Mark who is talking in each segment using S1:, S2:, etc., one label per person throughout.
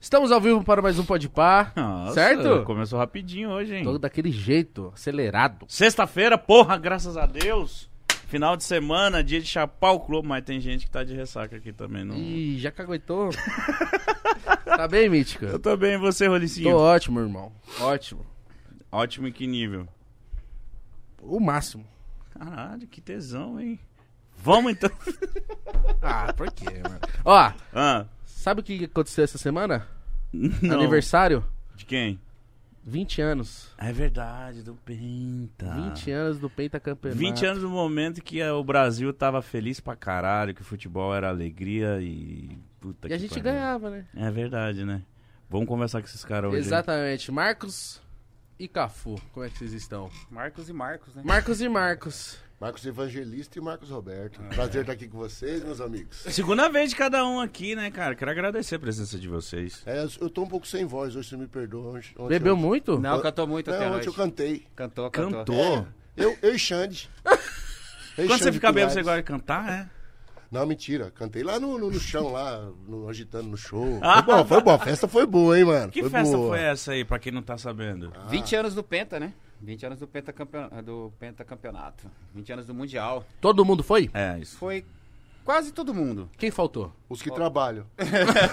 S1: Estamos ao vivo para mais um Pode Par,
S2: Nossa,
S1: certo?
S2: Começou rapidinho hoje, hein?
S1: Todo daquele jeito, acelerado.
S2: Sexta-feira, porra, graças a Deus. Final de semana, dia de chapar o clube, mas tem gente que tá de ressaca aqui também. Não...
S1: Ih, já caguetou. tá bem, Mítica?
S2: Eu tô bem, e você,
S1: Tô
S2: Rolicinho?
S1: ótimo, irmão. Ótimo.
S2: Ótimo em que nível?
S1: O máximo.
S2: Caralho, que tesão, hein? Vamos então.
S1: Ah, por quê, mano? Ó,
S2: ah,
S1: sabe o que aconteceu essa semana?
S2: não.
S1: Aniversário?
S2: De quem?
S1: 20 anos.
S2: É verdade, do Penta.
S1: 20 anos do pentacampeonato.
S2: 20 Ah. anos no momento que eh, o Brasil tava feliz pra caralho, que o futebol era alegria e. Puta
S1: E
S2: que
S1: a gente
S2: pariu.
S1: ganhava, né?
S2: É verdade, né? Vamos conversar com esses caras hoje. hein?
S1: Exatamente. Marcos e Cafu. Como é que vocês estão?
S3: Marcos e Marcos, né?
S1: Marcos e Marcos.
S4: Marcos Evangelista e Marcos Roberto. Prazer estar aqui com vocês, meus amigos.
S2: Segunda vez de cada um aqui, né, cara? Quero agradecer a presença de vocês.
S4: É, eu tô um pouco sem voz hoje, você me perdoa. Ontem, ontem
S1: Bebeu
S4: eu...
S1: muito?
S3: Não, cantou muito
S4: Não,
S3: até
S4: ontem
S3: hoje.
S4: eu cantei. É,
S3: Cantou, cantou.
S2: Cantou?
S4: Eu, eu e Xande. Eu e
S2: Quando você
S4: Xande
S2: fica bêbado,
S4: Pilares.
S2: você gosta de cantar, é?
S4: Não, mentira. Cantei lá no, no, no chão, lá, no- agitando no show. Foi bom, foi bom. A festa foi boa, hein, mano?
S2: Que festa
S4: boa. Ah,
S2: foi essa aí, pra quem não tá sabendo?
S3: 20 anos do Penta, né? 20 anos do Penta, do Penta 20 anos do Mundial.
S1: Todo mundo foi?
S2: É, isso.
S3: Foi quase todo mundo.
S1: Quem faltou?
S4: Os que trabalham.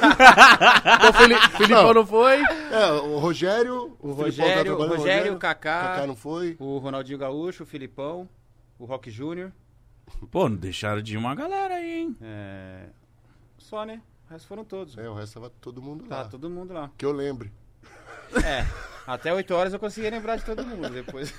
S1: Então, Fili- Filipão não foi?
S4: É, o Rogério... O, Filipão tá
S3: Rogério,
S4: trabalhando,
S3: Rogério, o Kaká,
S4: Kaká não foi.
S3: o Ronaldinho Gaúcho, o Filipão, o Rock Júnior.
S2: Pô, não deixaram de ir uma galera aí, hein?
S3: é, Só, né? O resto foram todos.
S4: É, o resto tava todo mundo lá.
S3: Tá todo mundo lá.
S4: Que eu lembre.
S3: É. Até 8 horas eu consegui lembrar de todo mundo. Depois.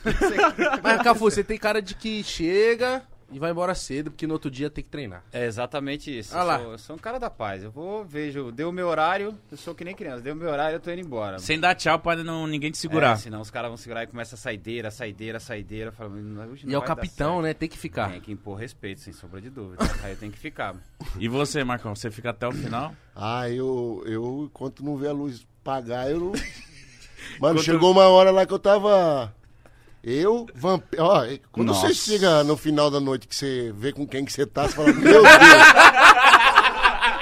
S1: Mas, Cafu, você tem cara de que chega e vai embora cedo, porque no outro dia tem que treinar.
S3: É exatamente isso.
S1: Ah lá.
S3: Eu sou, eu sou um cara da paz. Eu vou, vejo, deu meu horário, eu sou que nem criança, deu meu horário, eu tô indo embora.
S2: Sem dar tchau pra não, ninguém te
S3: É,
S2: segurar.
S3: senão os caras vão segurar e começa a saideira, saideira, saideira. Fala, "Não, hoje
S1: E é o capitão, né? Tem que ficar.
S3: Tem que impor respeito, sem sombra de dúvida. Aí eu tenho que ficar.
S2: E você, Marcão, você fica até o final?
S4: Ah, eu, eu enquanto não vê a luz pagar, eu não. Mano, chegou uma hora lá que eu tava. Eu, vamp... Ó, e quando
S2: Nossa.
S4: você chega no final da noite que você vê com quem que você tá, você fala, meu Deus.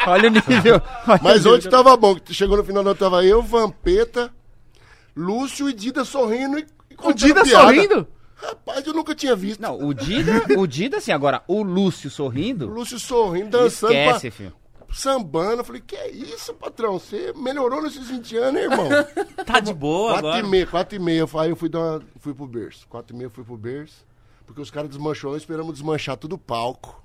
S3: Olha o nível.
S4: Mas ontem tava bom, que chegou no final da noite, tava eu, Vampeta, Lúcio e Dida sorrindo e e
S1: O
S4: contando
S1: Dida
S4: piada.
S1: sorrindo?
S4: Rapaz, eu nunca tinha visto.
S3: Não, o Dida, o Dida, assim, agora, o Lúcio sorrindo.
S4: Lúcio sorrindo, dançando,
S3: esquece,
S4: pa-
S3: filho.
S4: sambando. Eu falei, que é isso, patrão? Você melhorou nesses 20 anos, hein, irmão?
S2: Tá de boa
S4: Quatro
S2: agora.
S4: e meia, quatro e meia. Aí eu fui, dar uma- fui pro berço. Quatro e meia eu fui pro berço. Porque os caras desmanchou, nós esperamos desmanchar todo o palco.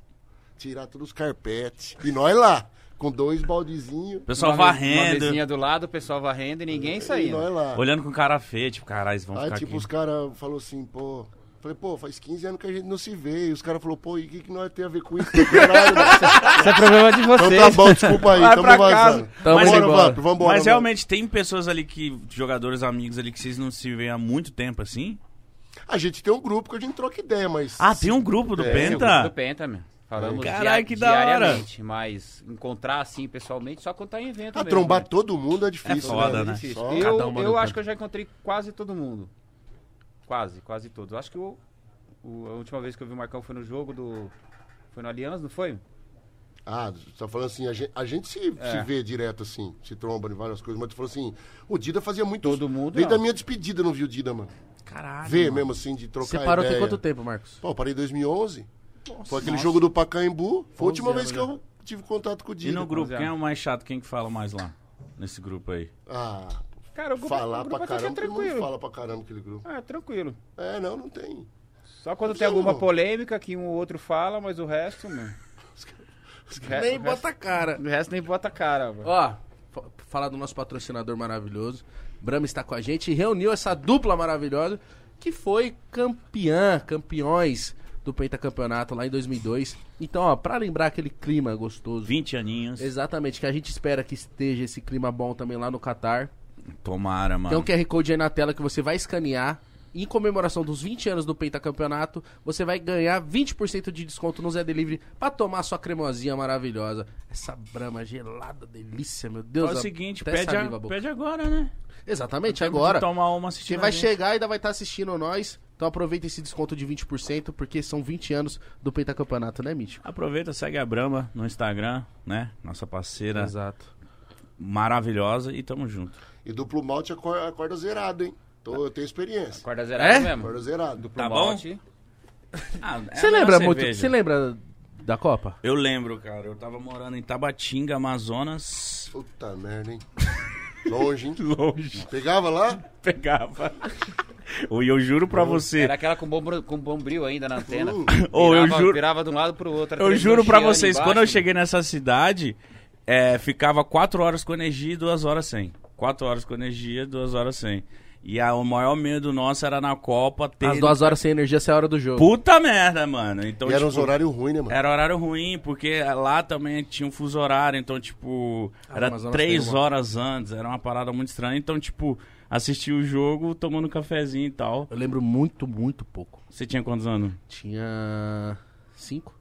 S4: Tirar todos os carpetes. E nós lá, com dois baldezinhos.
S2: Pessoal
S3: Uma me- Uma
S2: varrendo,
S3: mesinha do lado, o pessoal varrendo e ninguém
S4: E
S3: saindo.
S4: nós lá.
S2: olhando com cara feia, tipo, caralho, eles vão
S4: Aí
S2: né? ficar
S4: tipo,
S2: aqui.
S4: os caras falaram assim, pô. Falei, pô, faz 15 anos que a gente não se vê. E os caras falaram, pô, e o que, que nós tem a ver com isso? Caralho, mano.
S3: Isso é problema de vocês.
S4: então tá bom, desculpa aí,
S3: Vai
S4: tamo
S3: pra
S4: vazando.
S3: casa.
S1: Tamo
S4: Vambora,
S1: indo embora.
S4: Vampiro, vambora.
S2: Mas
S4: vambora.
S2: realmente tem pessoas ali que, jogadores amigos ali, que vocês não se veem há muito tempo assim?
S4: A gente tem um grupo que a gente troca ideia, mas.
S2: Ah, tem um grupo do
S3: Sim, o
S2: Penta?
S3: grupo do Penta, meu. Falamos
S2: Caralho,
S3: dia-
S2: que da hora.
S3: diariamente, mas encontrar assim pessoalmente só quando tá em evento.
S4: Ah,
S3: mesmo,
S4: trombar
S3: né?
S4: todo mundo é difícil.
S2: É foda,
S4: né?
S2: né?
S3: Difícil.
S4: Só-
S1: Cada
S3: Eu,
S1: uma no
S3: eu
S1: canto.
S3: acho que eu já encontrei quase todo mundo. Quase, quase todos. Eu Acho que o, o- a última vez que eu vi o Marcão foi no jogo do. Foi no Aliança, não foi?
S4: Ah, você tá falando assim, a gente, a gente se,
S2: É.
S4: se vê direto assim, se tromba em várias coisas, mas tu falou assim, o Dida fazia muito.
S3: Todo mundo,
S4: Desde
S3: não.
S4: a minha despedida eu não vi o Dida, mano.
S3: Ah,
S2: Caralho.
S4: Vê mesmo assim, de trocar
S1: Você parou tem
S4: ideia.
S1: quanto tempo, Marcos?
S4: Pô, eu parei em 2011. foi aquele jogo do Pacaembu. Foi a última
S1: anos
S4: vez que
S3: né?
S4: eu tive contato com o
S2: E
S4: Dida.
S2: no grupo,
S3: rapaziada.
S2: quem é o mais chato? Quem que fala mais lá? Nesse grupo aí.
S4: Ah,
S3: Cara, o grupo,
S4: falar
S3: o grupo
S4: pra
S3: até que é
S4: caramba. Todo mundo
S3: tranquilo.
S4: fala pra caramba aquele grupo.
S3: Ah, é tranquilo.
S4: É, não, não tem.
S3: Só quando tem
S4: Não,
S3: alguma
S4: não.
S3: polêmica que um ou outro fala, mas o resto, mano. O re-
S1: Nem
S3: o resto-
S1: bota a cara.
S3: O resto nem bota a cara, mano.
S1: Ó, fa- falar do nosso patrocinador maravilhoso. Brahma está com a gente e reuniu essa dupla maravilhosa que foi campeã, campeões do pentacampeonato lá em 2002. Então, ó, pra lembrar aquele clima gostoso.
S2: 20 aninhos.
S1: Exatamente, que a gente espera que esteja esse clima bom também lá no Catar.
S2: Tomara, mano.
S1: Tem um QR Code aí na tela que você vai escanear. Em comemoração dos 20 anos do Pentacampeonato, você vai ganhar 20% de desconto no Zé Delivery pra tomar sua cremosinha maravilhosa. Essa brama gelada, delícia, meu Deus.
S2: Faz o
S1: a-
S2: seguinte,
S1: até
S2: pede,
S1: saliva
S2: a-
S1: a boca.
S2: pede um agora, né?
S1: Exatamente,
S2: Temos
S1: agora.
S2: que tomar uma
S1: Você
S2: assistindo.
S1: vai
S2: a gente.
S1: chegar e ainda vai estar assistindo nós. Então aproveita esse desconto de 20%, porque são 20 anos do Pentacampeonato, né, Mítico?
S2: Aproveita, segue a Brahma no Instagram, né? Nossa parceira.
S1: Exato.
S2: maravilhosa e tamo junto.
S4: E duplo malte acor- acorda zerado, hein? Tô, eu tenho experiência.
S3: Corda zerada
S1: É?
S3: mesmo.
S4: Acorda zerado.
S3: Duplo
S2: Tá bom?
S3: malte.
S2: Ah, é a
S1: Você
S2: melhor
S1: lembra muito?
S2: cerveja.
S1: Você lembra da Copa?
S2: Eu lembro, cara. Eu tava morando em Tabatinga, Amazonas.
S4: Puta merda, hein? Longe, hein?
S2: Longe.
S4: Pegava lá?
S2: Pegava. Ou eu juro pra você.
S3: Era aquela com bombril, com bombril ainda na antena.
S4: Hum.
S2: Ou eu
S3: Virava-
S2: juro.
S3: Virava de um lado pro outro. era
S2: Eu
S3: três
S2: juro pra
S3: mochilas
S2: vocês,
S3: embaixo, né?
S2: quando eu
S3: mano.
S2: cheguei nessa cidade, é, ficava 4 horas com energia e 2 horas sem. 4 horas com energia e 2 horas sem. E a- o maior medo nosso era na Copa ter.
S1: As duas horas sem energia, essa é a hora do jogo.
S2: Puta merda, mano. Então,
S4: E era uns
S2: tipo,
S4: horários ruins, né, mano?
S2: era horário ruim, porque lá também tinha um fuso horário, então, tipo,
S1: Ah,
S2: era
S1: Amazonas tem
S2: três
S1: uma.
S2: horas antes, era uma parada muito estranha. Então, tipo, assisti o jogo tomando um cafezinho e tal.
S1: Eu lembro muito, muito pouco.
S2: Você tinha quantos anos?
S1: Tinha. cinco?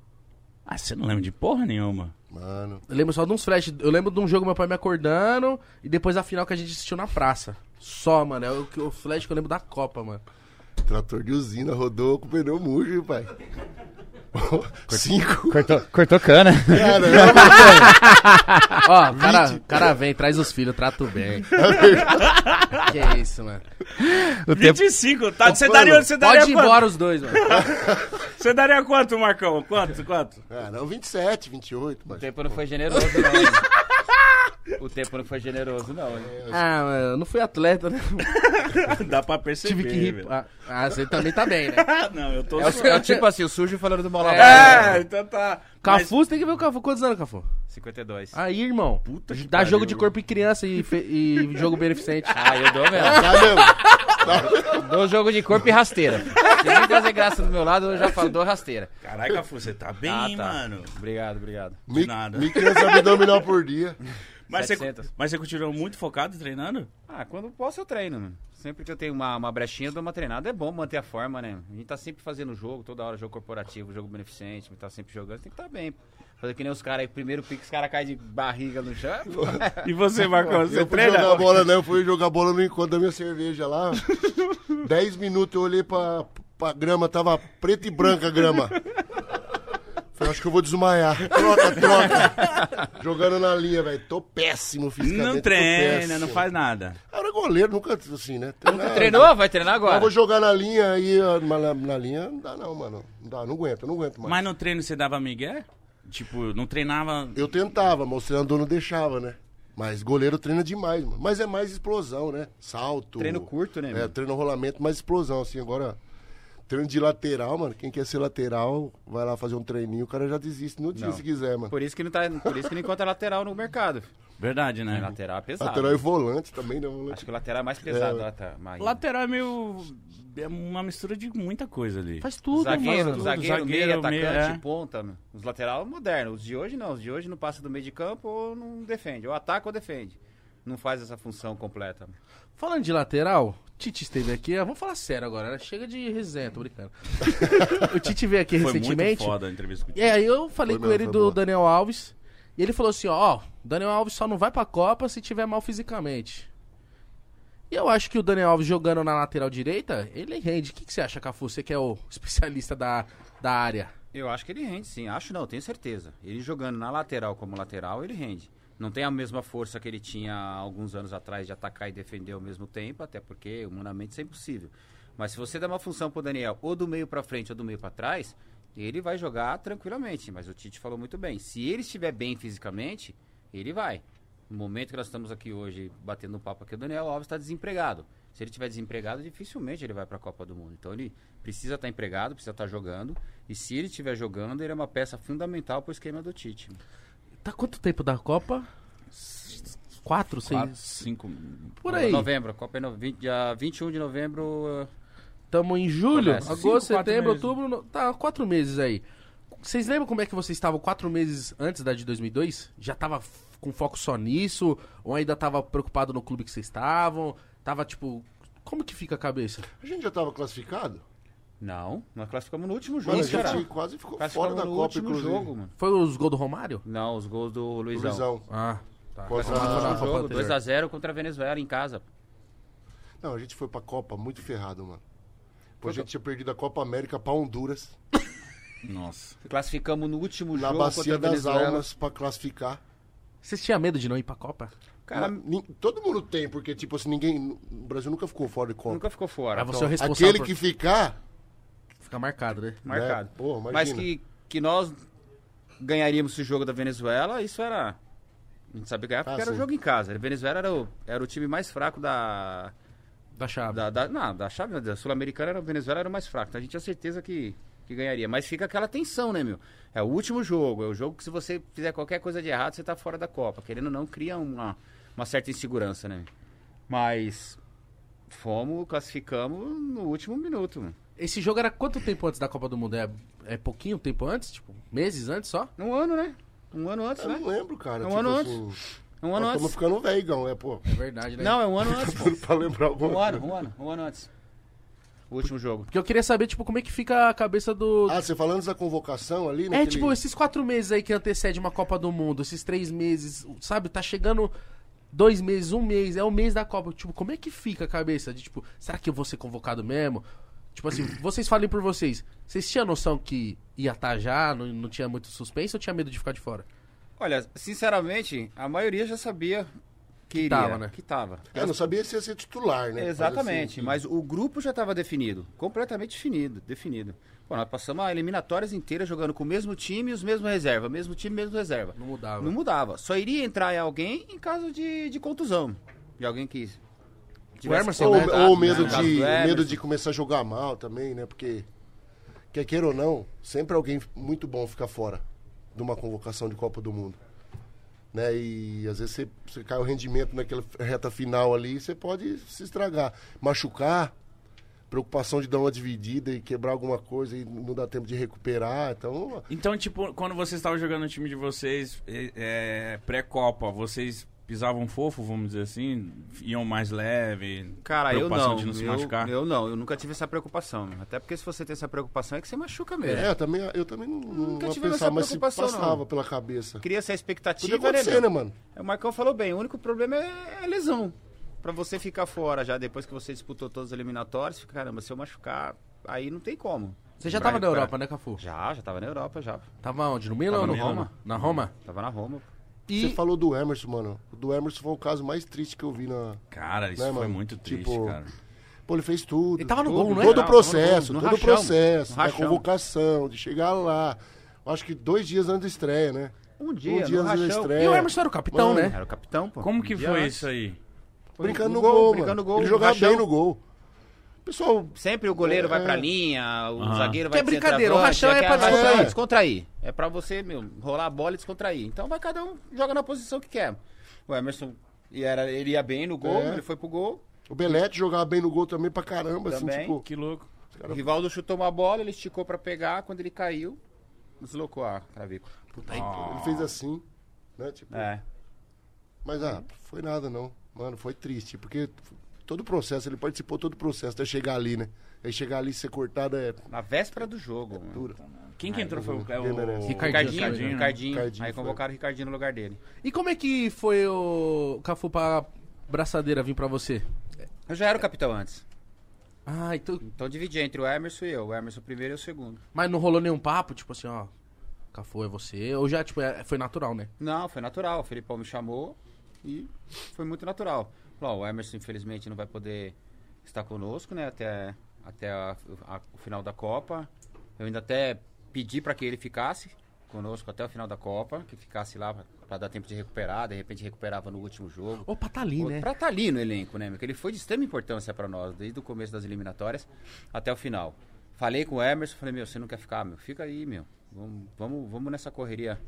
S2: Ah, você não lembra de porra nenhuma.
S4: Mano.
S1: Eu lembro só de uns flash. Eu lembro de um jogo meu pai me acordando e depois a final que a gente assistiu na praça. Só, mano. É o, que- o flash que eu lembro da Copa, mano.
S4: Trator de usina rodou com o pneu murcho, hein, pai? Cinco. né?
S5: Cortou, cortou cana.
S4: Caramba,
S1: Ó, cara, cara vem, traz os filhos, trato bem. que isso, mano.
S5: O tempo,
S2: 25, tá? Você
S1: Mano,
S2: daria, você daria
S1: Pode ir
S2: quanto?
S1: embora os dois, mano.
S2: Você daria quanto, Marcão? Quanto, quanto?
S4: Caramba, 27, 28, pai.
S3: O tempo não foi generoso, não. hein? o tempo não foi generoso, não. hein?
S1: Ah, mano, eu não fui atleta, né?
S2: Dá pra perceber,
S1: Tive que rir.
S2: velho.
S1: Ah, ah, você também tá bem, né?
S2: Ah, não, eu tô...
S3: É, o-
S2: suave.
S3: é o tipo assim, o sujo falando do Malabar.
S2: É, então tá... Mas-
S1: Cafu, você tem que ver o Cafu. Quantos anos, Cafu?
S3: 52.
S1: Aí, irmão.
S2: Puta que
S1: dá
S2: pariu.
S1: jogo de corpo em criança e, fe- e jogo beneficente.
S3: Ah, eu dou mesmo.
S4: Tá mesmo.
S3: Dou jogo de corpo e rasteira. Se nem fazer graça do meu lado,
S1: né?
S3: eu já falo, dou rasteira.
S2: Caralho, Cafu, você tá bem,
S3: Ah, tá.
S2: mano.
S3: Obrigado, obrigado.
S4: Mi-
S2: nada.
S4: 1.500 abdominal por dia.
S2: Mas você,
S3: 700.
S2: mas você continuou muito focado treinando?
S3: Ah, quando posso eu treino, mano. Sempre que eu tenho uma, uma brechinha, eu dou uma treinada. É bom manter a forma, né? A gente tá sempre fazendo jogo, toda hora, jogo corporativo, jogo beneficente, tá sempre jogando, tem que estar tá bem. Fazer que nem os caras aí, primeiro pique, os caras caem de barriga no chão.
S2: E você, Marcão, você
S4: eu fui
S2: treina?
S4: jogar bola, né? Eu fui jogar bola no encontro da minha cerveja lá. Dez minutos eu olhei pra, pra grama, tava preta e branca a grama. Falei, acho que eu vou desmaiar. Troca, troca. Jogando na linha, velho. Tô péssimo fisicamente.
S2: Não
S4: tô
S2: treina,
S4: péssimo.
S2: não faz nada.
S4: Eu Era goleiro, nunca assim, né? Treinar-
S3: Treinou? Vai treinar agora.
S4: Eu vou jogar na linha aí, ó, mas na, na linha não dá não, mano. Não dá, não aguento, não aguento mais.
S2: Mas no treino você dava migué? Tipo, não treinava...
S4: Eu tentava, mas o treinador não deixava, né? Mas goleiro treina demais, mano. Mas é mais explosão, né? Salto.
S3: Treino curto, né,
S4: É,
S3: mano?
S4: treino rolamento, mais explosão, assim. Agora, treino de lateral, mano. Quem quer ser lateral, vai lá fazer um treininho, o cara já desiste no dia
S3: Não.
S4: se quiser, mano.
S3: Por isso que não, tá, por isso que não encontra lateral no mercado.
S2: Verdade, né?
S3: Lateral é pesado.
S4: Lateral e volante também, né? Volante.
S3: Acho que o lateral é mais pesado.
S4: É.
S3: lá tá, mais-
S2: Lateral é meio... É uma mistura de muita coisa ali.
S1: Faz tudo,
S3: Zagueiro,
S1: mano.
S3: zagueiro,
S2: zagueiro,
S3: meia, atacante,
S2: meia, é.
S3: ponta. mano. Os lateral modernos. Os de hoje não. Os de hoje não passa do meio de campo ou não defende. Ou ataca ou defende. Não faz essa função completa. mano.
S1: Falando de lateral, Tite esteve aqui. ah, Vamos falar sério agora, né? Chega de resenha, tô brincando. o Tite veio aqui
S2: Foi muito
S1: recentemente. É,
S2: foda a entrevista com o
S1: E aí eu falei
S4: Foi
S1: com
S4: mesmo,
S1: ele
S4: foi
S1: do
S4: boa.
S1: Daniel Alves. E ele falou assim, ó, ó, Daniel Alves só não vai pra Copa se tiver mal fisicamente. E eu acho que o Daniel Alves jogando na lateral direita, ele rende. O que, que você acha, Cafu? Você que é o especialista da, da área.
S3: Eu acho que ele rende, sim. Acho não, tenho certeza. Ele jogando na lateral como lateral, ele rende. Não tem a mesma força que ele tinha há alguns anos atrás de atacar e defender ao mesmo tempo, até porque humanamente isso é impossível. Mas se você der uma função pro Daniel, ou do meio pra frente ou do meio pra trás, ele vai jogar tranquilamente. Mas o Tite falou muito bem. Se ele estiver bem fisicamente, ele vai. No momento que nós estamos aqui hoje batendo um papo aqui, o Daniel Alves está desempregado. Se ele tiver desempregado, dificilmente ele vai para a Copa do Mundo. Então ele precisa estar empregado, precisa estar jogando. E se ele estiver jogando, ele é uma peça fundamental para o esquema do Tite.
S1: Tá quanto tempo da Copa? S- Quatro, seis?
S2: Quatro, cinco...
S1: Por aí.
S3: Novembro, a Copa é no... vinte- dia 21 de novembro. eh,
S1: Tamo em julho,
S3: Começa.
S1: agosto,
S2: Cinco, quatro
S1: setembro,
S2: meses.
S1: outubro. no- Tá, quatro meses aí. Vocês lembram como é que vocês estavam quatro meses antes da de 2002? Já tava f- com foco só nisso? Ou ainda tava preocupado no clube que vocês estavam? Tava tipo. Como que fica a cabeça?
S4: A gente já tava classificado?
S3: Não, nós classificamos no último jogo,
S4: Mano, a
S3: cara.
S4: gente quase ficou fora
S3: Classificamos
S4: da
S3: no
S4: Copa,
S3: último
S4: inclusive.
S3: jogo, mano.
S1: Foi os gols do Romário?
S3: Não, os gols do Luizão.
S4: Luizão.
S1: Ah, tá.
S4: Contra-
S1: Foi na Copa
S3: Jogo
S1: anterior.
S3: 2x0 contra a Venezuela em casa.
S4: Não, a gente foi pra Copa muito ferrado, mano. Pô, a gente tinha perdido a Copa América pra Honduras.
S2: Nossa.
S3: Classificamos no último
S4: Na
S3: jogo
S4: bacia
S3: contra a
S4: das
S3: Venezuela.
S4: almas pra classificar.
S1: Vocês tinham medo de não ir pra Copa?
S4: Cara,
S3: Cara,
S4: nin- todo mundo tem, porque, tipo assim, ninguém. O Brasil nunca ficou fora de Copa.
S3: nunca ficou fora.
S1: Pra você é o responsável
S4: Aquele
S1: por
S4: que ficar.
S1: ficar marcado, né?
S3: marcado.
S4: né? Pô, imagina.
S3: Mas que, que nós ganharíamos esse jogo da Venezuela, isso era. A gente sabia ganhar porque
S4: Ah,
S3: era o
S4: sim.
S3: jogo em casa. A Venezuela era o, era o time mais fraco da.
S1: Da chave.
S3: Da, da, não, da chave, não, da Sul-Americana, era- a Venezuela era o mais fraco. Então a gente tinha certeza que, que ganharia. Mas fica aquela tensão, né, meu? É o último jogo. É o jogo que se você fizer qualquer coisa de errado, você tá fora da Copa. Querendo ou não, cria uma, uma certa insegurança, né? Mas fomos, classificamos no último minuto. mano.
S1: Esse jogo era quanto tempo antes da Copa do Mundo? É, é pouquinho tempo antes? Tipo, meses antes só?
S3: Um ano, né? Um ano antes,
S4: Eu
S3: né?
S4: não lembro, cara.
S3: Um
S4: tipo
S3: ano
S4: assim,
S3: Um ano
S4: nós
S3: antes.
S4: estamos ficando veigão, é, pô.
S1: É verdade, né?
S3: Não, é um ano antes, pô.
S4: pra lembrar alguma
S3: Um ano,
S4: coisa.
S3: um ano, um ano antes. O último jogo.
S1: Porque eu queria saber, tipo, como é que fica a cabeça do.
S4: Ah, você falando da convocação ali,
S1: é,
S4: naquele-
S1: tipo, esses quatro meses aí que antecede uma Copa do Mundo, esses três meses, sabe? Tá chegando dois meses, um mês, é o mês da Copa. Tipo, como é que fica a cabeça de, tipo, será que eu vou ser convocado mesmo? Tipo assim, vocês falem por vocês. Vocês tinham noção que ia estar já, não, não tinha muito suspense ou tinha medo de ficar de fora?
S3: Olha, sinceramente, a maioria já sabia que, iria,
S1: tava, né?
S3: Que tava.
S4: Eu não sabia se ia ser titular, né?
S3: Exatamente,
S2: assim,
S4: Mas,
S3: mas, o grupo já estava definido, completamente definido, definido. Pô, nós passamos a eliminatórias inteira jogando com o mesmo time e os mesmos reserva, mesmo time, mesmo reserva.
S1: Não mudava.
S3: Não mudava, só iria entrar em alguém em caso de, de contusão, de alguém que tivesse
S1: Emerson,
S4: assim, ou,
S1: né?
S3: contato,
S4: ou medo,
S3: né? No caso
S4: de,
S3: do Emerson.
S4: medo de começar a jogar mal também, né? Porque, quer queira ou não, sempre alguém muito bom fica fora de uma convocação de Copa do Mundo. Né? E às vezes você, você cai o rendimento naquela reta final ali, você pode se estragar. Machucar, preocupação de dar uma dividida e quebrar alguma coisa e não dar tempo de recuperar. Então,
S2: Então, tipo, quando vocês estavam jogando no time de vocês, é, é, pré-copa, vocês pisavam fofo, vamos dizer assim? Iam mais leve?
S3: Cara, eu
S2: preocupação
S3: não,
S2: de não se
S3: eu,
S2: machucar?
S3: eu não, eu nunca tive essa preocupação, até porque se você tem essa preocupação é que você machuca mesmo.
S4: é, eu também, eu também não, não
S3: Nunca
S4: ia
S3: tive essa
S4: pensar, mas se
S3: preocupação, não.
S4: passava pela cabeça.
S3: Cria essa expectativa,
S4: Podia acontecer, né,
S3: meu?
S4: mano?
S3: É, O Marcão falou bem, o único problema é a lesão. Pra você ficar fora já depois que você disputou todos os eliminatórios, fica, caramba, se eu machucar, aí não tem como.
S1: Você já
S3: Vai
S1: tava na
S3: recuperar.
S1: Europa, né, Cafu?
S3: Já, já tava na Europa, já.
S1: Tava onde? No Milan?
S3: Tava
S1: ou
S3: no
S1: Milano?
S3: Roma.
S1: Na Roma?
S3: Tava na Roma.
S1: E
S4: Você falou do Emerson, mano. O do Emerson foi o caso mais triste que eu vi na.
S2: Cara, isso
S4: Né,
S2: foi
S4: mano?
S2: muito triste,
S4: Tipo,
S2: cara.
S4: Pô, ele fez tudo.
S1: Ele tava no
S4: tudo,
S1: gol, né?
S4: Todo o
S3: Tava no
S4: processo,
S3: gol, no
S4: todo o
S3: rachão,
S4: processo.
S3: no
S4: Da
S3: rachão.
S4: convocação, de chegar lá. Acho que dois dias antes da estreia, né?
S3: Um
S4: um
S3: dia,
S4: dia
S3: no
S4: antes da
S3: rachão.
S4: estreia.
S1: E o Emerson era o capitão,
S4: Mano,
S1: né?
S3: Era o capitão, pô.
S2: Como
S3: Um
S2: que
S3: dia
S2: foi
S3: antes.
S2: isso aí?
S3: Foi
S4: Brincando
S3: um
S4: no gol, mano.
S3: brincando no gol.
S4: Ele jogava
S3: rachão.
S4: bem no gol. Pessoal,
S3: Sempre o goleiro vai pra
S4: É.
S3: linha, o
S2: Aham.
S3: zagueiro
S1: Que
S3: vai
S1: é brincadeira, o
S3: centroavante,
S1: rachão é pra
S3: aquela-
S4: descontrair.
S3: É, descontrair. É pra você, meu, rolar a bola e descontrair. Então vai cada um, joga na posição que quer. O Emerson e era, ele ia bem no gol,
S4: É.
S3: ele foi pro gol.
S4: o Belete jogava bem no gol também pra caramba,
S3: Também.
S4: assim, tipo.
S2: Que louco.
S3: O Rivaldo chutou uma bola, ele esticou pra pegar, quando ele caiu, deslocou a clavícula.
S4: Ele fez assim, né? Tipo,
S3: É.
S4: Mas ah, foi nada não. Mano, foi triste, porque todo o processo, ele participou todo o processo até chegar ali, né? Aí chegar ali e ser cortado é
S3: Na véspera do jogo. mano.
S4: dura.
S2: Quem que entrou foi Ah, o,
S4: Ai, eu não-
S2: o...
S1: Ricardinho.
S3: Ricardinho,
S1: Ricardinho,
S3: Ricardinho,
S2: né?
S4: Ricardinho
S3: Aí
S4: foi.
S3: convocaram o Ricardinho no lugar dele.
S1: E como é que foi o Cafu pra braçadeira vir pra você?
S3: Eu já era o capitão antes.
S1: Ah, então.
S3: Então dividia entre o Emerson e eu. O Emerson primeiro e o segundo.
S1: Mas não rolou nenhum papo, tipo assim, ó. Cafu é você. Ou já, tipo, é- foi natural, né?
S3: Não, foi natural. O Felipão me chamou e foi muito natural. Falou, ó, o Emerson, infelizmente, não vai poder estar conosco, né? Até, até a- a- o final da Copa. Eu ainda até pedi para que ele ficasse conosco até o final da Copa, que ficasse lá para dar tempo de recuperar, de repente recuperava no último jogo.
S1: Opa, tá ali,
S3: Pô,
S1: né?
S3: Pra estar ali no elenco, né? Porque ele foi de extrema importância pra nós, desde o começo das eliminatórias até o final. Falei com o Emerson, falei, meu, você não quer ficar, meu? Fica aí, meu. Vamos, vamos, vamos nessa correria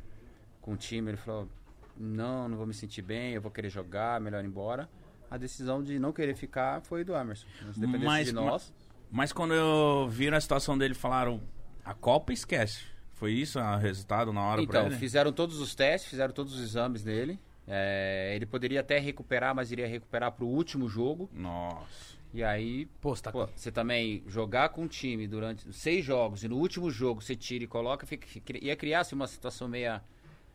S3: com o time. Ele falou, não, não vou me sentir bem, eu vou querer jogar, melhor ir embora. A decisão de não querer ficar foi do Emerson. Se dependesse
S2: Mas-
S3: de nós,
S2: Mas quando eu viram a situação dele, falaram... A Copa esquece. Foi isso o resultado na hora pra
S3: Então,
S2: ele?
S3: fizeram todos os testes, fizeram todos os exames nele. É, ele poderia até recuperar, mas iria recuperar pro último jogo.
S2: Nossa.
S3: E aí
S1: Pô, você tá.
S3: Pô, você também jogar com um time durante seis jogos e no último jogo você tira e coloca, fica- fica- ia criar-se uma situação meia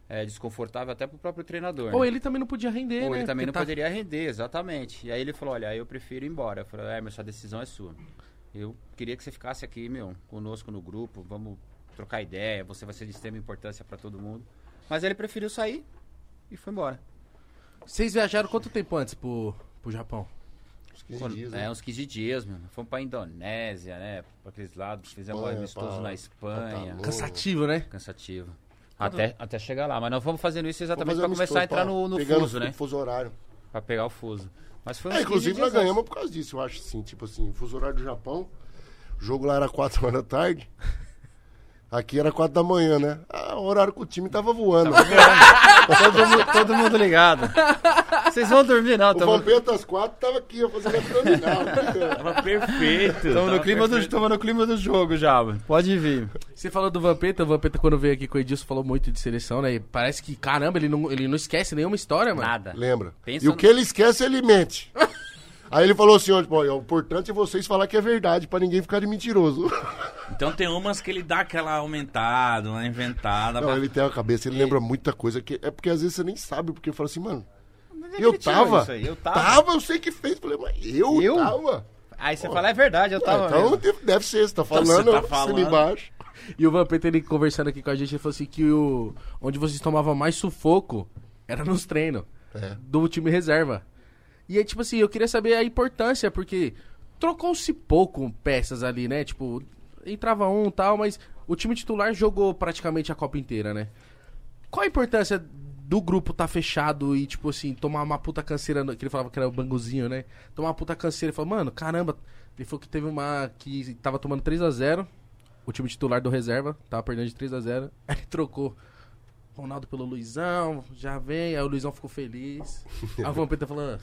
S3: eh, desconfortável até pro próprio treinador.
S1: Ou
S3: né?
S1: ele também não podia render,
S3: Ou
S1: né?
S3: ele
S1: Porque
S3: também não
S1: tá-
S3: poderia render, exatamente. E aí ele falou, olha, eu prefiro ir embora. Eu falei, Emerson, a decisão é sua. Eu queria que você ficasse aqui, meu, conosco no grupo, vamos trocar ideia, você vai ser de extrema importância para todo mundo. Mas ele preferiu sair e foi embora.
S1: Vocês viajaram quanto tempo antes pro, pro Japão?
S4: Uns 15
S3: Quando-
S4: dias, né?
S3: é, uns 15 dias, mano. Fomos pra Indonésia, né? Pra aqueles lados, fizemos um
S4: Espanha,
S3: amistoso
S4: pra-
S3: na Espanha.
S4: pra Tailândia.
S1: Cansativo, né?
S3: Cansativo. Até, até chegar lá, mas nós Tá vamos fazendo isso
S4: Vamos
S3: exatamente
S4: fazer
S3: pra
S4: um
S3: começar a
S4: estudo,
S3: entrar no, no
S4: pegando
S3: fuso, né?
S4: o Fuso horário.
S3: Pra pegar o fuso. Mas foi um uns
S4: É,
S3: 15
S4: inclusive
S3: dias
S4: nós
S3: antes.
S4: ganhamos por causa disso, eu acho assim. Tipo assim, o fuso horário do Japão, o jogo lá era 4 horas da tarde. Aqui era 4 da manhã, né? Ah, o horário que o time tava voando.
S3: todo, mundo, todo mundo ligado. Vocês vão dormir, não.
S4: o Vampeta às 4 tava aqui, eu fazendo abdominal. né?
S2: Tava perfeito.
S3: Estamos no,
S2: tava
S3: clima do,
S2: perfeito.
S3: tamo no clima do jogo já, mano. Pode vir.
S1: Você falou do Vampeta, o Vampeta quando veio aqui com o Edilson falou muito de seleção, né? E parece que, caramba, ele não, ele não esquece nenhuma história, mano.
S3: Nada.
S4: Lembra?
S3: Pensa
S4: e o
S3: no-
S4: que ele esquece, ele mente. Aí ele falou assim, ó, tipo, ó, o importante é vocês falar que é verdade, pra ninguém ficar de mentiroso.
S2: Então tem umas que ele dá aquela aumentada, uma inventada.
S4: Não,
S2: pra-
S4: ele É. tem a cabeça, ele lembra muita coisa. Que... É porque às vezes você nem sabe, porque fala assim, mano,
S3: Onde é
S4: eu
S3: que tirou
S4: tava,
S3: isso aí?
S4: eu
S3: Eu
S4: tava.
S3: tava.
S4: eu sei que fez. Falei, mas eu,
S3: Eu?
S4: tava.
S3: Aí você fala, é verdade, eu
S4: Ah,
S3: tava.
S4: então
S3: mesmo.
S4: deve- deve ser, você tá
S2: você
S4: falando,
S2: tá
S4: tá
S2: falando.
S4: embaixo.
S1: E o Vampeta, ele conversando aqui com a gente, ele falou assim que o, onde vocês tomavam mais sufoco era nos treinos
S4: É.
S1: do time reserva. E é tipo assim, eu queria saber a importância, porque trocou-se pouco peças ali, né? Tipo, entrava um e tal, mas o time titular jogou praticamente a Copa inteira, né? Qual a importância do grupo tá fechado e, tipo assim, tomar uma puta canseira, no- que ele falava que era o banguzinho, né? Tomar uma puta canseira e falar, mano, caramba. Ele falou que teve uma que tava tomando 3 a 0 o time titular do reserva, tava perdendo de 3 a 0 aí trocou Ronaldo pelo Luizão, já vem, aí o Luizão ficou feliz. Aí o Vampeta falando,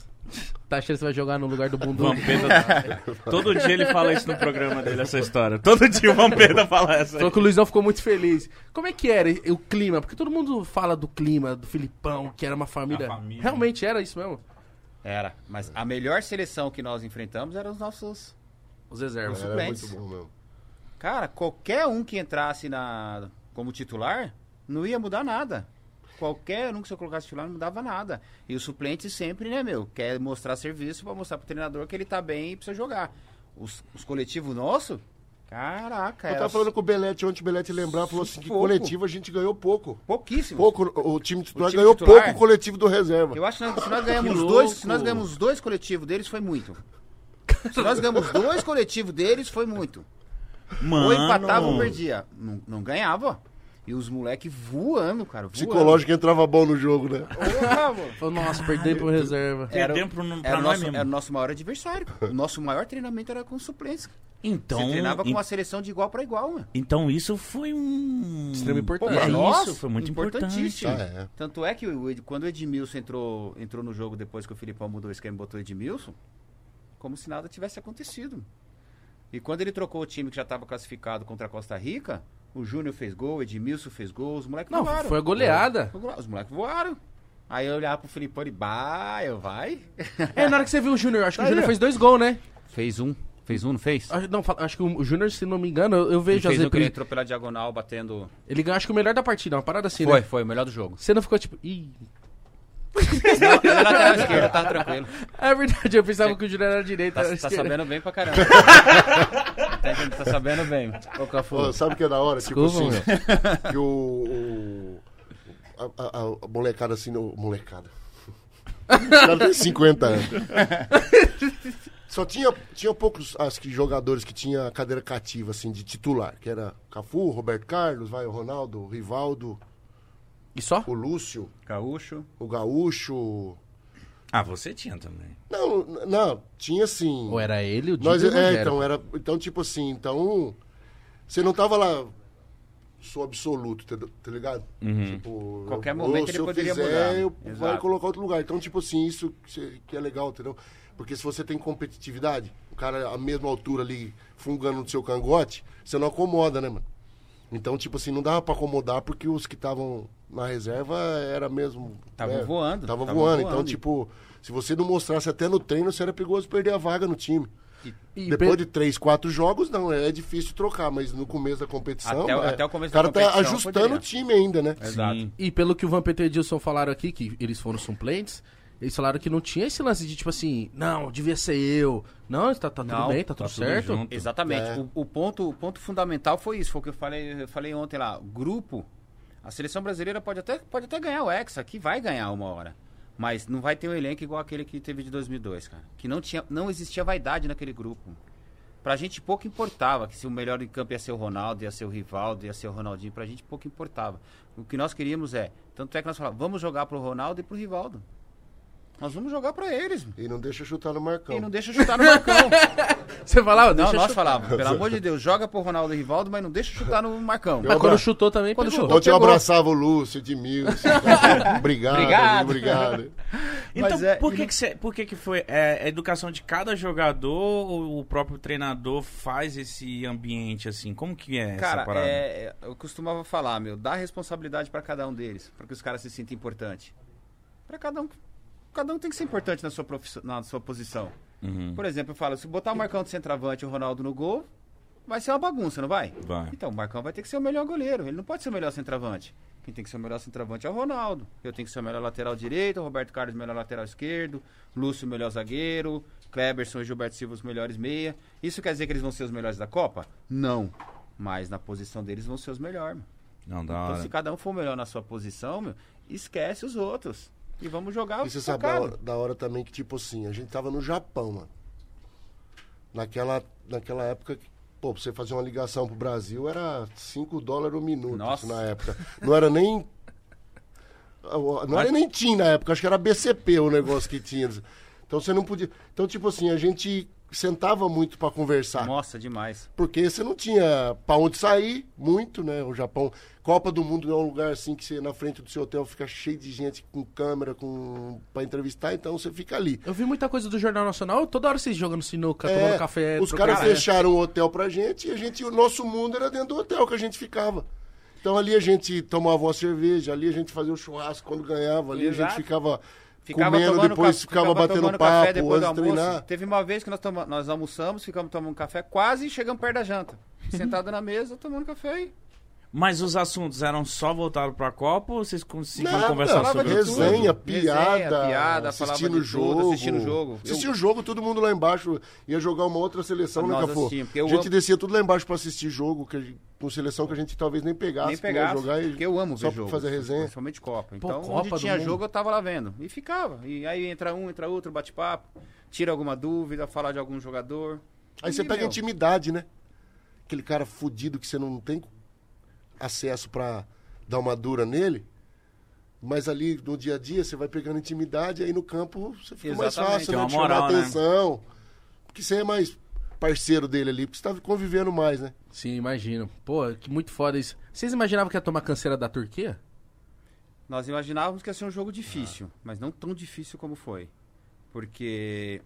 S1: tá achando que você vai jogar no lugar do Bundu?
S2: Vampeta. Todo dia ele fala isso no programa dele, essa história. Todo dia o Vampeta fala essa.
S1: Falou que o Luizão ficou muito feliz. Como é que era e- o clima? Porque todo mundo fala do clima, do Filipão, que era uma família.
S2: A família.
S1: Realmente era isso mesmo?
S3: Era. Mas a melhor seleção que nós enfrentamos eram os nossos.
S1: Os reservas.
S4: Era muito
S3: Suplentes.
S4: bom mesmo.
S3: Cara, qualquer um que entrasse na como titular não ia mudar nada. Qualquer um que você colocasse titular não mudava nada. E o suplente sempre, né, meu, quer mostrar serviço pra mostrar pro treinador que ele tá bem e precisa jogar. Os, os coletivos nossos, caraca, é
S4: Eu
S3: era
S4: tava falando com o Belete ontem, o Belete lembrar, falou assim, que
S3: Pouco.
S4: coletivo a gente ganhou pouco.
S3: pouquíssimo.
S4: Pouco, o time titular
S3: O time
S4: ganhou
S3: titular?
S4: pouco o coletivo do reserva.
S3: Eu acho que nós- se nós ganhamos
S2: Que
S3: dois,
S2: louco.
S3: se nós ganhamos dois coletivos deles foi muito. Se nós ganhamos dois coletivos deles foi muito.
S2: Mano.
S3: Ou empatava um ou perdia. Não, não ganhava. E os moleque voando, cara. Voando.
S4: Psicológico entrava bom no jogo, né?
S3: Porra, mano.
S1: Falou, nossa, perdemos pro reserva.
S2: Era,
S3: Era-
S2: pra, pra
S3: Era É o,
S2: nós
S3: nosso,
S2: mesmo.
S3: era o nosso maior adversário. O nosso maior treinamento era com suplentes.
S2: Então,
S3: Você treinava com
S2: en-
S3: uma seleção de igual pra igual, mano.
S2: então isso foi um.
S1: Extremo
S3: Pô,
S1: importante.
S3: pra
S2: É
S3: nós,
S2: isso, foi muito
S3: importantíssimo.
S4: importante. Ah, é.
S3: Tanto é que o Ed- quando o Edmilson entrou, entrou no jogo depois que o Filipão mudou o esquema e botou o Edmilson, como se nada tivesse acontecido. E quando ele trocou o time que já estava classificado contra a Costa Rica, o Júnior fez gol, o Edmilson fez gol, os moleques
S1: Não,
S3: voaram.
S1: foi a goleada.
S3: Foi goleada, Os moleques voaram. Aí eu olhava pro Filipão e bah, eu vai.
S1: É, na hora que você viu o Júnior, acho que o
S3: Aí,
S1: Júnior
S3: ó.
S1: fez dois gols, né?
S3: Fez um. Fez um, não fez?
S1: Acho- Não, fala- acho que o Júnior, se não me engano, eu, eu vejo as
S3: fez um que ele
S1: reprises.
S3: entrou pela diagonal batendo.
S1: Ele ganhou, acho que o melhor da partida, uma parada assim,
S3: Foi,
S1: né?
S3: foi, o melhor do jogo.
S1: Você não ficou tipo, ih.
S3: Ele lateral esquerda, tá tranquilo.
S1: É verdade, eu pensava que o Júnior era direito.
S3: Tá,
S1: era
S3: tá
S1: esquerda.
S3: sabendo bem pra caramba. tá, entendendo? Tá sabendo bem. Ô, Cafu.
S4: Pô, sabe o que é da hora?
S1: Desculpa,
S4: tipo assim, que o. o- a, a- a molecada assim, no, molecada. O cara tem 50 anos. Só tinha, tinha poucos acho que, jogadores que tinha cadeira cativa, assim, de titular, que era Cafu, Roberto Carlos, vai, o Ronaldo, o Rivaldo,
S1: E só?
S4: o Lúcio,
S3: Gaúcho.
S4: o Gaúcho.
S2: Ah, você tinha também.
S4: Não, n- não, tinha assim, sim.
S1: Ou era ele, o Didi
S4: Nós,
S1: e o Rogério?
S4: é, então, era, então, tipo assim, então. Você não tava lá. Sou absoluto, tá, tá ligado?
S1: Uhum.
S4: Tipo,
S3: Qualquer
S4: eu-
S3: momento
S4: se
S3: ele
S4: eu
S3: poderia
S4: fizer,
S3: mudar.
S4: Eu
S3: Exato.
S4: vai colocar outro lugar. Então, tipo assim, isso que cê- que é legal, entendeu? Porque se você tem competitividade, o cara à mesma altura ali, fungando no seu cangote, você não acomoda, né, mano? Então, tipo assim, não dava pra acomodar porque os que estavam na reserva era mesmo.
S3: Estavam
S4: né?
S3: voando,
S4: Estavam
S3: estavam
S4: voando. Então,
S3: voando.
S4: tipo, se você não mostrasse até no treino, você era perigoso perder a vaga no time.
S1: E
S4: Depois
S1: pe-
S4: de três, quatro jogos, não, é difícil trocar, mas no começo da competição.
S3: Até o-
S4: é,
S3: até o começo
S4: O cara
S3: da competição,
S4: tá ajustando
S3: poderia.
S4: o time ainda, né?
S3: Exato.
S1: E pelo que o Vampeta e o Edilson falaram aqui, que eles foram suplentes, eles falaram que não tinha esse lance de tipo assim, não, devia ser eu. Não, tá, tá tudo
S3: Não,
S1: bem, tá tudo
S2: tá tudo
S1: certo.
S2: junto.
S3: Exatamente.
S4: É.
S3: O, o ponto, o ponto fundamental foi isso, foi o que eu falei, eu falei ontem lá. Grupo A seleção brasileira pode até, pode até ganhar o Hexa, que vai ganhar uma hora. Mas não vai ter um elenco igual aquele que teve de 2002, cara. Que não, tinha, não existia vaidade naquele grupo. Pra gente pouco importava que se o melhor em campo ia ser o Ronaldo, ia ser o Rivaldo, ia ser o Ronaldinho. Pra gente pouco importava. O que nós queríamos é... Tanto é que nós falávamos, vamos jogar pro Ronaldo e pro Rivaldo. Nós vamos jogar pra eles. mano.
S4: E não deixa chutar no Marcão.
S3: E não deixa chutar no Marcão.
S1: Você falava?
S3: Não,
S1: Deixa eu
S3: nós
S1: chutar.
S3: falávamos, pelo amor de Deus, joga pro Ronaldo e Rivaldo, mas não deixa chutar no Marcão.
S1: Mas quando chutou também,
S3: Quando
S1: pegou.
S3: chutou.
S4: Ontem Então eu
S3: Chegou.
S4: abraçava o Lúcio, Edmilson. cara. obrigado,
S3: Obrigado.
S4: obrigado.
S2: Então,
S3: Mas é-
S2: por, que que cê- por que que foi é, a educação de cada jogador ou o próprio treinador faz esse ambiente assim? Como que é essa
S3: Cara,
S2: parada?
S3: é, eu costumava falar, meu, dá responsabilidade pra cada um deles, pra que os caras se sintam importantes. Pra cada um, cada um tem que ser importante na sua, profissão, na sua posição.
S2: Uhum,
S3: Por exemplo, eu falo, se botar o Marcão de centroavante e o Ronaldo no gol, vai ser uma bagunça, não vai?
S2: vai.
S3: Então, o Marcão vai ter que ser o melhor goleiro. Ele não pode ser o melhor centroavante. Quem tem que ser o melhor centroavante é o Ronaldo. Eu tenho que ser o melhor lateral direito, o Roberto Carlos o melhor lateral esquerdo, Lúcio o melhor zagueiro, Kleberson e Gilberto Silva os melhores meia. Isso quer dizer que eles vão ser os melhores da Copa? Não. Mas na posição deles vão ser os melhores.
S2: Não, da
S3: Então,
S2: hora.
S3: se cada um for o melhor na sua posição, meu, esquece os outros. E vamos jogar
S4: E você sabe da
S3: focado.
S4: hora, da hora também que, tipo assim, a gente tava no Japão, mano. Naquela, naquela época, que, pô, pra você fazer uma ligação pro Brasil era 5 dólares o minuto
S3: Nossa.
S4: na época. Não era nem. Não era nem TIM na época, acho que era BCP o negócio que tinha. Então você não podia. Então, tipo assim, a gente sentava muito pra conversar.
S3: Nossa, demais.
S4: Porque você não tinha pra onde sair muito, né? O Japão. Copa do Mundo é um lugar assim que você na frente do seu hotel fica cheio de gente com câmera, com para entrevistar, então você fica ali.
S3: Tá
S1: Eu vi muita coisa do Jornal Nacional, toda hora vocês jogando sinuca, tomando
S4: É,
S1: café.
S4: os
S1: trocando
S4: caras
S1: ideia.
S4: fecharam o hotel pra gente e a gente, o nosso mundo era dentro do hotel que a gente ficava. Então ali a gente tomava uma cerveja, ali a gente fazia o churrasco quando ganhava, ali a
S3: Exato.
S4: gente ficava,
S3: Ficava
S4: comendo,
S3: tomando
S4: depois
S3: ca-
S4: ficava, batendo
S3: tomando café
S4: papo,
S3: depois do
S4: antes de treinar.
S3: almoço. Teve uma vez que nós, toma- nós almoçamos, ficamos tomando café, quase chegamos perto da janta. Sentado na mesa, tomando café e
S2: Mas os assuntos eram só voltados pra Copa ou vocês conseguiam
S4: Nada,
S2: conversar
S4: falava
S2: sobre
S4: de
S2: tudo?
S4: resenha,
S3: Resenha,
S4: piada,
S3: piada, falava de
S4: assistindo o
S3: tudo,
S4: jogo.
S3: assistindo o jogo.
S4: Assistia
S3: Eu-
S4: o jogo, todo mundo lá embaixo ia jogar uma outra seleção, né,
S3: Nós
S4: Cafu? A
S3: assistimos,
S4: gente
S3: porque eu amo-
S4: descia tudo lá embaixo pra assistir jogo, que a gente- com seleção que a gente talvez nem pegasse,
S3: nem
S4: que não ia
S3: pegava.
S4: jogar e
S3: porque eu amo
S4: só
S3: ver jogo.
S4: pra fazer resenha.
S3: Principalmente Copa.
S1: Pô,
S3: Então,
S1: Copa do
S3: onde tinha
S1: Mundo.
S3: jogo, eu tava lá vendo. E ficava. E aí entra um, entra outro, bate papo, tira alguma dúvida, fala de algum jogador.
S4: Aí
S3: E,
S4: você pega
S3: meu,
S4: intimidade, né? Aquele cara fudido que você não tem acesso pra dar uma dura nele. Mas ali no dia a dia você vai pegando intimidade, aí no campo você fica mais
S3: Exatamente,
S4: fácil,
S2: tem
S4: né?
S2: uma
S4: De chamar
S2: moral, né?
S4: atenção. Porque você é mais parceiro dele ali, porque você tá convivendo mais, né?
S1: Sim, imagino. Pô, que muito foda isso. Vocês imaginavam que ia tomar canseira da Turquia?
S3: Nós imaginávamos que ia ser um jogo difícil, mas não tão difícil como foi. Porque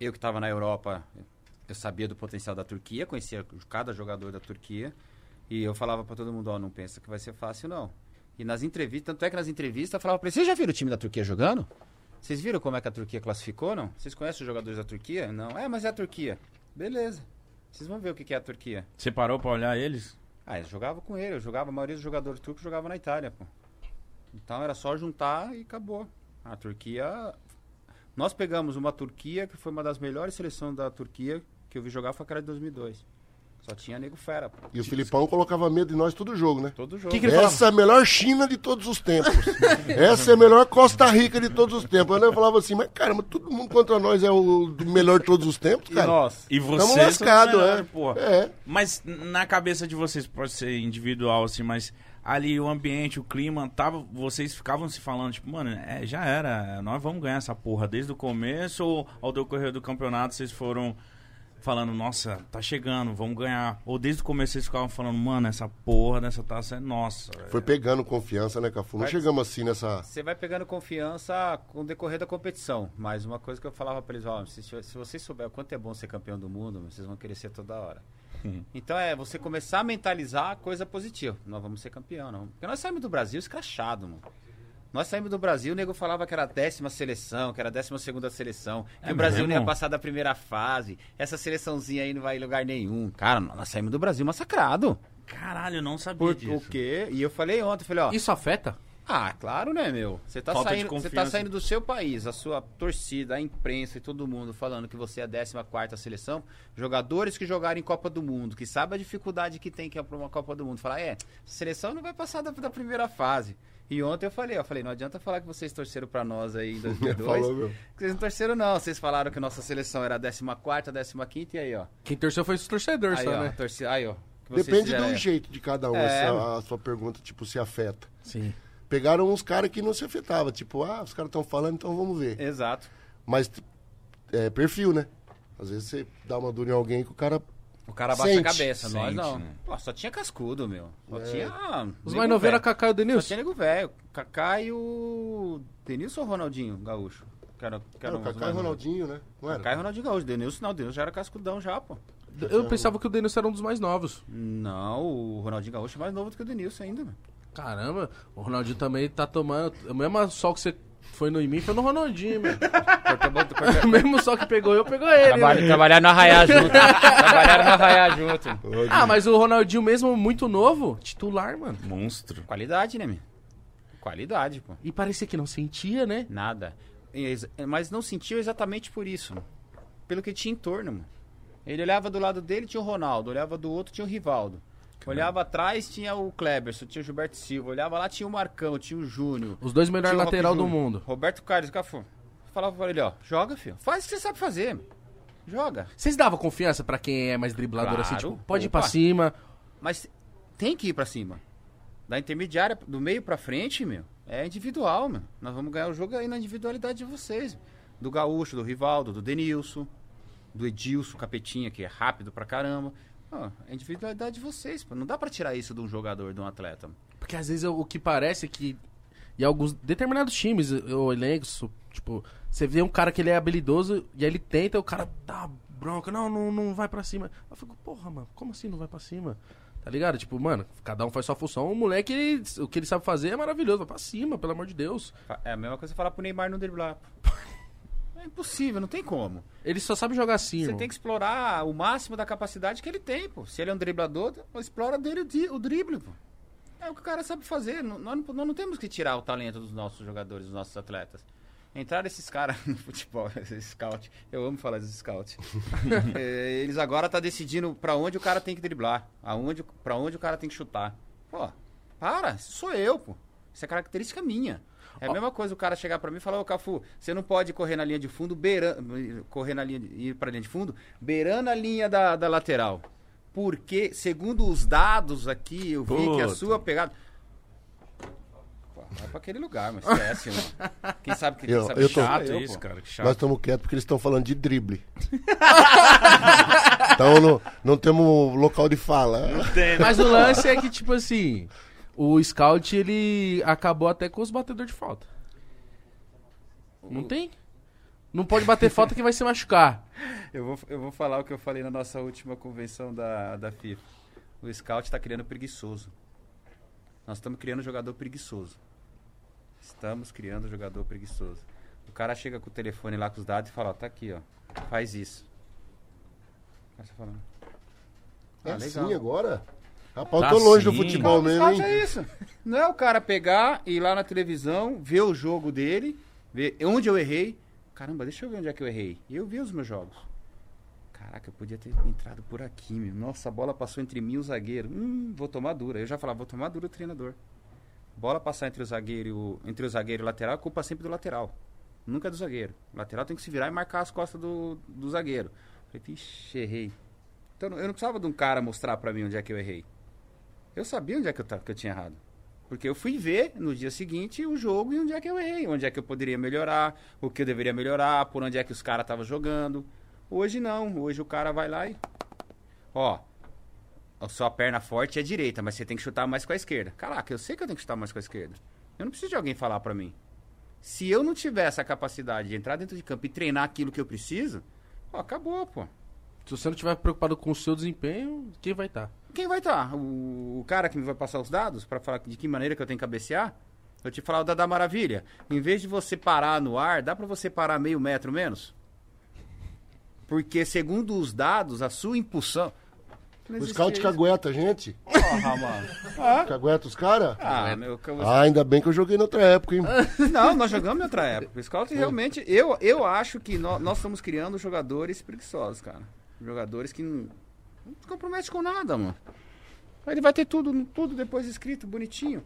S3: eu que estava na Europa, eu sabia do potencial da Turquia, conhecia cada jogador da Turquia, e eu falava para todo mundo, ó, não pensa que vai ser fácil não. E nas entrevistas, tanto é que nas entrevistas eu falava para vocês já viram o time da Turquia jogando? Vocês viram como é que a Turquia classificou, não? Vocês conhecem os jogadores da Turquia? Não. É, mas é a Turquia. Beleza. Vocês vão ver o que que é a Turquia.
S2: Você parou pra olhar eles?
S3: Ah, eu jogava com ele, eu jogava, a maioria dos jogadores turcos jogava na Itália, pô. Então era só juntar e acabou. A Turquia. Nós pegamos uma Turquia que foi uma das melhores seleções da Turquia que eu vi jogar foi aquela de 2002. Só tinha nego fera, pô.
S4: E o Filipão colocava medo em nós todo jogo, né?
S3: Todo jogo.
S1: Que que ele-
S4: Essa é a melhor China de todos os tempos. Essa é a melhor Costa Rica de todos os tempos. Eu falava assim, mas caramba, todo mundo contra nós é o melhor de todos os tempos,
S3: E
S4: cara.
S3: nós?
S2: E
S4: Tamo
S2: vocês são os
S4: lascado,
S2: melhores,
S4: é.
S2: né? porra.
S4: É.
S2: Mas na cabeça de vocês, pode ser individual, assim, mas ali o ambiente, o clima, tava, vocês ficavam se falando, tipo, mano, é, já era, nós vamos ganhar essa porra desde o começo ou ao decorrer do campeonato vocês foram falando, nossa, tá chegando, vamos ganhar. Ou desde o começo vocês ficavam falando, mano, essa porra dessa taça é nossa.
S4: Foi pegando confiança, né, Cafu? Não
S3: Vai-
S4: chegamos assim nessa.
S3: Você vai pegando confiança com o decorrer da competição. Mas uma coisa que eu falava pra eles, ó, se, se vocês souberem o quanto é bom ser campeão do mundo, vocês vão querer ser toda hora. Então é você começar a mentalizar a coisa positiva. Nós vamos ser campeão, não. Porque nós saímos do Brasil escrachado, mano. Nós saímos do Brasil, o nego falava que era a décima seleção, que era a décima segunda seleção, que
S2: É
S3: o Brasil não ia
S2: mesmo?
S3: passar da primeira fase, essa seleçãozinha aí não vai em lugar nenhum. Cara, nós saímos do Brasil massacrado.
S2: Caralho, eu não sabia
S3: Por
S2: disso.
S3: o quê? E eu falei ontem, falei, ó.
S1: Isso afeta?
S3: Ah, claro, né, meu? Você tá,
S2: Falta de
S3: saindo, você tá
S2: confiança.
S3: saindo do seu país, a sua torcida, a imprensa e todo mundo falando que você é a 14 seleção. Jogadores que jogaram em Copa do Mundo, que sabem a dificuldade que tem que é pra uma Copa do Mundo. Falar, é, seleção não vai passar da, da primeira fase. E ontem eu falei, ó, falei, não adianta falar que vocês torceram pra nós aí em 2002.
S4: Falou, meu.
S3: que vocês não torceram, não. Vocês falaram que nossa seleção era a 14, 15 e aí, ó.
S1: Quem torceu foi os torcedores
S3: Aí,
S1: só,
S3: ó,
S1: né?
S3: torci- aí, ó. que vocês
S4: Depende
S3: fizeram
S4: do
S3: aí, ó.
S4: jeito de cada um,
S3: É.
S4: essa- a sua pergunta, tipo, se afeta.
S1: Sim.
S4: Pegaram uns caras que não se afetava, tipo, ah, os caras estão falando, então vamos
S3: É.
S4: ver.
S3: Exato.
S4: Mas t- é perfil, né? Às vezes você dá uma dura em alguém que o cara.
S3: O cara abaixa
S4: Sente. É.
S3: a cabeça, nós
S2: Sente,
S3: não.
S2: né?
S3: Pô, só tinha cascudo, meu. Só tinha. ah,
S1: Os
S3: nego
S1: mais novos era
S3: velho.
S1: Cacá e o
S3: Só
S1: Denilson.
S3: tinha nego velho. Kaká e o. Denilson ou Ronaldinho Gaúcho? Que era- que
S4: Cara,
S3: eram os
S4: o Kaká e
S3: mais novos.
S4: o Ronaldinho, né? Não era?
S3: Kaká e Ronaldinho Gaúcho. Denilson não, Denilson já era cascudão já, pô.
S1: Eu pensava que o Denilson era um dos mais novos.
S3: Não, o Ronaldinho Gaúcho é mais novo do que o Denilson ainda, meu.
S1: Caramba, o Ronaldinho também tá tomando. O mesmo sol que você foi no em mim foi no Ronaldinho, meu.
S3: Cortou, botou- cortou-
S1: O mesmo sol que pegou eu, pegou ele.
S3: Trabalha-
S1: né?
S3: trabalharam no Arraiá junto. trabalharam no Arraiá junto.
S1: Ah, mas o Ronaldinho mesmo, muito novo, titular, mano.
S2: Monstro.
S3: Qualidade, né, meu? Qualidade, pô.
S1: E parecia que não sentia, né?
S3: Nada. Ex- Mas não sentiu exatamente por isso. Pelo que tinha em torno, mano. Ele olhava do lado dele, tinha o Ronaldo. Olhava do outro, tinha o Rivaldo. Olhava atrás, tinha o Kleberson, tinha o Gilberto Silva. Olhava lá, tinha o Marcão, tinha o Júnior.
S1: Os dois melhores
S3: Tinha o Rock
S1: lateral do
S3: Júnior.
S1: mundo.
S3: Roberto Carlos, Cafu. Falava pra ele, ó, joga, filho. Faz o que você sabe fazer. meu. Joga.
S1: Vocês davam confiança pra quem é mais driblador
S3: Claro.
S1: assim, tipo, pode ir
S3: Opa.
S1: pra cima.
S3: Mas tem que ir pra cima. Da intermediária, do meio pra frente, meu, é individual, meu. Nós vamos ganhar o jogo aí na individualidade de vocês. Do Gaúcho, do Rivaldo, do Denilson, do Edilson, Capetinha, que é rápido pra caramba. Ah, é individualidade de vocês, pô. Não dá pra tirar isso de um jogador, de um atleta. meu.
S1: Porque às vezes eu- o que parece é que. E alguns determinados times, eu elenco, su- tipo, você vê um cara que ele é habilidoso e aí ele tenta, o cara dá uma bronca, não, não, não vai pra cima. Eu fico, porra, mano, como assim não vai pra cima? Tá ligado? Tipo, mano, cada um faz sua função. O moleque, ele- o que ele sabe fazer é maravilhoso, vai pra cima, pelo amor de Deus.
S3: Fa- É a mesma coisa você falar pro Neymar não driblar. É impossível, não tem como.
S1: Ele só sabe jogar assim,
S3: Você
S1: irmão.
S3: tem que explorar o máximo da capacidade que ele tem, pô. Se ele é um driblador, explora dele o di- o drible, pô. É o que o cara sabe fazer. N- Nós não, nós não temos que tirar o talento dos nossos jogadores, dos nossos atletas. Entrar esses caras no futebol, esses scout. Eu amo falar dos scout. É, eles agora tá decidindo pra onde o cara tem que driblar, aonde, para onde o cara tem que chutar. Pô, para, isso sou eu, pô. Isso é característica minha. É a mesma coisa o cara chegar pra mim e falar, ô Cafu, você não pode correr na linha de fundo, beirando, correr na linha, de- ir pra linha de fundo, beirando a linha da, da lateral. Porque, segundo os dados aqui, eu vi que a
S2: Puta.
S3: sua pegada... Pô, vai pra aquele lugar, mas esquece, mano. Quem sabe que
S4: Eu-
S3: quem sabe é
S4: eu tô-
S3: chato,
S2: Chato
S3: eu,
S2: isso,
S3: pô.
S2: cara. Que chato.
S4: Nós estamos quietos porque eles estão falando de drible. então não, não temos local de fala.
S1: Mas o lance é que, tipo assim, o scout, ele acabou até com os batedores de falta. Não tem? Não pode bater falta que vai se machucar.
S3: Eu vou, eu vou falar o que eu falei na nossa última convenção da, da FIFA. O scout está criando preguiçoso. Nós estamos criando jogador preguiçoso. Estamos criando jogador preguiçoso. O cara chega com o telefone lá com os dados e fala, ó, tá aqui, ó. Faz isso. Aí você né? fala,
S4: É
S3: Ah,
S4: assim
S3: legal.
S4: agora? Rapaz, eu
S2: Tá
S4: tô longe do
S2: sim.
S4: futebol
S3: o
S4: mesmo,
S3: scout
S4: hein?
S3: é isso. Não é o cara pegar, ir lá na televisão, ver o jogo dele, ver onde eu errei. Caramba, deixa eu ver onde é que eu errei. E eu vi os meus jogos. Caraca, eu podia ter entrado por aqui, meu. Nossa, a bola passou entre mim e o zagueiro. Hum, vou tomar dura. Eu já falava, vou tomar dura o treinador. Bola passar entre o zagueiro e o, entre o zagueiro e o lateral, a culpa é sempre do lateral. Nunca é do zagueiro. O lateral tem que se virar e marcar as costas do, do zagueiro. Falei, vixe, errei. Então eu não precisava de um cara mostrar pra mim onde é que eu errei. Eu sabia onde é que eu, ta- que eu tinha errado. Porque eu fui ver no dia seguinte o jogo e onde é que eu errei, onde é que eu poderia melhorar, o que eu deveria melhorar, por onde é que os caras estavam jogando. Hoje não, hoje o cara vai lá e. Ó, a sua perna forte é direita, mas você tem que chutar mais com a esquerda. Caraca, eu sei que eu tenho que chutar mais com a esquerda. Eu não preciso de alguém falar pra mim. Se eu não tiver essa capacidade de entrar dentro de campo e treinar aquilo que eu preciso, ó, acabou, pô.
S1: Se você não estiver preocupado com o seu desempenho, quem vai tá? estar?
S3: Quem vai estar? O, o cara que me vai passar os dados pra falar de que maneira que eu tenho que cabecear? Eu te falar o Dada Maravilha. Em vez de você parar no ar, dá pra você parar meio metro menos? Porque segundo os dados, a sua impulsão.
S4: O scout cagueta, a gente.
S3: Porra, mano.
S4: Cagueta os caras.
S3: Ah, meu, que eu-
S4: Ah, ainda bem que eu joguei na outra época, hein?
S3: Não, nós jogamos em outra época. O Scout realmente. Eu, eu acho que nó- nós, estamos criando jogadores preguiçosos, cara. Jogadores que não, não se comprometem com nada, mano. Aí ele vai ter tudo, tudo depois escrito, bonitinho.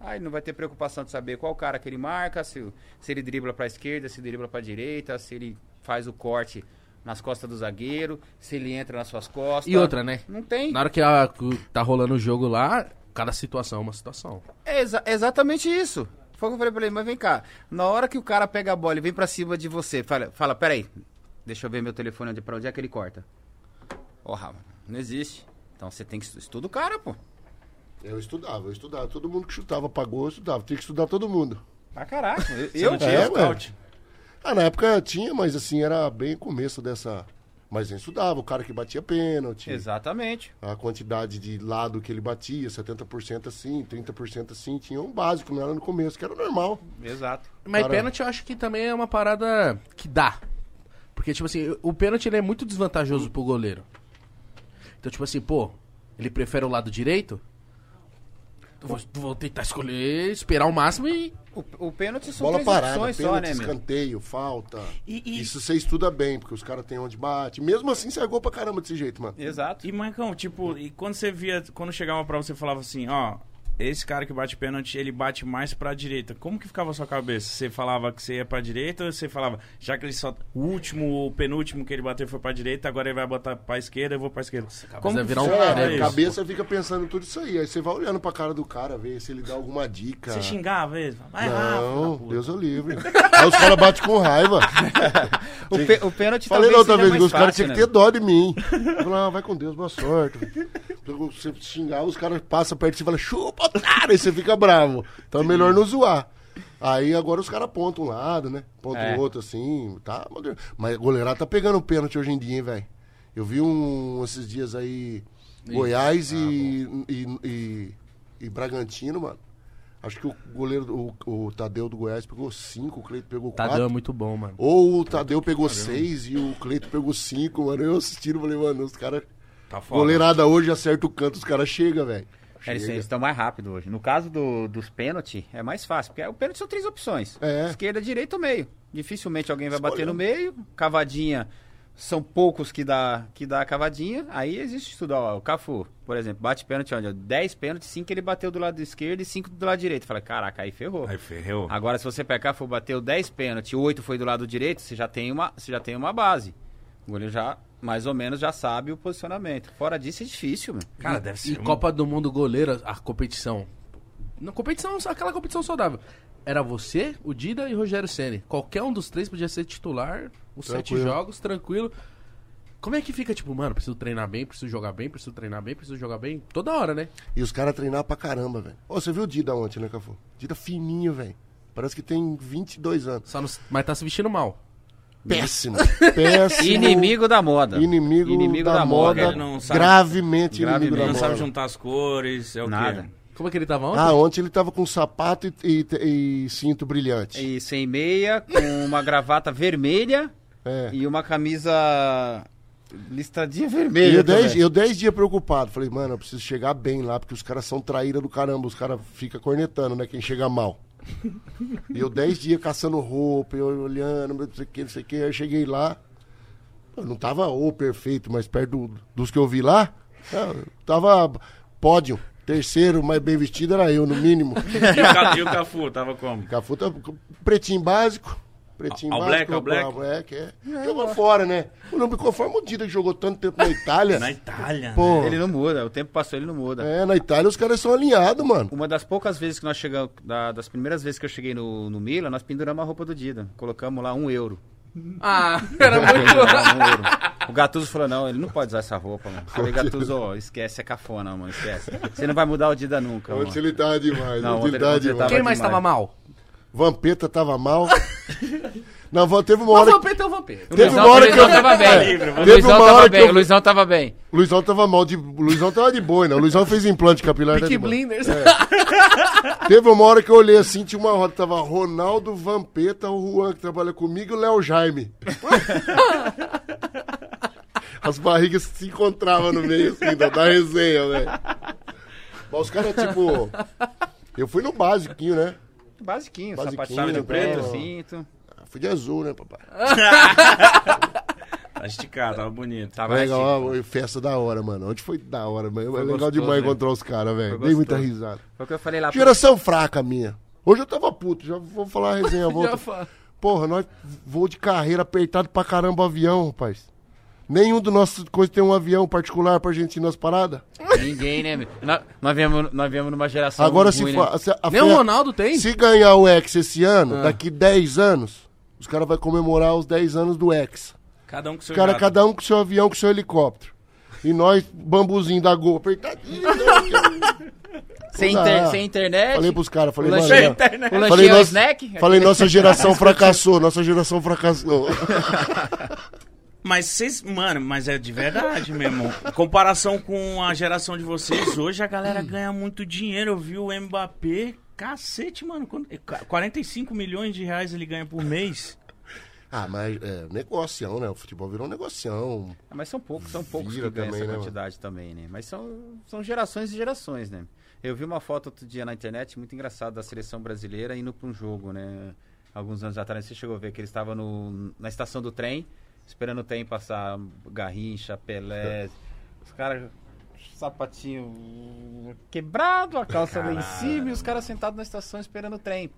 S3: Aí ele não vai ter preocupação de saber qual cara que ele marca, se, o- se ele dribla pra esquerda, se dribla pra direita, se ele faz o corte nas costas do zagueiro, se ele entra nas suas costas.
S1: E outra, né?
S3: Não tem.
S1: Na hora que, a- que tá rolando o jogo lá, cada situação é uma situação.
S3: É exa- exatamente isso. Foi o que eu falei pra ele, mas vem cá. Na hora que o cara pega a bola e vem pra cima de você, fala, fala peraí, deixa eu ver meu telefone onde, pra onde é que ele corta. Ó, Rafa, não existe. Então você tem que estudar o cara, pô.
S4: Eu estudava, eu estudava. Todo mundo que chutava pra gol, eu estudava. Tinha que estudar todo mundo.
S3: Pra caraca. Eu,
S2: Você não tinha
S4: É,
S2: scout?
S4: Ah, na época tinha, mas assim, era bem começo dessa. Mas eu estudava, o cara que batia pênalti.
S3: Exatamente.
S4: A quantidade de lado que ele batia, 70% assim, 30% assim, tinha um básico, não era no começo, que era normal.
S3: Exato.
S1: Mas
S4: Cara-
S1: pênalti eu acho que também é uma parada que dá. Porque, tipo assim, o pênalti ele é muito desvantajoso pro goleiro. Então, tipo assim, pô, ele prefere o lado direito? Eu Vou, vou tentar escolher, esperar o máximo e.
S3: O, o pênalti são
S4: Bola
S3: três
S4: parada,
S3: opções
S4: pênalti,
S3: só, né, meu?
S4: escanteio, falta.
S2: E- e-
S4: Isso você estuda bem, porque os caras têm onde bate. Mesmo assim, você é gol pra caramba desse jeito, mano.
S3: Exato.
S2: E, Marcão, tipo, e quando você via, quando chegava pra você, falava assim, ó, esse cara que bate pênalti, ele bate mais pra direita. Como que ficava a sua cabeça? Você falava que você ia pra direita ou você falava, já que ele só. O último ou penúltimo que ele bateu foi pra direita, agora ele vai botar pra esquerda, eu vou pra esquerda. Como
S1: vai
S2: que
S1: virar um
S2: funcionava
S1: cara,
S4: é, a
S2: isso?
S4: cabeça fica pensando em tudo isso aí. Aí você vai olhando pra cara do cara, ver se ele dá alguma dica.
S2: Você xingava ele? Falava, Vai
S4: Não,
S2: rápido.
S4: Deus é livre. Aí os caras batem com raiva.
S3: O, pê- o pênalti
S4: Falei
S3: talvez
S4: na
S3: seja
S4: outra vez,
S3: mais
S4: os caras
S3: fácil,
S4: tinham que
S3: né,
S4: ter dó de mim. Eu falei, ah, vai com Deus, boa sorte. Se você xingar, os caras passam perto de você e falam, chupa, otário, aí você fica bravo. Então é melhor não zoar. Aí agora os caras apontam um lado, né? Apontam
S3: É.
S4: o outro assim, tá? moderno. Mas goleirada tá pegando pênalti hoje em dia, hein, velho? Eu vi um esses dias aí, Goiás e,
S3: ah,
S4: e, e, e Bragantino, mano. Acho que o goleiro, o, o Tadeu do Goiás pegou cinco, o Cleito pegou quatro.
S1: Tadeu é muito bom, mano.
S4: Ou o Tadeu pegou seis e o Cleito pegou cinco, mano. Eu assistindo, falei, mano, os caras.
S2: Tá foda.
S4: Goleirada hoje acerta o canto, os caras chegam, velho.
S3: É, Eles
S4: Chega.
S3: eles estão mais rápido hoje. No caso do- dos pênaltis, é mais fácil, porque o pênalti são três opções:
S4: É.
S3: esquerda, direita ou meio. Dificilmente alguém vai bater no
S4: Escolhendo.
S3: meio. Cavadinha, são poucos que dá, que dá a cavadinha. Aí existe tudo. Ó, o Cafu, por exemplo, bate pênalti onde? 10 pênaltis, 5 ele bateu do lado esquerdo e 5 do lado direito. Fala, caraca, aí ferrou.
S2: Aí ferreu.
S3: Agora, se você pegar, for bateu 10 pênaltis, 8 foi do lado direito, você já tem uma, você já tem uma base. O goleiro já, mais ou menos, já sabe o posicionamento. Fora disso, é difícil, meu.
S2: Cara, deve ser.
S1: E
S2: um-
S1: Copa do Mundo goleiro, a competição. Na competição, aquela competição saudável. Era você, o Dida e o Rogério Ceni. Qualquer um dos três podia ser titular, os sete
S4: Tranquilo.
S1: jogos, tranquilo. Como é que fica, tipo, mano, preciso treinar bem, preciso jogar bem, preciso treinar bem, preciso jogar bem? Toda hora, né?
S4: E os caras treinar pra caramba, velho. Ô, você viu o Dida ontem, né, Cafu? Dida fininho, velho. Parece que tem 22 anos.
S1: Só não- mas tá se vestindo mal.
S4: Péssimo. Péssimo.
S3: Inimigo da moda.
S4: Inimigo, da, moda.
S2: Ele não sabe-
S4: gravemente inimigo
S3: Gravemente.
S4: da
S2: Ele não
S4: moda.
S2: sabe juntar as cores, é o
S3: Nada.
S2: quê?
S1: Como é que ele tava ontem?
S4: Ah, ontem ele tava com sapato e, e- e cinto brilhante.
S3: E sem meia, com uma gravata vermelha
S4: É.
S3: e uma camisa listradinha
S4: E
S3: vermelha.
S4: eu dez,
S3: também.
S4: eu dez dias preocupado. Falei, mano, eu preciso chegar bem lá, porque os caras são traíra do caramba. Os caras ficam cornetando, né? Quem chega mal. e eu dez dias caçando roupa, eu olhando, não sei o que, não sei o que. Aí eu cheguei lá. Eu não tava o perfeito, mas perto do- dos que eu vi lá, eu tava pódio. Terceiro, mais bem vestido era eu, no mínimo.
S2: E o Ca- e o Cafu, tava como?
S4: Cafu tá com pretinho básico. Pretinho
S2: All
S4: básico.
S2: black, all
S4: all black, é. Jogou fora, né? Eu não me conformo o Dida que jogou tanto tempo na Itália.
S2: Na Itália. né?
S4: Pô.
S3: Ele não muda, o tempo passou, ele não muda.
S4: É, na Itália os caras são alinhados, mano.
S3: Uma das poucas vezes que nós chegamos, da- das primeiras vezes que eu cheguei no, no Milan, nós penduramos a roupa do Dida. Colocamos lá um euro.
S1: Ah, era muito.
S3: Penduramos um euro. O Gatuso falou: não, ele não pode usar essa roupa, mano. Falei, Gatuso, ó, esquece, é cafona, mano, esquece. Você não vai mudar o Dida nunca, mano.
S4: Ontem ele tava demais,
S3: Não,
S4: ontem ele
S3: ontem-
S4: tava
S3: ontem ele
S4: demais.
S1: Quem mais
S3: demais.
S1: tava mal?
S4: Vampeta tava mal. Não, va- teve uma
S1: O
S4: hora.
S1: Vampeta é o Vampeta.
S4: Teve uma hora que eu.
S6: tava bem.
S4: é,
S6: O
S4: Teve
S6: Luizão
S4: uma
S6: tava
S4: hora que
S6: bem, o
S4: eu.
S6: Luizão tava bem.
S4: Luizão tava mal de. Luizão tava de boina. O Luizão fez implante capilar. tá
S1: Peaky
S4: de boa.
S1: Blinders.
S4: Teve uma hora que eu olhei assim, tinha uma roda. Tava Ronaldo Vampeta, o Juan que trabalha comigo e o Léo Jaime. As barrigas se encontravam no meio, assim, da, da resenha, velho. Mas os caras, tipo... Eu fui no basiquinho, né?
S3: Basiquinho,
S4: Basiquinho,
S3: sapatinho de
S4: né,
S3: preto,
S4: pô?
S3: cinto.
S4: Fui de azul, né, papai?
S3: Ah,
S2: Tá esticado, tava bonito.
S3: Tava
S4: Legal,
S3: assim.
S4: ó, festa da hora, mano. Onde foi da hora, mano? É
S3: Foi
S4: Legal
S3: gostoso,
S4: demais
S3: né?
S4: encontrar os caras, velho.
S3: Foi
S4: Dei muita
S3: gostoso.
S4: risada.
S3: Foi o que eu falei lá.
S4: Geração fraca minha. Hoje eu tava puto, já vou falar a resenha.
S1: Já
S4: Volta.
S1: fa-
S4: Porra, nós voo de carreira apertado pra caramba o avião, rapaz. Nenhum do nosso coisa tem um avião particular pra Argentina as paradas.
S3: Ninguém, né? meu? Nós, nós, viemos, nós viemos numa geração
S4: Agora se
S3: ruim,
S4: for.
S3: né?
S4: se a-
S1: Nem
S4: foi
S1: o
S4: a-
S1: Ronaldo tem?
S4: Se ganhar o Hexa esse ano, daqui 10 anos, os caras vão comemorar os 10 anos do Hexa.
S2: Cada um com seu
S4: Os caras,
S2: gato.
S4: cada um com seu avião, com seu helicóptero. E nós, bambuzinho da Gol, apertadinho.
S3: sem,
S4: Não
S3: inter-
S4: dá.
S3: sem internet,
S4: Falei pros caras, falei,
S3: O
S4: mano.
S3: lanchinho-
S4: não.
S3: o lanchinho
S4: Falei,
S3: é um
S4: nossa,
S3: snack.
S4: falei, nossa geração fracassou, nossa geração fracassou.
S2: Mas vocês, mano, mas é de verdade mesmo. Em comparação com a geração de vocês, hoje a
S3: Hum.
S2: galera ganha muito dinheiro. Eu vi o Mbappé, cacete, mano. quando- é, 45 milhões de reais ele ganha por mês.
S4: Ah, mas é negocião, né? O futebol virou um negocião.
S3: Ah, Mas são poucos, são poucos
S4: Vira
S3: que ganham
S4: também,
S3: essa
S4: né,
S3: quantidade também, né? Mas são, são gerações e gerações, né? Eu vi uma foto outro dia na internet muito engraçada da seleção brasileira indo para um jogo, né? Alguns anos atrás, você chegou a ver que eles estavam no- na estação do trem, esperando o trem passar Garrincha, Pelé. Os caras, sapatinho quebrado, a calça lá em cima e os caras sentados na estação esperando o trem.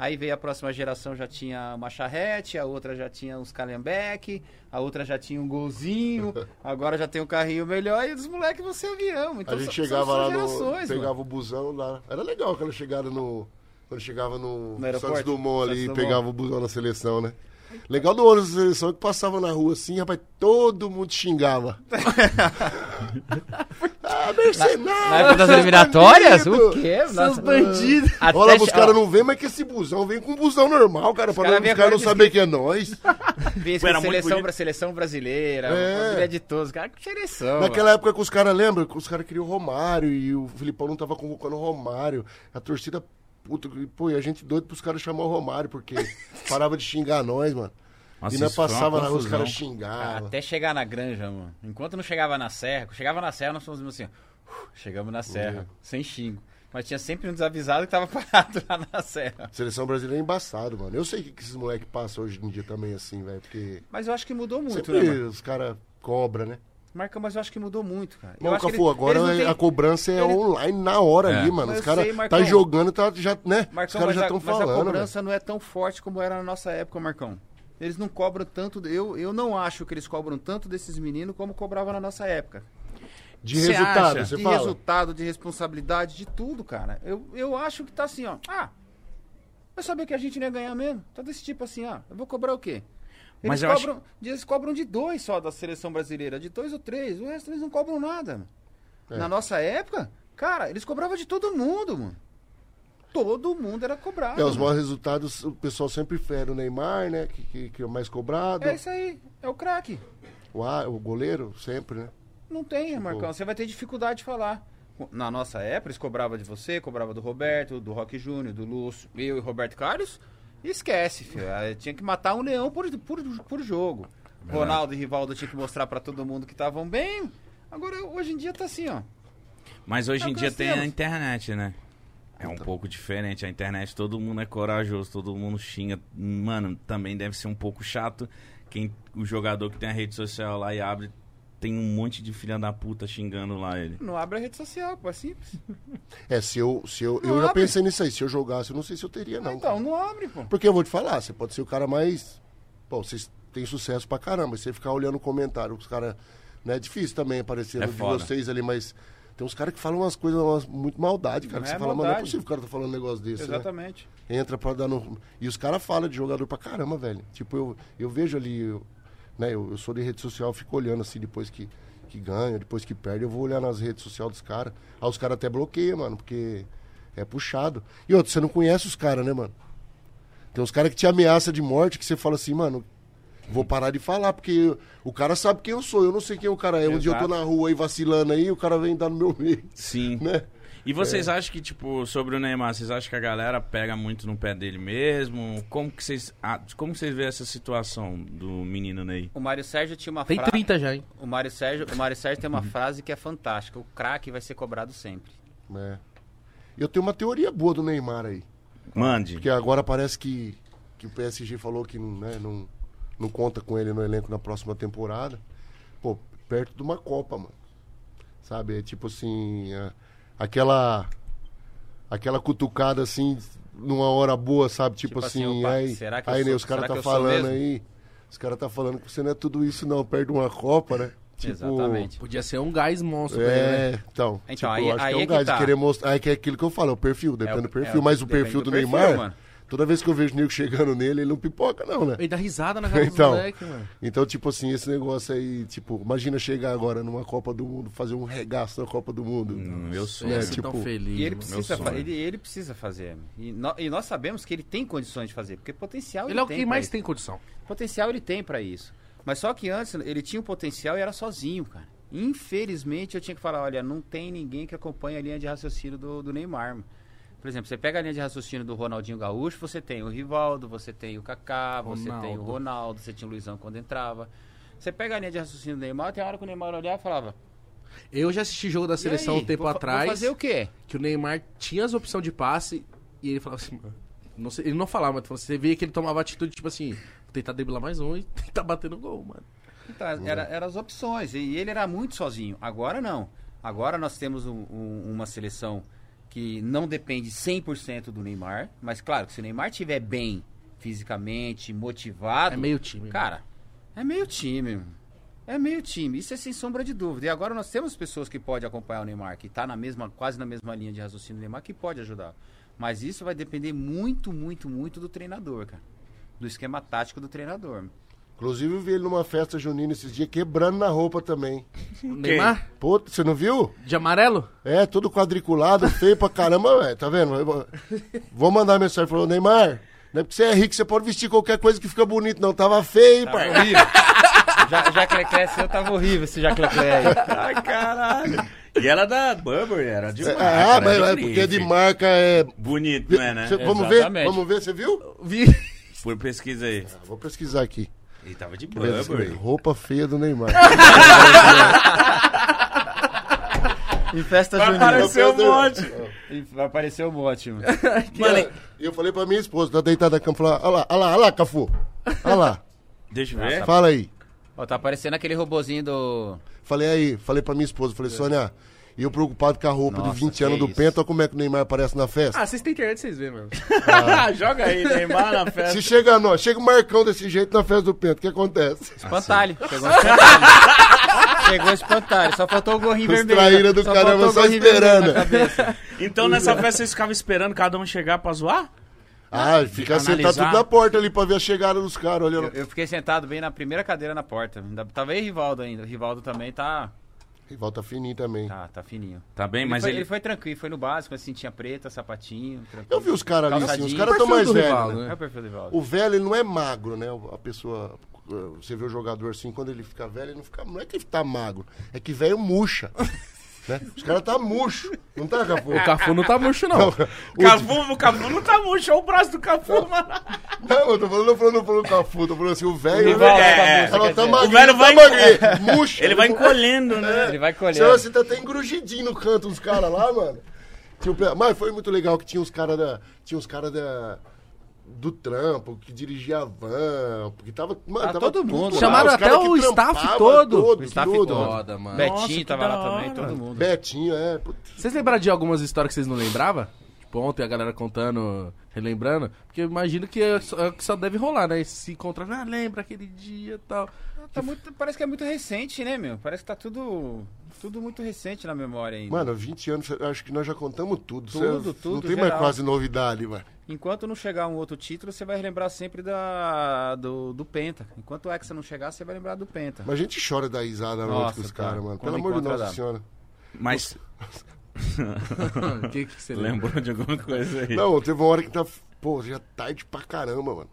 S3: Aí veio a próxima geração, já tinha uma charrete, a outra já tinha uns calhambeque, a outra já tinha um golzinho, agora já tem um carrinho melhor e os moleques vão ser avião. Então
S4: a gente
S3: são-
S4: chegava
S3: são
S4: lá no.
S3: gerações,
S4: pegava
S3: mano.
S4: o busão lá. Era legal aquela chegada no. Quando chegava no,
S3: No aeroporto?
S4: Santos Dumont ali
S3: Santos
S4: e pegava o busão na seleção, né? Legal do ônibus da seleção que passava na rua assim, rapaz, todo mundo xingava. ah, mercenário! é
S3: Na época das eliminatórias? O
S4: bandido.
S3: quê?
S1: Seus bandidos.
S3: Até
S4: Olha,
S3: che-
S4: os caras
S3: ó,
S4: não vêm mais que esse busão, vem com um busão normal, cara, pra
S3: cara
S4: não- os
S3: vêm
S4: caras não
S3: agora
S4: saber que é nós.
S3: vez
S2: Era
S3: com
S2: muito
S3: seleção,
S2: bonito.
S3: bra- seleção brasileira,
S4: É.
S3: família de todos. Cara, que seleção.
S4: Naquela época que os caras, lembra? Que os caras queriam o Romário e o Filipão não tava convocando o Romário. A torcida, puta, e, pô, e a gente doido pros caras chamar o Romário, porque parava de xingar nós, mano.
S2: Nossa,
S4: e nós
S2: isso foi uma
S4: passava na rua, os
S2: confusão.
S4: caras
S3: Cara,
S4: xingavam.
S3: Até chegar na granja, mano. Enquanto não chegava na serra, chegava na serra, nós fomos assim, ó, "Uf, chegamos na serra, sem xingo. Mas tinha sempre um desavisado que tava parado lá na serra.
S4: Seleção brasileira é embaçado, mano. Eu sei o que, que esses moleques passam hoje em dia também, assim, velho, porque
S3: Mas eu acho que mudou muito,
S4: sempre
S3: né, mano?
S4: os caras cobram, né?
S3: Marcão, mas eu acho que mudou muito, cara. Eu
S4: Mas,
S3: acho que
S4: Cafu,
S3: ele-
S4: agora
S3: eles não têm-
S4: a cobrança é
S3: ele-
S4: online na hora ali, mano.
S3: Mas eu
S4: Os caras
S3: sei,
S4: tá
S3: Marcão.
S4: jogando, tá, já, né?
S3: Marcão,
S4: os caras
S3: mas,
S4: já
S3: a,
S4: estão
S3: mas a
S4: falando, né? velho.
S3: cobrança não é tão forte como era na nossa época, Marcão. Eles não cobram tanto. Eu, eu não acho que eles cobram tanto desses meninos como cobrava na nossa época.
S4: De
S2: Cê
S4: resultado,
S2: acha?
S4: você
S3: de
S4: fala.
S3: resultado, de responsabilidade, de tudo, cara. Eu, eu acho que tá assim, ó. Ah, eu sabia que a gente não ia ganhar mesmo. Tá desse tipo assim, ah, eu vou cobrar o quê? Eles,
S2: Mas eu
S3: cobram, eles cobram de dois só da seleção brasileira, de dois ou três. O resto eles não cobram nada. mano.
S4: É.
S3: Na nossa época, cara, eles cobravam de todo mundo, mano. Todo mundo era cobrado.
S4: É, os
S3: mano.
S4: maiores resultados, o pessoal sempre fere o Neymar, né? Que, que, que é o mais cobrado.
S3: É isso aí, é o craque.
S4: O, a- o goleiro, sempre, né?
S3: Não tem, Marcão. Você vai ter dificuldade de falar. Na nossa época, eles cobravam de você, cobrava do Roberto, do Rock Júnior, do Lúcio, eu e Roberto Carlos. Esquece, filho. Ah, Tinha que matar um leão por, por, por jogo. Ronaldo e Rivaldo tinha que mostrar pra todo mundo que estavam bem. Agora, hoje em dia tá assim, ó.
S2: Mas hoje
S3: É
S2: em
S3: o que
S2: dia
S3: nós
S2: tem a
S3: temos.
S2: internet, né? É um pouco diferente. A internet, todo mundo é corajoso, todo mundo xinga. Mano, também deve ser um pouco chato. Quem, o jogador que tem a rede social lá e abre, tem um monte de filha da puta xingando lá ele.
S3: Não abre a rede social, pô, é simples.
S4: É, se eu. Se eu,
S3: Não
S4: eu já
S3: abre.
S4: pensei nisso aí. Se eu jogasse, eu não sei se eu teria, não.
S3: Ah, então, não abre, pô.
S4: Porque eu vou te falar, você pode ser o cara mais. Pô, vocês têm sucesso pra caramba. Você ficar olhando o comentário, os caras. Né, é difícil também aparecer
S2: É
S4: no de
S2: foda.
S4: vocês ali, mas. Tem uns caras que falam umas coisas, umas, muito maldade, cara.
S3: Não
S4: que você
S3: é
S4: fala, mano, não é
S3: maldade.
S4: possível que o cara tá falando um negócio desse, né?
S3: Exatamente.
S4: entra pra dar no. E os caras falam de jogador pra caramba, velho. Tipo, eu, eu vejo ali, eu, né? Eu, eu sou de rede social, eu fico olhando assim, depois que, que ganha, depois que perde, eu vou olhar nas redes sociais dos caras. Aí os caras até bloqueiam, mano, porque é puxado. E outro, você não conhece os caras, né, mano? Tem uns caras que te ameaça de morte, que você fala assim, mano. Vou parar de falar, porque o cara sabe quem eu sou. Eu não sei quem o cara é. Um dia eu tô
S3: Exato.
S4: na rua aí vacilando aí, o cara vem dar no meu meio,
S2: Sim.
S4: né?
S2: E vocês acham que, tipo, sobre o Neymar, vocês acham que a galera pega muito no pé dele mesmo? Como que vocês, ah, como vocês veem essa situação do menino Ney?
S3: O Mário Sérgio tinha uma
S1: Tem
S3: frase.
S1: 30 já, hein?
S3: O Mário Sérgio, o Mário Sérgio tem uma
S4: Uhum.
S3: frase que é fantástica. O craque vai ser cobrado sempre.
S4: É. Eu tenho uma teoria boa do Neymar aí.
S2: Mande.
S4: Porque agora parece que, que o PSG falou que não, né, não, não conta com ele no elenco na próxima temporada. Pô, perto de uma Copa, mano. Sabe? É tipo assim. a- aquela. Aquela cutucada assim, numa hora boa, sabe? Tipo,
S3: Tipo assim,
S4: assim,
S3: opa,
S4: aí.
S3: será que eu
S4: aí
S3: sou-
S4: né, os caras
S3: será
S4: tá
S3: que eu sou
S4: falando
S3: mesmo?
S4: aí. Os caras tá falando que você não é tudo isso, não. Perto de uma Copa, né? Tipo,
S3: Exatamente.
S1: Podia ser um gás monstro. dele, né?
S4: É, então.
S3: Então,
S4: tipo,
S3: aí-
S4: eu acho
S3: aí
S4: que é
S3: é que
S4: um gás
S3: tá.
S4: de querer mostrar. Aí que é aquilo que eu falo, é o perfil, depende
S3: É o-
S4: do perfil.
S3: é o-
S4: mas o
S3: depende
S4: perfil do,
S3: do perfil,
S4: Neymar,
S3: mano.
S4: toda vez que eu vejo o nego chegando nele, ele não pipoca, não, né?
S1: Ele dá risada na cara
S4: Então.
S1: do moleque, mano.
S4: Então, tipo assim, esse negócio aí, tipo, imagina chegar agora numa Copa do Mundo, fazer um regaço na Copa do Mundo.
S2: Hum, eu sou.
S1: Ele ia
S4: É,
S1: ser
S4: tipo,
S1: tão feliz.
S3: E ele
S1: mano.
S3: precisa,
S2: sonho.
S3: fa- ele, ele precisa fazer. E, nó- e nós sabemos que ele tem condições de fazer, porque potencial ele,
S1: Ele é o
S3: tem.
S1: que
S3: pra
S1: mais
S3: isso.
S1: tem condição.
S3: Potencial ele tem pra isso. Mas só que antes ele tinha o potencial e era sozinho, cara. Infelizmente eu tinha que falar, olha, não tem ninguém que acompanhe a linha de raciocínio do, do Neymar. mano. Por exemplo, você pega a linha de raciocínio do Ronaldinho Gaúcho, você tem o Rivaldo, você tem o Kaká, você tem o
S1: Ronaldo.
S3: Ronaldo, você tinha o Luizão quando entrava. Você pega a linha de raciocínio do Neymar, tem hora que o Neymar olhava e falava:
S1: Eu já assisti jogo da
S3: "E
S1: seleção
S3: aí?
S1: um tempo
S3: Vou fa-
S1: atrás.
S3: Vou fazer o quê?
S1: que o Neymar tinha as opções de passe e ele falava assim, não sei- ele não falava, mas você via que ele tomava atitude tipo assim, vou tentar driblar mais um e tentar bater no gol, mano.
S3: Então, era, era as opções. E ele era muito sozinho. Agora não. Agora nós temos um- um- uma seleção que não depende 100% do Neymar. Mas claro, que se o Neymar estiver bem fisicamente, motivado.
S1: É meio time.
S3: Cara, é meio time. É meio time, isso é sem sombra de dúvida. E agora nós temos pessoas que podem acompanhar o Neymar, que está na mesma, quase na mesma linha de raciocínio do Neymar, que pode ajudar. Mas isso vai depender muito, muito, muito do treinador, cara. Do esquema tático do treinador.
S4: Inclusive, eu vi ele numa festa junina esses dias, quebrando na roupa também.
S1: mano. O Neymar
S4: Pô, você não viu?
S1: de amarelo?
S4: É, todo quadriculado, feio pra caramba, velho. Tá vendo? Eu vou- Vou mandar mensagem falou, Neymar, não é porque você é rico, você pode vestir qualquer coisa que fica bonito, não. Tava feio,
S3: Tava
S4: pai.
S3: horrível. Já, Jacleclé seu tava horrível esse Jacleclé aí.
S2: Ai, caralho. E ela da Burberry, era de marca,
S4: Ah,
S2: era
S4: mas é
S2: grife.
S4: porque de marca é.
S2: Bonito, né, né?
S4: Cê- vamos ver?
S3: Exatamente.
S4: Vamos ver, você viu?
S1: Vi.
S2: Por pesquisa aí.
S4: Ah, Vou pesquisar aqui.
S2: Ele tava de
S4: Quer ver se-
S2: Burberry.
S4: Roupa feia do Neymar.
S3: Em festa
S2: Apareceu um monte.
S3: Apareceu um monte. mano.
S2: Mano,
S4: Ah. E eu falei pra minha esposa, tá deitada na cama, falou, olha lá, olha lá, olha lá, Cafu. Olha lá,
S2: deixa eu ver.
S4: fala aí.
S3: Ó, tá aparecendo aquele robozinho do...
S4: Falei aí, falei pra minha esposa, falei, Sônia, e eu preocupado com a roupa
S3: Nossa,
S4: de 20
S3: que
S4: anos do
S3: isso.
S4: Penta, olha como é que o Neymar aparece na festa.
S1: Ah, vocês têm internet, vocês veem, mano.
S2: Joga aí, Neymar na festa.
S4: Se chega nós, chega o Marcão desse jeito na festa do Penta, o que acontece?
S3: Espantalho. Chegou um espantalho. Chegou um espantalho. Só faltou o gorrinho
S4: Os
S3: vermelho. né?
S4: traíra do
S3: faltou
S4: caramba
S3: o
S4: só
S3: gorrinho vermelho
S4: esperando.
S3: na cabeça.
S2: Então nessa festa vocês ficavam esperando cada um chegar pra zoar?
S4: Ah, fica sentado
S2: analisar.
S4: tudo na porta ali pra ver a chegada dos caras,
S3: Eu,
S4: olhando.
S3: eu fiquei sentado bem na primeira cadeira na porta. Ainda- Tava aí Rivaldo ainda. O Rivaldo também tá...
S4: E volta fininho também.
S3: Tá, tá fininho.
S2: Tá bem,
S3: Ele
S2: mas
S3: foi,
S2: ele...
S3: ele foi tranquilo. Foi no básico, assim, tinha preta, sapatinho. tranquilo.
S4: Eu vi os caras ali, assim, os
S3: Calçadinho.
S4: caras tão
S1: Perfil
S4: mais
S1: do
S4: velhos,
S1: Rivaldo,
S4: né?
S1: né?
S3: É o perfil do Rivaldo.
S4: O velho, ele não é magro, né? A pessoa. uh, Você vê o jogador assim, quando ele fica velho, ele não fica. Não é que ele tá magro, é que velho murcha. né? Os caras tá murcho. Não tá, Cafu?
S1: O Cafu não tá murcho, não.
S4: O-
S2: Cafu, o Cafu não tá murcho, olha o braço do Cafu, mano.
S4: Não, eu tô falando, não falando, não falando Cafu, tô falando assim, o velho.
S3: Rivaldo
S4: ele-
S2: é,
S3: tá
S2: é.
S3: murcho,
S4: Ela
S3: quer
S4: tá
S3: dizer.
S4: magro,
S2: O velho vai
S4: tá magro, murcho.
S2: Ele vai encolhendo, né?
S3: Ele vai colher.
S4: Você, você tá até engrugidinho no canto dos caras lá, mano. Tinha um- Mas foi muito legal que tinha os caras da. Tinha os caras da. Do trampo, que dirigia a van, porque tava. Mano,
S3: Ah,
S4: tava
S3: todo
S4: tudo
S3: mundo
S4: lá.
S1: Chamaram
S4: Os caras
S1: até
S4: que
S1: o staff
S4: trampavam,
S1: todo.
S4: todo,
S3: O staff
S4: tudo.
S3: todo.
S1: Foda, mano.
S2: Nossa,
S3: Betinho
S2: que
S3: tava
S2: da
S3: lá também,
S2: hora.
S3: todo mundo.
S4: Betinho, é. Putz,
S1: Vocês lembraram de algumas histórias que vocês não lembravam? Tipo, ontem a galera contando, relembrando. Porque eu imagino que é só, é o que só deve rolar, né? Se encontrar, ah, lembra aquele dia e tal.
S3: Tá muito- parece que é muito recente, né, meu? Parece que tá tudo, tudo muito recente na memória ainda.
S4: Mano, 20 anos, acho que nós já contamos tudo. Cê-
S3: Tudo, tudo,
S4: Não tem mais
S3: geral.
S4: quase novidade, mano.
S3: Enquanto não chegar um outro título, você vai lembrar sempre da, do, do Penta. Enquanto o Hexa não chegar, você vai lembrar do Penta.
S4: Mas a gente chora da risada à noite
S3: Nossa,
S4: com os
S3: cara,
S4: caras, mano.
S3: quando
S4: Pelo amor de
S3: encontra,
S4: Nossa
S3: dá.
S4: Senhora.
S2: Mas
S1: O que, que você lembra?
S2: lembrou de alguma coisa aí?
S4: Não, teve uma hora que tava. Pô, é já tarde pra caramba, mano.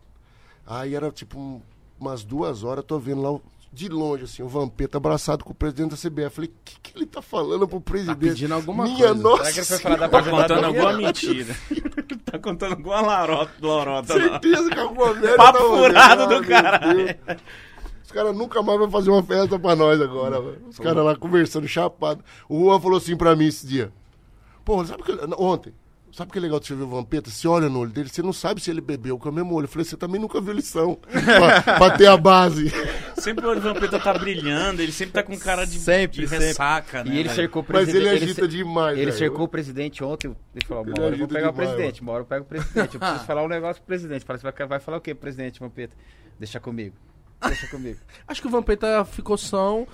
S4: Aí era tipo um- umas duas horas, tô vendo lá o- de longe, assim, o Vampeta abraçado com o presidente da CBF. Falei, o que, que ele tá falando pro presidente?
S1: pedindo alguma
S4: Minha
S1: coisa.
S4: nossa
S3: Será que ele foi falar da
S4: Senhora.
S2: Tá
S3: aposentadoria?
S2: contando alguma mentira. tá contando alguma larota, lorota Tá lá.
S4: Certeza que alguma merda.
S2: Papo
S4: tava
S2: furado
S4: rolando.
S2: do
S4: Ah, meu
S2: caralho.
S4: Deus. Os caras nunca mais vão fazer uma festa pra nós agora, velho. Os caras lá conversando, chapado. O Juan falou assim pra mim esse dia. Pô, sabe que. não, Ontem. Sabe que legal de você ver o Vampeta? Você olha no olho dele, você não sabe se ele bebeu, que é o mesmo olho. Eu falei, você também nunca viu lição. pra, pra ter a base.
S2: Sempre o olho do Vampeta tá brilhando, ele sempre tá com cara de,
S5: Sempre,
S2: de
S5: sempre.
S2: ressaca, né?
S5: E ele
S2: velho?
S5: cercou o
S4: Mas
S5: presidente.
S4: ele agita
S5: cer-
S4: demais,
S5: Ele
S4: velho.
S5: cercou o presidente ontem e falou:
S4: Ele
S5: uma hora eu vou
S4: agita
S5: pegar o
S4: demais,
S5: presidente, uma hora eu pego o presidente. Eu preciso falar um negócio pro presidente. Fala, você vai, vai falar o quê, presidente Vampeta? Deixa comigo. Deixa comigo.
S1: Acho que o Vampeta ficou são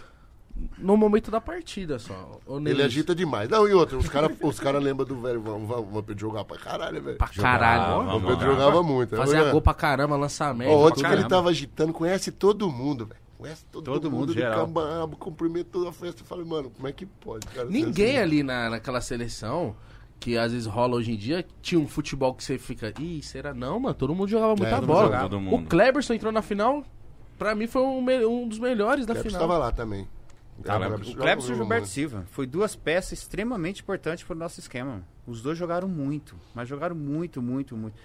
S1: no momento da partida só. Ou nem
S4: Ele
S1: isso.
S4: agita demais. Não, e outra, os caras os cara lembram do velho Van- Van- Vampeta jogar pra caralho, velho.
S1: pra caralho.
S2: Jogava,
S4: O Vampeta
S2: mano.
S4: jogava muito. Ah, é
S1: Fazia
S4: verdade.
S1: gol pra caramba, lançamento.
S4: Ó, ontem
S3: pra
S4: que ele
S3: É, então, caramba.
S4: tava agitando, conhece todo mundo, velho. Conhece todo,
S3: Todo mundo,
S4: mundo, de
S3: geral.
S4: cambabo, cumprimento toda a festa. Eu falei, mano, como é que pode, cara?
S1: Ninguém
S4: Assim,
S1: ali na, naquela seleção, que às vezes rola hoje em dia, tinha um futebol que você fica. Ih, será? Não, mano, todo mundo jogava muita
S4: todo mundo
S1: bola.
S2: jogava. É, Todo
S1: O
S2: mundo.
S1: Kleberson entrou na final, pra mim foi um, me- um dos melhores da
S4: O Clebson
S1: final.
S4: tava lá também.
S3: Tá,
S4: Clebson
S3: o
S4: jogava
S3: Clebson e o
S4: muito.
S3: Gilberto Silva. Foi duas peças extremamente importantes para o nosso esquema. Os dois jogaram muito, mas jogaram muito, muito, muito.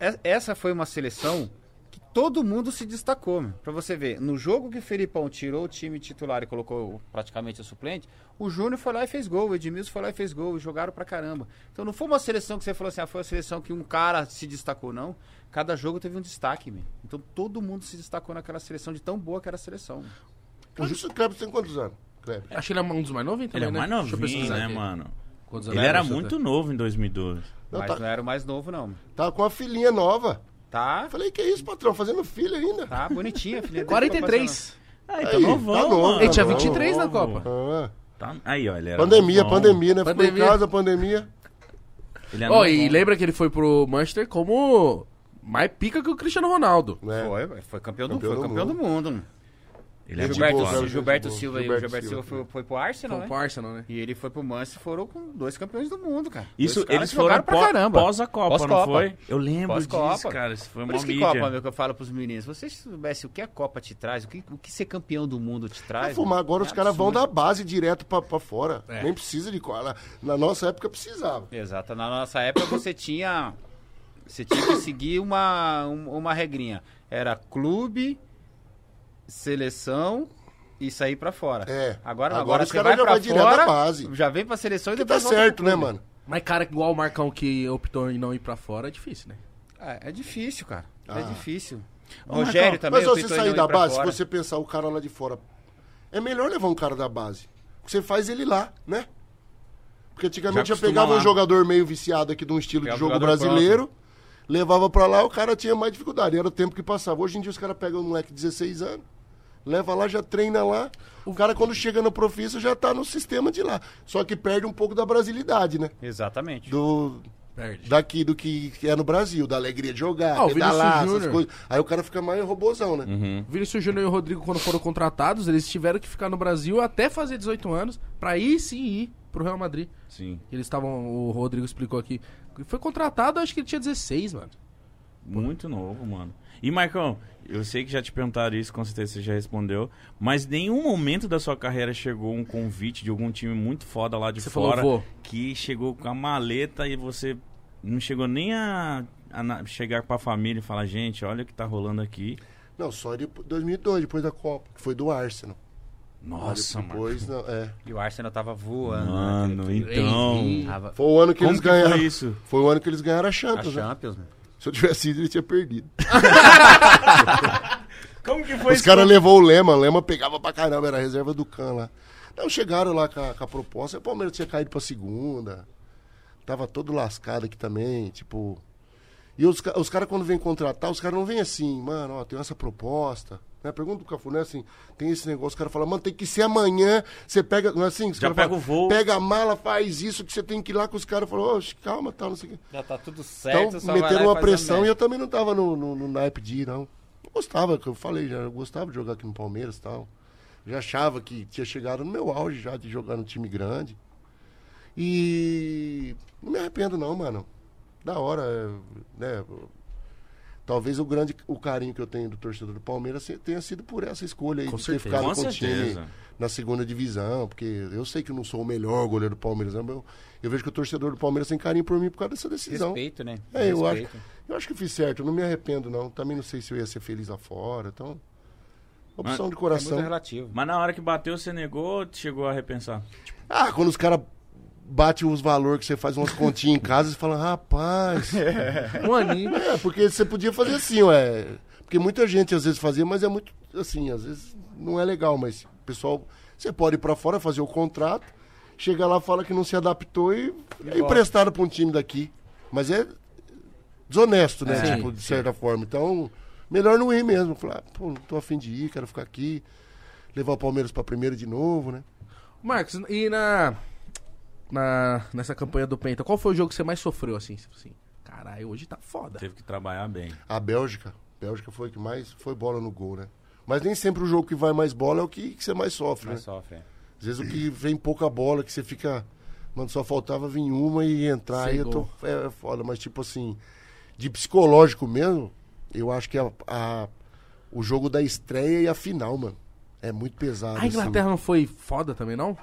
S3: E- Essa foi uma seleção que todo mundo se destacou. meu. Pra você ver, no jogo que o Felipão tirou o time titular e colocou praticamente o suplente, o Júnior foi lá e fez gol, o Edmilson foi lá e fez gol, e jogaram pra caramba. Então não foi uma seleção que você falou assim, ah, foi uma seleção que um cara se destacou, não. Cada jogo teve um destaque, meu. Então todo mundo se destacou naquela seleção, de tão boa que era a seleção.
S4: O Gilson Clebson tem quantos anos? Clebson.
S1: Acho que ele é um dos mais novinhos
S2: Ele
S1: também,
S2: é
S1: né?
S2: mais
S1: Deixa eu
S2: novinho,
S1: pesquisar
S2: né,
S1: aqui.
S2: mano?
S1: Quantos
S2: Ele
S1: anos
S2: era
S1: você
S2: muito
S1: tem?
S2: novo em 2012.
S4: Não,
S3: Mas
S4: tá,
S3: não era o mais novo, não.
S4: Tava Tá com uma filhinha nova.
S3: Tá,
S4: Eu falei, que isso, patrão? Fazendo filho ainda?
S3: tá bonitinha, filha.
S1: 43.
S2: Ah,
S4: Aí,
S2: então
S4: tá
S2: novão,
S4: novo,
S2: mano.
S4: Ele tinha
S1: 23 na Copa.
S4: Ah,
S2: Tá- Aí, olha, ele era
S4: pandemia,
S2: novão.
S4: pandemia, né? Ficou
S1: Pandemia.
S4: em casa, pandemia.
S2: Ele é
S1: Ó, e
S2: novão.
S1: lembra que ele foi pro Manchester como mais pica que o Cristiano Ronaldo.
S4: Né?
S3: Foi, foi campeão, do,
S4: Campeão
S3: foi
S4: do
S3: campeão do mundo.
S2: Ele é
S3: Gilberto,
S2: titular.
S4: boa,
S3: Gilberto
S4: gente
S3: Silva,
S4: boa.
S3: e o
S4: Gilberto
S3: Gilberto Silva
S4: Silva
S3: foi, foi pro Arsenal,
S1: Com
S3: né?
S1: o Arsenal, né?
S3: E ele foi pro Manchester, foram com dois campeões do mundo, cara.
S2: Isso,
S3: Dois caras
S2: eles
S3: que
S2: foram
S3: jogaram
S2: pós, pós a Copa, não
S3: Pós-Copa.
S2: foi? Eu lembro
S3: Pós-Copa.
S2: disso, cara. Isso foi
S3: Por
S2: uma
S3: isso que
S2: mídia.
S3: Copa, né? meu, que eu falo pros meninos. Se vocês soubessem o que a Copa te traz, o que, o que ser campeão do mundo te
S4: Pra
S3: traz...
S4: fumar
S3: meu,
S4: agora,
S3: é
S4: os caras vão
S3: absurdo. É.
S4: da base direto pra, pra fora. Nem precisa de cola. Na nossa época precisava.
S3: Exato. Na nossa época você tinha. Você tinha que seguir uma, um- uma regrinha. Era clube, seleção e sair pra fora.
S4: É.
S3: Agora,
S4: Agora
S3: agora,
S4: os
S3: você
S4: caras
S3: vai
S4: já
S3: pra
S4: vai direto
S3: fora,
S4: à base.
S3: já vem pra seleção e
S4: Que
S3: depois
S4: tá
S3: volta
S4: certo,
S3: pro
S4: né,
S3: clube.
S4: mano?
S1: Mas cara igual o Marcão que optou em não ir pra fora é difícil, né?
S3: É, é difícil, cara.
S4: Ah.
S3: É difícil.
S2: Ô,
S3: Rogério
S2: Marcão,
S3: também.
S4: Mas ó,
S3: optou
S4: você
S3: em não
S4: sair
S3: ir
S4: da
S3: pra
S4: base,
S3: fora.
S4: se você pensar o cara lá de fora, é melhor levar um cara da base. Porque Você faz ele lá, né? Porque antigamente
S2: Já
S4: eu
S2: acostuma
S4: pegava
S2: lá.
S4: um jogador meio viciado aqui de um estilo
S3: Pegava
S4: de
S3: um
S4: jogo
S3: jogador
S4: brasileiro, levava pra lá, o cara tinha mais dificuldade. Era o tempo que passava. Hoje em dia os caras pegam um moleque de 16 anos, leva lá, já treina lá. O cara quando chega no profissa já tá no sistema de lá. Só que perde um pouco da brasilidade, né?
S3: Exatamente.
S4: Do,
S1: Perde.
S4: daqui do que é no Brasil, da alegria de jogar,
S1: Ah, o Vinícius
S4: pedalar, essas
S1: Júnior.
S4: coisas. Aí o cara fica mais robozão, né?
S1: Vinícius Júnior e o Rodrigo, quando foram contratados, eles tiveram que ficar no Brasil até fazer 18 anos, pra ir sim ir pro Real Madrid.
S2: Sim.
S1: Eles estavam, o Rodrigo explicou aqui. Foi contratado, acho que ele tinha 16, mano.
S2: Muito novo, mano. E, Marcão, eu sei que já te perguntaram isso, com certeza você já respondeu, mas nenhum momento da sua carreira chegou um convite de algum time muito foda lá de
S1: Você falou,
S2: fora
S1: "Vou."
S2: que chegou com a maleta e você não chegou nem a, a na- chegar pra família e falar, gente, olha o que tá rolando aqui.
S4: Não, só de 2002, depois da Copa, que foi do Arsenal.
S2: Nossa, mano.
S4: depois, não, é.
S3: E o Arsenal tava voando. né?
S2: Mano, então...
S3: Tava...
S4: Foi o ano que
S2: Como
S4: eles
S2: que
S4: ganharam.
S2: foi isso?
S4: Foi o ano que eles ganharam a
S3: A
S4: Champions. né?
S3: Champions, mano.
S4: Se eu tivesse ido, ele tinha perdido.
S2: Como que foi
S4: Os caras levou o Lema, o Lema pegava pra caramba, era a reserva do Can lá. Não, chegaram lá com a, com a proposta, o Palmeiras tinha caído pra segunda. Tava todo lascado aqui também, tipo. E os, ca- os caras, quando vêm contratar, os caras não vêm assim, mano, ó, tem essa proposta. Né? Pergunta do Cafuné assim, tem esse negócio, os caras falam, mano, tem que ser amanhã, você pega, não é assim? Os
S2: Já
S4: cara
S2: pega
S4: fala,
S2: o voo.
S4: Pega a mala, faz isso, que você tem que ir lá com os caras. Falou, oxe, calma, tal, não sei o quê.
S3: Já tá tudo certo,
S4: Então, meteram uma pressão e eu também não tava no, no, no naipe de ir, não. Eu gostava, que eu falei, já eu gostava de jogar aqui no Palmeiras e tal. Já achava que tinha chegado no meu auge já de jogar no time grande. E não me arrependo não, mano. Da hora, é, né? Talvez o grande o carinho que eu tenho do torcedor do Palmeiras se- tenha sido por essa escolha aí
S1: Com
S4: de
S1: certeza.
S4: ter ficado
S2: Com
S4: com, o time
S2: certeza.
S4: na segunda divisão, porque eu sei que eu não sou o melhor goleiro do Palmeiras, né, mas eu, eu vejo que o torcedor do Palmeiras tem carinho por mim por causa dessa decisão.
S3: Respeito, né?
S4: É, eu acho,
S3: Respeito.
S4: eu acho que fiz certo, eu não me arrependo não. Também não sei se eu ia ser feliz lá fora, então opção de
S3: É muito
S4: coração.
S3: relativo.
S2: Mas na hora que bateu, você negou ou chegou a repensar?
S4: Ah, quando os caras batem os valores que você faz umas continhas em casa, você fala, rapaz. É.
S1: Um aninho.
S4: porque você podia fazer assim, ué. Porque muita gente às vezes fazia, mas é muito assim, às vezes não é legal, mas o pessoal, você pode ir pra fora fazer o contrato, chega lá, fala que não se adaptou e é emprestado pra um time daqui. Mas é desonesto, né?
S1: É,
S4: tipo,
S1: sim,
S4: de certa forma. Então, melhor não ir mesmo. Falar, "Ah, pô, não tô afim de ir, quero ficar aqui. Levar o Palmeiras pra primeira de novo, né?
S1: Marcos, e na, na. Nessa campanha do Penta, qual foi o jogo que você mais sofreu, assim? Tipo assim, caralho, hoje tá foda.
S2: Teve que trabalhar bem.
S4: A Bélgica. Bélgica foi que mais foi bola no gol, né? Mas nem sempre o jogo que vai mais bola é o que, que você mais sofre,
S3: Mas
S4: né?
S3: sofre.
S4: Às vezes o que vem pouca bola, que você fica. Mano, só faltava vir uma e entrar.
S1: Sem
S4: Aí eu tô.
S1: gol.
S4: É, é foda, mas tipo assim, de psicológico mesmo, eu acho que a, a- o jogo da estreia e a final, mano. É muito pesado.
S1: A Inglaterra
S4: assim.
S1: não foi foda também, não?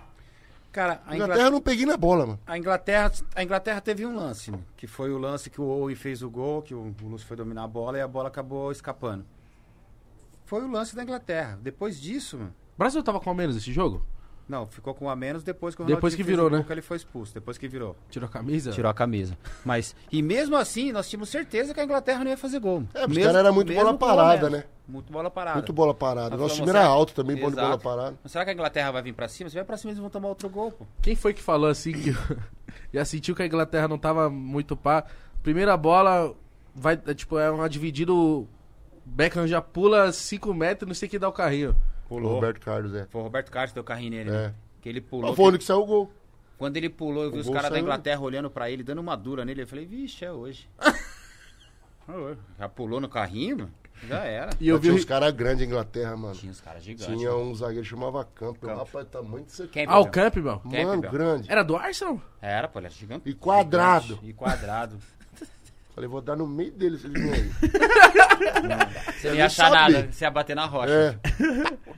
S3: Cara,
S4: A
S3: a
S4: Inglaterra não peguei na bola, mano.
S3: A Inglaterra, a Inglaterra teve um lance, né? que foi o lance que o Owen fez o gol, que o, o Lúcio foi dominar a bola e a bola acabou escapando. Foi o lance da Inglaterra. Depois disso, mano,
S1: O Brasil tava com a menos esse jogo?
S3: não, ficou com um a menos depois que o
S1: Depois
S3: Ronaldinho
S1: que
S3: fez
S1: virou,
S3: o gol,
S1: né?
S3: que ele foi expulso, depois que virou.
S1: Tirou a camisa?
S3: Tirou a camisa. Mas e mesmo assim, nós tínhamos certeza que a Inglaterra não ia fazer gol.
S4: É, porque os
S3: Mesmo-
S4: caras eram muito
S3: mesmo
S4: bola
S3: com um a
S4: parada,
S3: menos.
S4: né?
S3: Muito bola parada.
S4: Muito bola parada.
S3: Nós
S4: Nosso time
S3: falamos,
S4: era
S3: será-
S4: alto também, bom de bola
S3: tá Exato.
S4: parada.
S3: Mas Será que a Inglaterra vai vir pra cima? Se vier pra cima, eles vão tomar outro gol, pô.
S1: Quem foi que falou assim que já sentiu que a Inglaterra não tava muito pá? Primeira bola, vai, é, tipo, é uma dividida, o Beckham já pula 5 metros, não sei que dá o carrinho.
S4: O Roberto Carlos, é.
S3: Foi o Roberto Carlos que deu carrinho nele,
S4: É.
S3: né? Que ele
S4: Ah,
S3: pulou.
S4: Foi o único que saiu o gol.
S3: Quando ele pulou, eu vi
S4: O
S3: os
S4: gol
S3: caras da
S4: saiu.
S3: Inglaterra olhando pra ele, dando uma dura nele. Eu falei, vixe, é hoje. É hoje. Já pulou no carrinho, mano? Já era.
S1: E eu
S4: Mas
S1: vi
S4: tinha
S1: o
S4: uns caras grandes, Inglaterra, mano.
S3: Tinha os caras gigantes. né?
S4: Tinha um zagueiro que chamava Campbell. Rapaz, tamanho disso aqui.
S3: Quem,
S1: Ah, o
S3: Pedro?
S1: Campbell.
S4: Mano,
S3: Campbell.
S4: grande.
S1: Era do Arsenal?
S3: Era, pô, ele era gigante.
S4: E quadrado.
S3: Gigante. E quadrado.
S4: Falei, vou dar no meio deles. Ele não aí.
S3: Você não
S4: nem
S3: ia achar
S4: sabia.
S3: nada, você ia bater na rocha.
S4: É,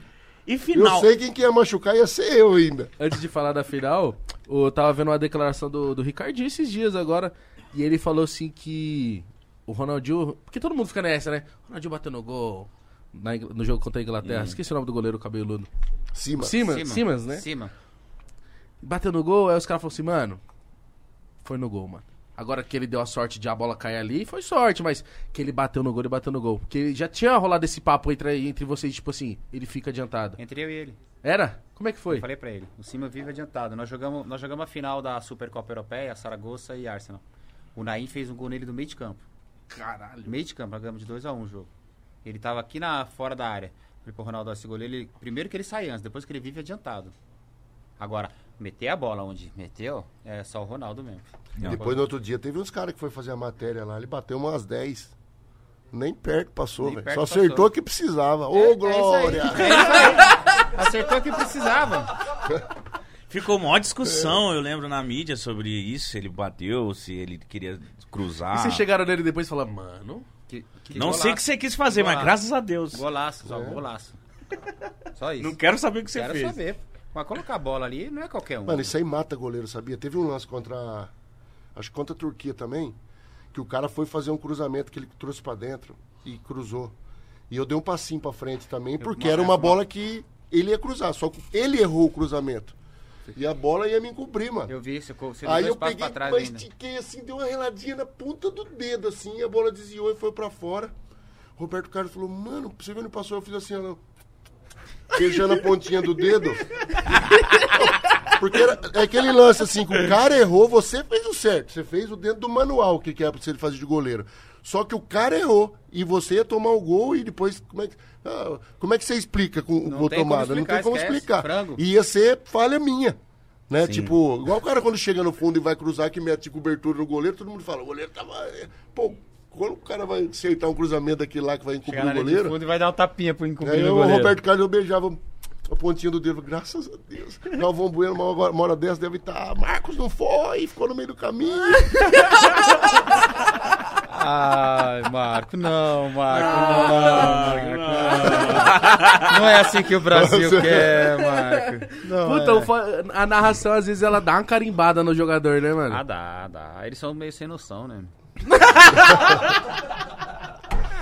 S2: E
S4: eu
S2: final?
S4: sei quem que ia machucar ia ser eu ainda.
S1: Antes de falar da final, eu tava vendo uma declaração do, do Ricardinho esses dias agora, e ele falou assim que o Ronaldinho... Porque todo mundo fica nessa, né? O Ronaldinho bateu no gol na Ingl- no jogo contra a Inglaterra. Esqueci o nome do goleiro cabeludo.
S4: Cima.
S1: Simas, Simas, né?
S3: Cima.
S1: Bateu no gol, aí os caras falaram assim, mano. Foi no gol, mano. Agora que ele deu a sorte de a bola cair ali, foi sorte, mas que ele bateu no gol, ele bateu no gol. Porque já tinha rolado esse papo entre, entre vocês, tipo assim, ele fica adiantado.
S3: Entre eu e ele.
S1: Era? Como é que foi?
S3: Eu falei pra ele. O Cima vive adiantado. Nós jogamos, nós jogamos a final da Supercopa Europeia, Saragoça e Arsenal. O Naim fez um gol nele do meio de campo.
S1: Caralho.
S3: Meio de campo, nós ganhamos de 2x1 o jogo. Ele tava aqui na, fora da área. Falei pro Ronaldo, ó, esse goleiro, ele, primeiro que ele sai antes, depois que ele vive é adiantado. Agora, meter a bola onde meteu, é só o Ronaldo mesmo.
S2: Não.
S4: Depois, no outro dia, teve uns caras que foi fazer a matéria lá. Ele bateu umas 10. Nem perto passou,
S3: Nem
S4: velho.
S3: perto
S4: Só acertou
S3: passou.
S4: o que precisava.
S3: É-
S4: Ô,
S3: é isso aí.
S4: Glória!
S3: É isso aí. Acertou o que precisava.
S2: Ficou maior discussão, eu lembro, na mídia sobre isso, se ele bateu, se ele queria cruzar.
S1: E vocês chegaram nele depois e falaram, mano.
S3: Que- que
S2: Não sei o que
S3: golaço.
S2: você quis fazer, mas
S3: Golaço.
S2: graças a Deus.
S3: Golaço,
S4: É.
S3: só golaço. Só isso.
S2: Não quero saber o que você
S3: Quero
S2: fez.
S3: saber. Mas colocar a bola ali não é qualquer um.
S4: Mano, isso aí mata goleiro, sabia? Teve um lance contra. Acho que contra a Turquia também. Que o cara foi fazer um cruzamento que ele trouxe pra dentro e cruzou. E eu dei um passinho pra frente também, porque era uma bola que ele ia cruzar. Só que ele errou o cruzamento. E a bola ia me encobrir, mano.
S3: Eu vi, você, você deu
S4: Aí
S3: dois
S4: eu
S3: passos
S4: peguei,
S3: pra trás
S4: mas
S3: ainda.
S4: estiquei assim, deu uma reladinha na ponta do dedo, assim, e a bola desviou e foi pra fora. Roberto Carlos falou, mano, você viu onde passou? Eu fiz assim, ó. Beijando a pontinha do dedo. Porque era- é aquele lance assim, que o cara errou, você fez o certo. Você fez o dentro do manual, o que, que é pra você fazer de goleiro. Só que o cara errou. E você ia tomar o gol e depois. Como é que, ah, como é que você explica com
S3: Não
S4: o
S3: tem como
S4: tomada? não
S3: explicar,
S4: tem como
S3: esquece,
S4: explicar.
S3: frango.
S4: E ia ser falha minha. Né? Tipo, igual o cara quando chega no fundo e vai cruzar, que mete cobertura no goleiro, todo mundo fala, o goleiro tava. Pô, quando o cara vai acertar um cruzamento daquele lá que vai encobrir
S5: Chegar na linha
S4: o
S5: de
S4: goleiro.
S5: fundo e vai dar um tapinha pro
S4: Aí
S5: incumbente
S4: eu,
S5: do
S4: o
S5: goleiro.
S4: Roberto Carlos eu beijava a pontinha do dedo. Graças a Deus. Galvão Bueno, uma hora- uma hora dessa, tá, deve estar. Marcos não foi, ficou no meio do caminho.
S3: Ai, Marco, não, Marco,
S2: Ah,
S3: não, Marco, não. Não é assim que o Brasil quer, Marco. Não
S1: Puta,
S3: é.
S1: o fa- a narração às vezes ela dá uma carimbada no jogador, né, mano?
S7: Ah, dá, dá. Eles são meio sem noção, né?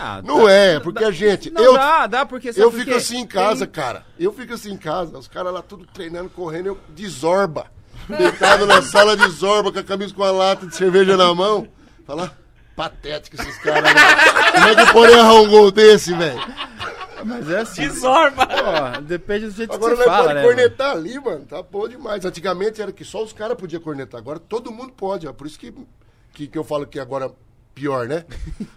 S7: ah,
S4: Não é, porque a gente.
S3: Não
S4: eu
S3: dá, dá, porque... sabe
S4: eu
S3: por
S4: fico
S3: quê?
S4: assim em casa, cara. Eu fico assim em casa. Os caras lá tudo treinando, correndo, eu desorba. Deitado na sala de zorba, com a camisa com a lata de cerveja na mão. Fala, patético esses caras, velho. Como é que pode errar um gol desse, velho?
S3: Mas é assim,
S2: Desorba!
S3: ó, depende do jeito
S4: Agora
S3: que você
S4: nós
S3: fala,
S4: pode
S3: né? mano?
S4: cornetar ali, mano. Tá bom demais. Antigamente era que só os caras podiam cornetar. Agora todo mundo pode. Ó. Por isso que, que, que eu falo que agora pior, né?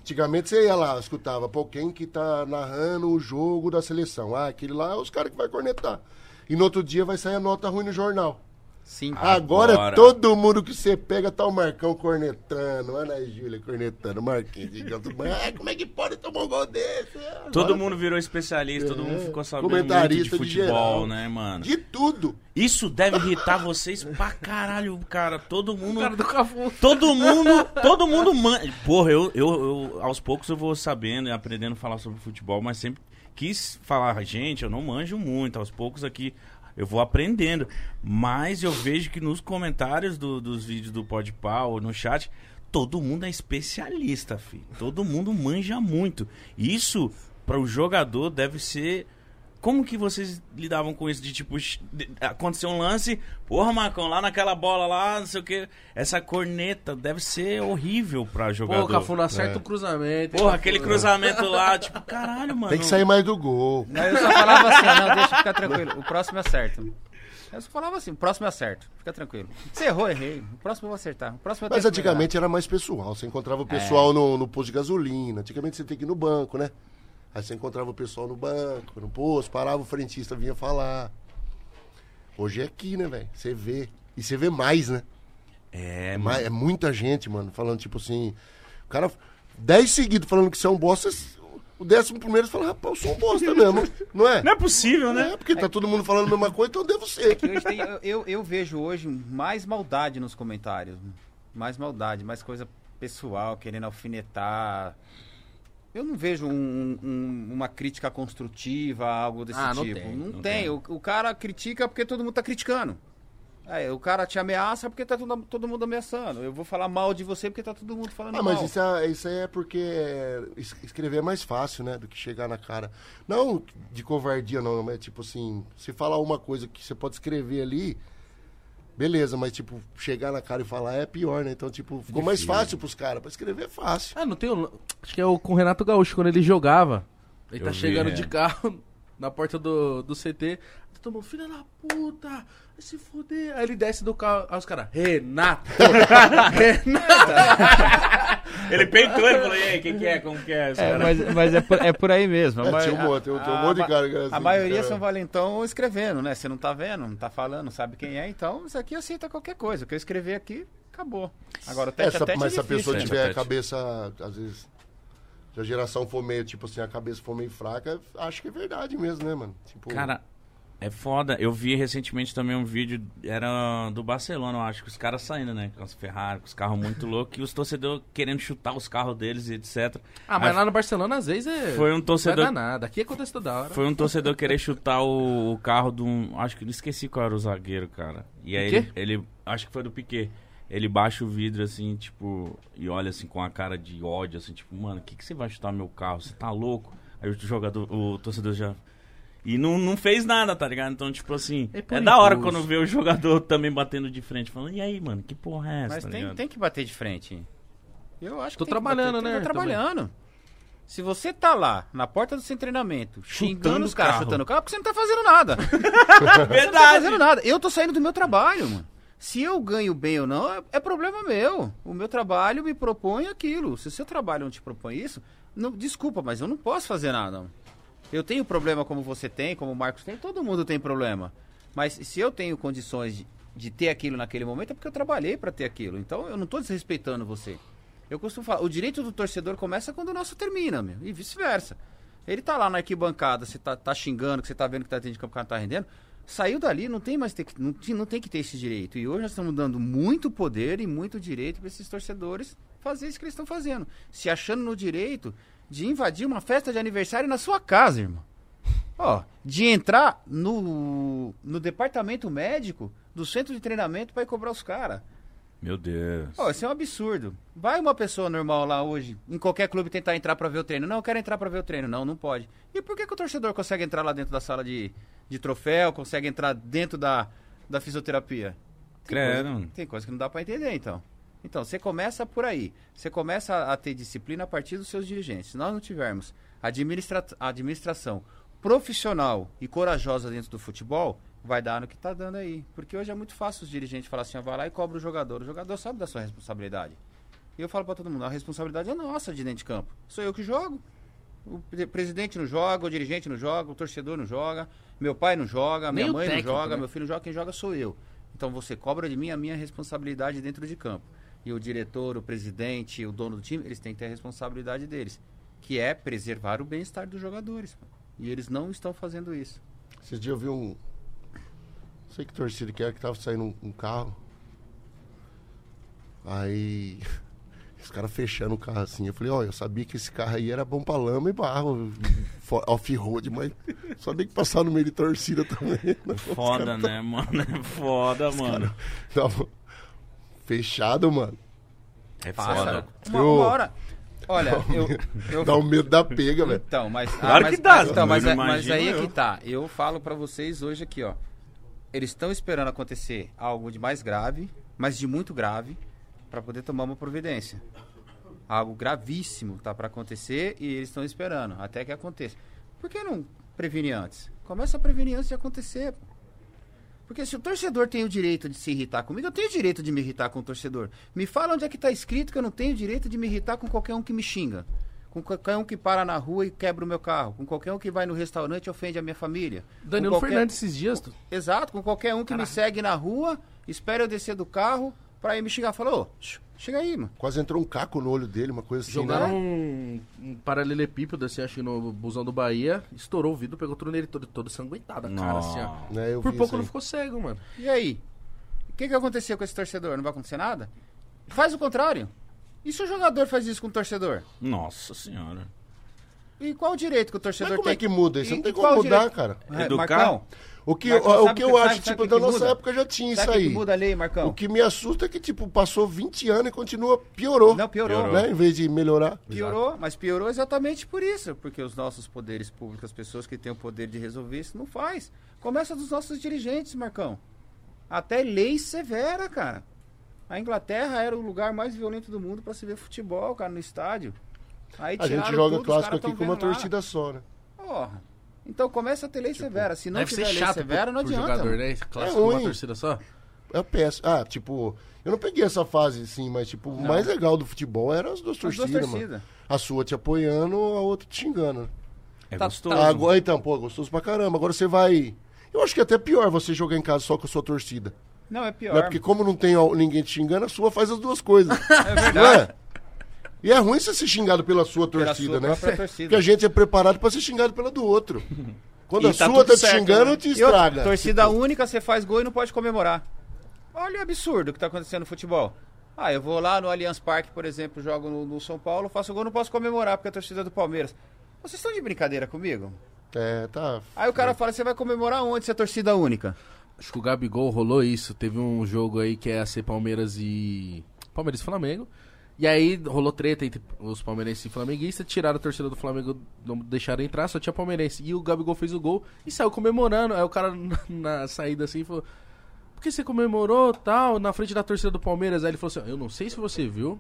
S4: Antigamente você ia lá, escutava, pô, quem que tá narrando o jogo da seleção? Ah, aquele lá é os caras que vai cornetar. E no outro dia vai sair a nota ruim no jornal.
S3: Sim.
S4: Ah, Agora,
S2: Agora.
S4: todo mundo que você pega tá o Marcão cornetando, Ana Júlia cornetando, Marquinhos, Digão, ah, como é que pode tomar um gol desse? Agora-
S2: Todo mundo virou especialista, todo mundo ficou sabendo muito de
S4: Comentarista de
S2: futebol,
S4: geral.
S2: né, mano?
S4: De tudo.
S2: Isso deve irritar vocês pra caralho, cara. Todo mundo.
S1: Cara do Cafu.
S2: Todo mundo, todo mundo man... Porra, eu, eu, eu aos poucos eu vou sabendo e aprendendo a falar sobre futebol, mas sempre quis falar, gente, eu não manjo muito, aos poucos aqui eu vou aprendendo. Mas eu vejo que nos comentários do- dos vídeos do Podpah ou no chat, todo mundo é especialista, filho. Todo mundo manja muito. Isso, para o jogador, deve ser como que vocês lidavam com isso de tipo sh- de- aconteceu um lance, porra, Marcão, lá naquela bola lá, não sei o que, essa corneta deve ser horrível pra
S1: Pô, o
S2: jogador.
S1: Cafu não
S3: é.
S1: acerta um cruzamento. hein,
S2: Porra,
S1: Cafu?
S2: aquele cruzamento lá, tipo, caralho, mano.
S4: Tem que sair mais do gol.
S3: Não, eu só falava assim, não, deixa ficar tranquilo, o próximo eu acerto. Eu só falava assim, o próximo eu acerto, fica tranquilo. Você errou, errei, o próximo eu vou acertar. O próximo eu
S4: Mas
S3: tento melhorar.
S4: antigamente era É. mais pessoal. Você encontrava o pessoal no, no posto de gasolina. Antigamente você tem que ir no banco, né? Aí você encontrava o pessoal no banco, no posto, parava, o frentista vinha falar. Hoje é aqui, né, velho? Você vê. E você vê mais, né?
S2: É,
S4: É,
S2: mano.
S4: mais- é muita gente, mano, falando tipo assim. O cara, 10 seguidos falando que você é um bosta. O décimo primeiro você fala, rapaz, eu sou um bosta mesmo. Não é?
S2: Não é possível, né?
S4: É, porque tá todo mundo falando a mesma coisa, então eu devo ser.
S3: Que hoje tem- eu, eu, eu vejo hoje mais maldade nos comentários. Mais maldade, mais coisa pessoal, querendo alfinetar. Eu não vejo um- um- uma crítica construtiva, algo desse
S1: Ah, não
S3: tipo.
S1: tem,
S3: não,
S2: não
S3: tem.
S2: tem.
S3: O, o cara critica porque todo mundo tá criticando. Aí, o cara te ameaça porque tá todo, todo mundo ameaçando. Eu vou falar mal de você porque tá todo mundo falando
S4: Ah,
S3: mal.
S4: mas isso é, isso é porque é, es- escrever é mais fácil, né? Do que chegar na cara. Não de covardia, não, mas tipo assim, se falar uma coisa que você pode escrever ali, beleza, mas tipo, chegar na cara e falar é pior, né? Então, tipo, ficou mais fácil pros caras. Pra escrever é fácil.
S1: Ah, não tem o... Acho que é o com o Renato Gaúcho, quando ele jogava. Ele
S2: Eu
S1: tá
S2: vi,
S1: chegando
S2: é.
S1: de carro na porta do, do CT. Tomou, filha da puta, vai se fuder. Aí ele desce do carro, aí os caras, Renato, Renato.
S2: Ele peitou e falou, e aí, quem que é, como que é? Os
S3: É,
S2: cara-
S3: mas, mas é, por, é por aí mesmo.
S4: É, tinha um monte, tem um- tem um monte de
S3: ma-
S4: cara que era
S3: A
S4: assim,
S3: maioria
S4: é.
S3: são valentão escrevendo, né? Você não tá vendo, não tá falando, não sabe quem é, então isso aqui aceita qualquer coisa. O que eu escrever aqui, acabou. Agora o teste
S4: Essa-
S3: a teste
S4: mas
S3: é
S4: se a
S3: difícil.
S4: pessoa
S2: né?
S4: tiver a
S2: Tete a
S4: cabeça, às vezes, se a geração for meio, tipo assim, a cabeça for meio fraca, acho que é verdade mesmo, né, mano? Tipo,
S2: Cara, é foda. Eu vi recentemente também um vídeo, era do Barcelona, eu acho, que os caras saindo, né? Com as Ferrari, com os carros muito loucos, e os torcedores querendo chutar os carros deles e etc.
S1: Ah, mas lá no Barcelona às vezes é...
S2: Foi um
S1: Não
S2: torcedor-
S1: vai dar nada, aqui acontece toda hora.
S2: Foi um torcedor querer chutar o, o carro de um. Acho que não esqueci qual era o zagueiro, cara. E aí
S1: Piquet?
S2: ele, ele- Acho que foi do Piquet. Ele baixa o vidro assim, tipo, e olha assim com a cara de ódio, assim, tipo, mano, o que, que você vai chutar meu carro? Você tá louco? Aí o jogador, o torcedor já. E não, não fez nada, tá ligado? Então, tipo assim,
S1: É
S2: é,
S1: por
S2: da hora
S1: impulso.
S2: quando vê o jogador também batendo de frente, falando, e aí, mano, que porra é essa?
S3: Mas
S2: tá
S3: tem,
S2: ligado?
S3: tem que bater de frente. Eu acho que
S1: Tô
S3: tem que
S1: trabalhando,
S3: bater,
S1: né,
S3: Tô trabalhando. Se você tá lá, na porta do seu treinamento, xingando
S2: Chutando
S3: os caras,
S2: carro.
S3: chutando o carro, é porque você não tá fazendo nada. Você não tá
S2: Verdade!
S3: fazendo nada. Eu tô saindo do meu trabalho, mano. Se eu ganho bem ou não, é, é problema meu. O meu trabalho me propõe aquilo. Se o seu trabalho não te propõe isso, não, desculpa, mas eu não posso fazer nada. mano. Eu tenho problema como você tem, como o Marcos tem, todo mundo tem problema. Mas se eu tenho condições de, de ter aquilo naquele momento, é porque eu trabalhei pra ter aquilo. Então eu não tô desrespeitando você. Eu costumo falar, o direito do torcedor começa quando o nosso termina, meu, e vice-versa. Ele tá lá na arquibancada, você tá, tá xingando, que você tá vendo que tá dentro de campo, que o cara tá rendendo. Saiu dali, não tem mais ter que, não, ti- não tem que ter esse direito. E hoje nós estamos dando muito poder e muito direito para esses torcedores fazer isso que eles estão fazendo. Se achando no direito de invadir uma festa de aniversário na sua casa, irmão. Ó, de entrar no, no departamento médico do centro de treinamento para ir cobrar os caras.
S2: Meu Deus.
S3: Ó, isso é um absurdo. Vai uma pessoa normal lá hoje, em qualquer clube, tentar entrar pra ver o treino. Não, eu quero entrar pra ver o treino. Não, não pode. E por que, que o torcedor consegue entrar lá dentro da sala de, de troféu, consegue entrar dentro da, da fisioterapia? Tem
S2: Credo.
S3: coisa- tem coisa que não dá pra entender, então. Então, você começa por aí. Você começa a- a ter disciplina a partir dos seus dirigentes. Se nós não tivermos administra administração profissional e corajosa dentro do futebol, vai dar no que tá dando aí. Porque hoje é muito fácil os dirigentes falar assim, ah, vai lá e cobra o jogador. O jogador sabe da sua responsabilidade. E eu falo pra todo mundo, a responsabilidade é nossa de dentro de campo. Sou eu que jogo. O pre- presidente não joga, o dirigente não joga, o torcedor não joga, meu pai não joga,
S1: Nem
S3: minha
S1: o
S3: mãe
S1: técnico,
S3: não joga,
S1: né?
S3: meu filho não joga, quem joga sou eu. Então você cobra de mim a minha responsabilidade dentro de campo. E o diretor, o presidente, o dono do time, eles têm que ter a responsabilidade deles, que é preservar o bem-estar dos jogadores. E eles não estão fazendo isso.
S4: Esses dias eu vi um. Não sei que torcida que era que tava saindo um, um carro. Aí. Os caras fechando o carro assim. Eu falei, ó, eu sabia que esse carro aí era bom pra lama e barro. fo- Off-road, mas só tem que passar no meio de torcida também. né? Os
S2: Foda,
S4: caras
S2: né, mano? É foda, mano.
S4: tavam um, Fechado, mano.
S2: É
S3: Passa
S2: foda.
S3: uma,
S4: Eu-
S3: uma hora. Olha, eu, eu
S4: Dá um o medo da pega, velho.
S3: Então, mas.
S2: Claro
S3: mas-
S2: que dá,
S3: mas- então,
S2: eu
S3: mas,
S2: não
S3: é- mas
S2: imagino
S3: aí é
S2: eu.
S3: que tá. Eu falo pra vocês hoje aqui, ó. Eles estão esperando acontecer algo de mais grave, mas de muito grave, pra poder tomar uma providência. Algo gravíssimo tá pra acontecer e eles estão esperando até que aconteça. Por que não prevenir antes? Começa a prevenir antes de acontecer. pô. Porque se o torcedor tem o direito de se irritar comigo, eu tenho o direito de me irritar com o torcedor. Me fala onde é que tá escrito que eu não tenho o direito de me irritar com qualquer um que me xinga. Com qualquer um que para na rua e quebra o meu carro. Com qualquer um que vai no restaurante e ofende a minha família.
S2: um
S3: Com
S1: Danilo
S3: qualquer-
S1: Fernandes esses dias. tu-
S3: Exato, com qualquer um que me segue na rua, espera eu descer do carro pra ir me xingar. Falou, ô, sh- chega aí, mano.
S4: Quase entrou um caco no olho dele, uma coisa assim.
S1: Jogaram
S4: né?
S1: um, um paralelepípedo, assim, acho que no busão do Bahia. Estourou o vidro, pegou tudo nele todo, todo sanguentado, a cara,
S2: Nossa.
S1: assim, ó.
S4: Né, eu
S1: Por
S4: vi
S1: pouco
S4: isso
S1: não
S4: aí.
S1: ficou cego, mano.
S3: E aí? O que, que aconteceu com esse torcedor? Não vai acontecer nada? Faz o contrário. E se o jogador faz isso com o torcedor?
S2: Nossa senhora.
S3: E qual o direito que o torcedor
S4: Mas como
S3: tem?
S4: é que muda isso?
S3: E-
S4: Não tem
S3: e
S4: como
S3: qual o
S4: mudar,
S3: direito-
S4: cara.
S3: É,
S2: Educar?
S3: Marcão,
S4: O que,
S3: Mas
S4: ó,
S3: sabe
S4: o que
S3: o
S4: eu
S3: que-
S4: acho,
S3: sabe- sabe
S4: tipo,
S3: o que
S4: da
S3: que
S4: nossa
S3: muda?
S4: época já tinha
S3: sabe
S4: isso
S3: o que que
S4: aí.
S3: muda a lei, Marcão?
S4: O que me assusta é que, tipo, passou 20 anos e continua, piorou.
S3: Não, piorou.
S4: Né? Em vez de melhorar.
S3: Piorou, mas piorou exatamente por isso, porque os nossos poderes públicos, as pessoas que têm o poder de resolver isso, não faz. Começa dos nossos dirigentes, Marcão. Até lei severa, cara. A Inglaterra era o lugar mais violento do mundo pra se ver futebol, cara, no estádio. Aí
S4: A gente
S3: tiraram
S4: joga
S3: tudo, os
S4: clássico
S3: caras
S4: aqui
S3: tão
S4: com uma
S3: vendo lá.
S4: torcida Tipo, só, né?
S3: Porra. Então começa a ter lei severa. Se não
S1: Deve
S3: tiver
S1: ser
S3: lei
S1: chato
S3: severa,
S1: pro,
S3: não
S1: pro
S3: adianta.
S1: jogador,
S3: mano.
S1: né? Clássico com uma
S4: ruim.
S1: torcida só.
S4: É péssimo. Ah, tipo, eu não peguei essa fase, assim, mas, tipo, o mais legal do futebol era as duas
S3: As duas
S4: torcidas, mano.
S3: torcidas.
S4: A sua te apoiando, a outra te xingando. né?
S2: É
S1: Tá-
S2: gostoso.
S4: Ah, agora, então, pô, gostoso pra caramba. Agora você vai... Eu acho que é até pior você jogar em casa só com a sua torcida.
S3: Não, é
S4: Né?
S3: pior.
S4: Porque como não tem al- ninguém te xingando, a sua faz as duas coisas.
S3: É
S4: Não
S3: verdade.
S4: é? E é ruim você ser xingado pela sua
S3: Pela sua
S4: torcida, né?
S3: própria torcida.
S4: Porque a gente é preparado pra ser xingado pela do outro. Quando
S2: E
S4: a
S2: tá
S4: sua
S2: tudo
S4: tá te
S2: certo,
S4: xingando,
S2: né?
S4: te
S3: E outra,
S4: estraga.
S3: torcida única, você faz gol e não pode comemorar. Olha o absurdo que tá acontecendo no futebol. Ah, eu vou lá no Allianz Parque, por exemplo, jogo no, no São Paulo, faço gol, não posso comemorar porque a torcida é do Palmeiras. Vocês estão de brincadeira comigo?
S4: É, tá.
S3: Aí o cara fala, você vai comemorar onde se é torcida única?
S1: Acho que o Gabigol rolou isso. Teve um jogo aí que é a ser Palmeiras e. Palmeiras e Flamengo. E aí rolou treta entre os palmeirenses e flamenguistas, tiraram a torcida do Flamengo, não deixaram entrar, só tinha palmeirense. E o Gabigol fez o gol e saiu comemorando. Aí o cara na, na saída assim falou: Por que você comemorou tal? Na frente da torcida do Palmeiras. Aí ele falou assim: Eu não sei se você viu,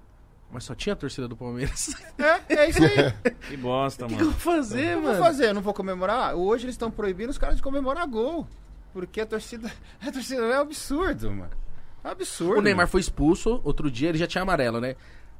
S1: mas só tinha a torcida do Palmeiras.
S3: É, é isso aí.
S2: Que bosta,
S1: O que, que eu
S2: mano.
S1: vou fazer,
S3: eu vou
S1: mano?
S3: fazer, eu não vou comemorar. Ah, Hoje eles estão proibindo os caras de comemorar gol. Porque a torcida. A torcida é um absurdo, mano. É um absurdo.
S1: O Neymar foi expulso, outro dia ele já tinha amarelo, né?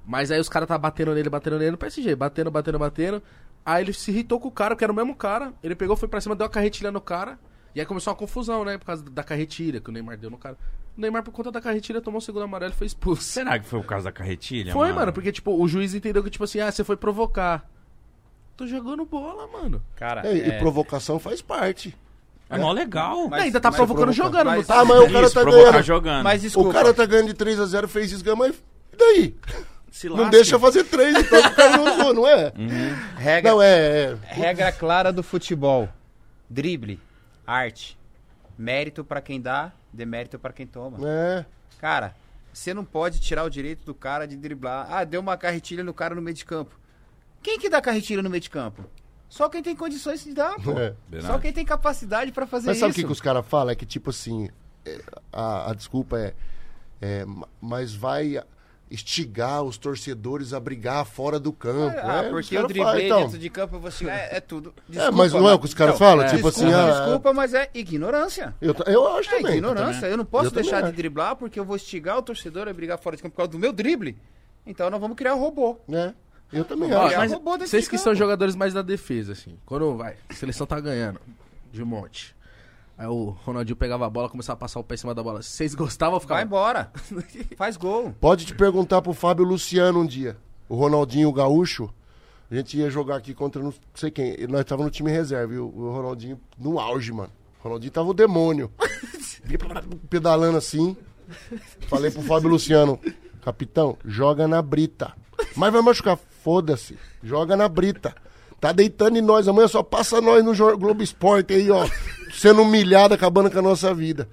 S1: Mas aí os caras tá batendo nele, batendo nele no PSG, batendo, batendo, batendo. Aí ele se irritou com o cara, que era o mesmo cara. Ele pegou, foi pra cima, deu uma carretilha no cara. E aí começou uma confusão, né? Por causa da carretilha que o Neymar deu no cara. O Neymar, por conta da carretilha, tomou o segundo amarelo e foi expulso.
S2: Será que foi o caso da carretilha?
S1: Foi, mano, porque, tipo, o juiz entendeu que, tipo assim, ah, você foi provocar. Tô jogando bola, mano.
S3: Cara,
S4: É, E provocação faz parte.
S2: É mó legal.
S3: Mas-
S1: ainda tá
S3: mas
S1: provocando
S3: provoca-
S1: jogando,
S3: mas-
S1: não tá?
S4: Ah, mas o cara
S2: Isso,
S4: tá
S2: provocar
S4: ganhando.
S2: jogando.
S3: Mas desculpa.
S4: O cara tá ganhando de 3 a 0 fez isso, ganha, mas. E daí?
S2: se
S4: Não
S2: lasque.
S4: deixa fazer três, então o cara não usou, não é?
S1: tá
S3: Regra,
S4: Não, é. é.
S3: regra clara do futebol. Drible, arte. Mérito pra quem dá, demérito pra quem toma.
S4: é.
S3: Cara, você não pode tirar o direito do cara de driblar. Ah, deu uma carretilha no cara no meio de campo. Quem que dá carretilha no meio de campo? Só quem tem condições de dar, pô.
S4: É.
S3: Só quem tem capacidade pra fazer
S4: Mas sabe o
S3: isso.
S4: que, que os caras falam? É que, tipo assim, é, a, a desculpa é, é, ma- Mas vai instigar os torcedores a brigar fora do campo.
S3: Ah,
S4: é, os
S3: porque eu
S4: caras
S3: driblei
S4: falam, então.
S3: dentro de campo, eu vou xingar, é, é tudo.
S4: É, mas não é o que os caras
S3: Então,
S4: falam?
S3: é,
S4: tipo assim,
S3: desculpa,
S4: ah,
S3: desculpa, mas é ignorância.
S4: Eu, ta- eu acho
S3: É
S4: também.
S3: ignorância. Eu não posso
S4: Eu também
S3: deixar de
S4: acho.
S3: driblar porque eu vou instigar o torcedor a brigar fora de campo por causa do meu drible. Então nós vamos criar um robô.
S4: É, eu também
S1: Ó,
S4: acho.
S1: mas
S3: é um robô dentro
S1: vocês
S3: de
S1: que
S3: campo.
S1: são jogadores mais da defesa, assim. Quando vai, a seleção tá ganhando de um monte. Aí o Ronaldinho pegava a bola, começava a passar o pé em cima da bola. Vocês gostavam,
S3: Vai
S1: ficava...
S3: embora. Faz gol.
S4: Pode te perguntar pro Fábio Luciano um dia. O Ronaldinho Gaúcho. A gente ia jogar aqui contra não sei quem. e Nós tava no time reserva. E o, o Ronaldinho no auge, mano. O Ronaldinho tava o demônio. Pedalando assim. Falei pro Fábio Luciano. Capitão, joga na brita. Mas vai machucar. Foda-se. Joga na brita. Tá deitando em nós. Amanhã só passa nós no Jor- Globo Esporte aí, ó. Sendo humilhado, acabando com a nossa vida.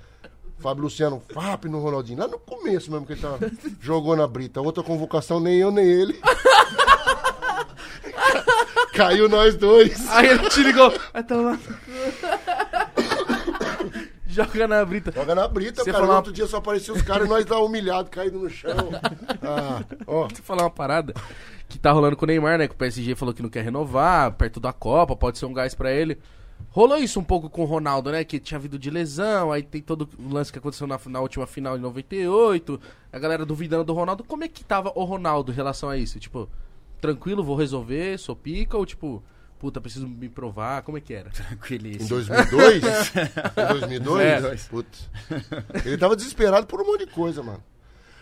S4: Fábio Luciano, FAP no Ronaldinho. Lá no começo mesmo que ele tava, jogou na brita. Outra convocação, nem eu, nem ele. Caiu nós dois.
S1: Aí ele te ligou. Vai tomar. Joga na brita.
S4: Joga na brita,
S1: Você
S4: cara.
S1: falou-
S4: Outro dia só apareciam os caras e nós lá humilhados, caído no chão. Ah, ó.
S1: Deixa eu falar uma parada que tá rolando com o Neymar, né? Que o PSG falou que não quer renovar, perto da Copa, pode ser um gás pra ele. Rolou isso um pouco com o Ronaldo, né? Que tinha vindo de lesão, aí tem todo o lance que aconteceu na, na última final de 98. A galera duvidando do Ronaldo. Como é que tava o Ronaldo em relação a isso? Tipo, tranquilo, vou resolver, sou pica? Ou tipo, puta, preciso me provar? Como é que era?
S4: Em
S3: Tranquilíssimo.
S4: 2002? em 2002?
S1: É.
S4: Putz. Ele tava desesperado por um monte de coisa, mano.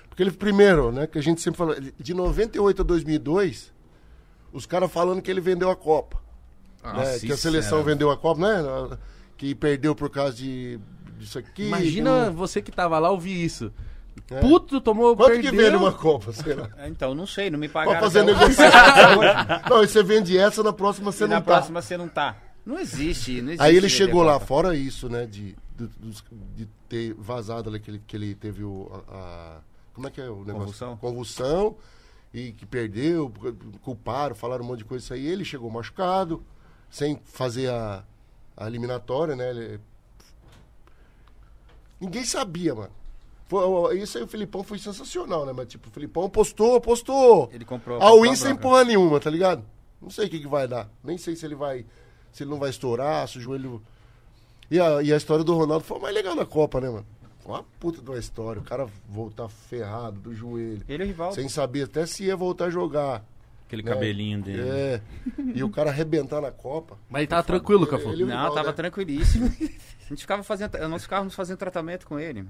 S4: Porque ele, primeiro, né, que a gente sempre falou, ele- de 98 a 2002, os caras falando que ele vendeu a Copa. né,
S2: Nossa,
S4: que a seleção
S2: isso era-
S4: vendeu a Copa, né? Que perdeu por causa de, disso aqui.
S1: Imagina
S4: que
S1: você que tava lá ouvir isso.
S4: não- é.
S1: Puto, tomou,
S4: Quanto
S1: perdeu.
S4: que vende uma Copa, sei lá?
S3: Então, não sei, não me
S4: Pra
S3: pagaram.
S4: fazer
S3: até hoje.
S4: negociação. não, e você vende essa, na próxima você
S3: E
S4: não
S3: na
S4: tá.
S3: próxima você não tá. Não existe, não existe. é
S4: Aí ele
S3: vender
S4: chegou lá,
S3: Copa.
S4: fora isso, né? De, do- dos- de ter vazado ali que ele, que ele teve o. A, a- como é que é o negócio?
S3: Convulsão.
S4: Convulsão, E que perdeu, culparam, falaram um monte de coisa isso aí. Ele chegou machucado, sem fazer a, a eliminatória, né? ele- Ninguém sabia, mano. Foi- ó, isso aí o Filipão foi sensacional, né? Mas tipo, o Filipão postou, postou.
S3: Ele comprou.
S4: A
S3: comprou
S4: win Ah, sem
S3: bronca.
S4: porra nenhuma, tá ligado? Não sei o que, que vai dar. Nem sei se ele vai. Se ele não vai estourar, se o joelho. E a, e a história do Ronaldo foi a mais legal da Copa, né, mano? Foi uma puta de uma história. O cara voltar ferrado do joelho.
S3: Ele e o rival.
S4: Sem saber até se ia voltar a jogar.
S2: Aquele
S4: né?
S2: cabelinho dele.
S4: É. E o cara arrebentar na Copa.
S1: Mas ele tava tranquilo, Cafu.
S4: Ele- e o
S3: não,
S4: rival,
S3: tava
S4: né?
S3: tranquilíssimo. A gente ficava fazendo. Nós ficávamos fazendo tratamento com ele.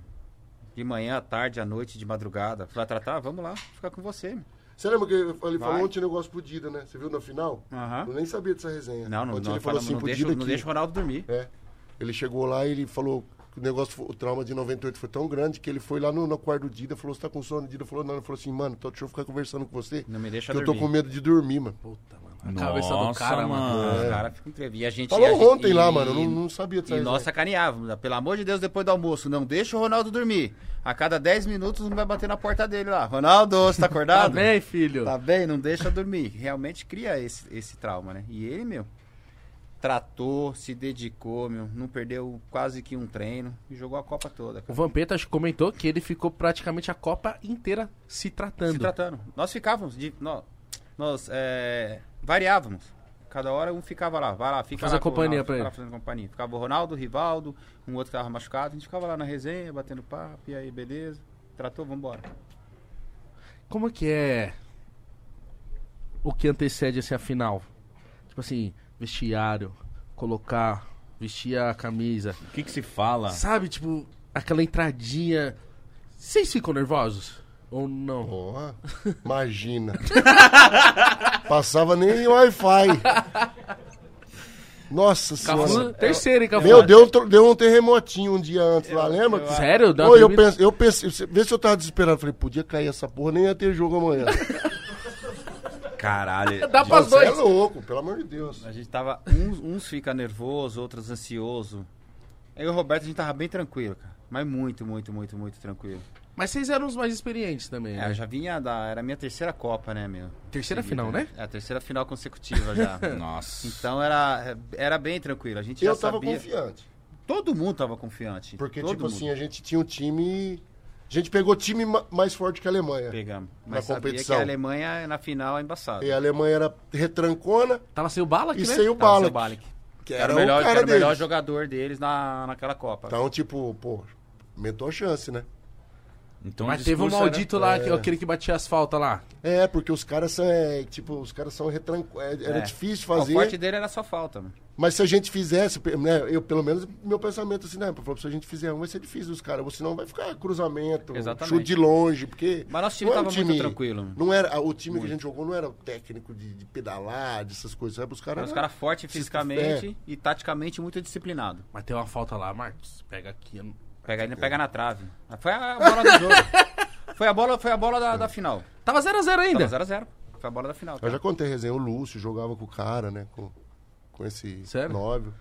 S3: De manhã, à tarde, à noite, de madrugada. Vai tratar? Vamos lá, ficar com você.
S4: Você lembra que ele ele falou
S3: Vai.
S4: ontem um negócio pro Dida, né? Você viu na final?
S3: Aham.
S4: Eu nem sabia dessa resenha.
S3: Não, não,
S4: Ontem
S3: não,
S4: ele falou
S3: falamos,
S4: assim
S3: não,
S4: pro
S3: deixa,
S4: Dida
S3: não
S4: que-
S3: deixa o Ronaldo dormir.
S4: É. Ele chegou lá e ele falou que o negócio, foi- o trauma de 98 foi tão grande que ele foi lá no, no quarto do Dida, falou, você tá com sono? O Dida falou, não, ele falou assim, mano, tô, deixa eu ficar conversando com você,
S3: Não me deixa
S4: que eu
S3: dormir.
S4: tô com medo de dormir, mano.
S1: Puta, mano. A
S2: Nossa,
S1: cabeça do cara, mano.
S3: Os caras ficam entrevistas. E a gente.
S4: É. Falou
S3: e a gente-
S4: ontem lá,
S3: e-
S4: mano, eu não, não sabia disso
S3: E
S4: aí,
S3: nós sacaneávamos, né? pelo amor de Deus, depois do almoço, não deixa o Ronaldo dormir. A cada 10 minutos um vai bater na porta dele lá. Ronaldo, você tá
S1: Tá
S3: acordado?
S1: bem, filho?
S3: Tá bem, não deixa dormir. Realmente cria esse, esse trauma, né? E ele, meu, tratou, se dedicou, meu, não perdeu quase que um treino e jogou a Copa toda.
S1: O
S3: Cara.
S1: Vampeta acho que comentou que ele ficou praticamente a Copa inteira se tratando.
S3: Se tratando. Nós ficávamos, de, nó- nós, é, variávamos. Cada hora um ficava lá, vai lá, fica
S1: Fazer
S3: lá com o
S1: companhia
S3: Ronaldo,
S1: pra
S3: fica lá
S1: ele.
S3: fazendo companhia. Ficava o Ronaldo, o Rivaldo, um outro que tava machucado, a gente ficava lá na resenha, batendo papo, e aí, beleza. Tratou, vambora.
S1: Como é que é o que antecede essa final? Tipo assim, vestiário, colocar, vestir a camisa.
S2: O que que se fala?
S1: Sabe, tipo, aquela entradinha. Vocês ficam nervosos? Ou não?
S4: Porra, imagina. Passava nem Wi-Fi. Nossa
S1: Cafu,
S4: senhora.
S1: terceiro, hein, Cafu?
S4: é Meu, deu, um tro- deu um terremotinho um dia antes lá, lembra?
S1: Sério? Dá uma
S4: Pô, eu,
S1: tremida?
S4: pensei, eu pensei, vê se eu tava desesperado. Falei, podia cair essa porra, nem ia ter jogo amanhã.
S2: Caralho.
S1: Dá pras
S4: Você é
S1: dois.
S4: louco, pelo amor de Deus.
S3: A gente tava. Uns, uns fica nervoso, outros ansioso. Eu e o Roberto, a gente tava bem tranquilo, cara. Mas muito, muito, muito, muito tranquilo.
S1: Mas vocês eram os mais experientes também,
S3: É,
S1: né?
S3: eu já vinha da. Era a minha terceira Copa, né, meu?
S1: Terceira
S3: Seguida,
S1: final, né?
S3: É, a terceira final consecutiva já.
S2: Nossa.
S3: então era, era bem tranquilo. A gente
S4: Eu
S3: já
S4: tava
S3: sabia.
S4: confiante.
S3: Todo mundo tava confiante.
S4: Porque,
S3: todo
S4: tipo
S3: mundo.
S4: assim, a gente tinha um time. A gente pegou time ma- mais forte que a Alemanha.
S3: Pegamos.
S4: na
S3: Mas sabia
S4: competição.
S3: que a Alemanha na final é embaçada.
S4: E a Alemanha era retrancona
S1: Tava sem o bala aqui,
S4: e
S1: né?
S4: sem o
S3: Tava sem o
S4: Balak,
S3: Balak.
S4: que
S3: Era,
S4: era,
S3: o melhor,
S4: o cara
S3: era o
S4: deles.
S3: melhor jogador deles na, naquela Copa.
S4: Então, tipo, pô, aumentou a chance, né?
S2: Então,
S1: Mas
S2: o
S1: teve um
S2: discurso era-
S1: maldito lá, que- aquele que batia as faltas lá.
S4: É, porque os caras são, é, tipo, os caras são retranco, é, Era
S3: É.
S4: difícil
S3: O forte
S4: fazer,
S3: dele era só falta, mano.
S4: mas se a gente fizesse, pe- né, eu pelo menos, meu pensamento assim, né, falou, se a gente fizer um, vai ser difícil os caras, ou senão vai ficar cruzamento,
S3: Exatamente.
S4: chute de longe, porque...
S3: Mas nosso time
S4: não é um
S3: tava muito tranquilo. mano.
S4: Não era, o time que a gente jogou não era o técnico de, de pedalar, dessas coisas, sabe? Os
S3: Era
S4: caras...
S3: Os caras fortes fisicamente
S4: É.
S3: e taticamente muito disciplinado.
S1: Mas tem uma falta lá, Marcos. Pega aqui. eu não-
S3: Pega,
S4: É.
S3: ele pega na trave. Ah, Foi a bola do jogo. Foi a bola, foi a bola da, da final.
S1: Tava 0x0 ainda.
S3: Tava 0x0. Foi a bola da final. tá?
S4: Eu
S3: cara.
S4: já contei a resenha, o Lúcio jogava com o cara, né? Com, com esse
S1: Sério?
S4: nóvio.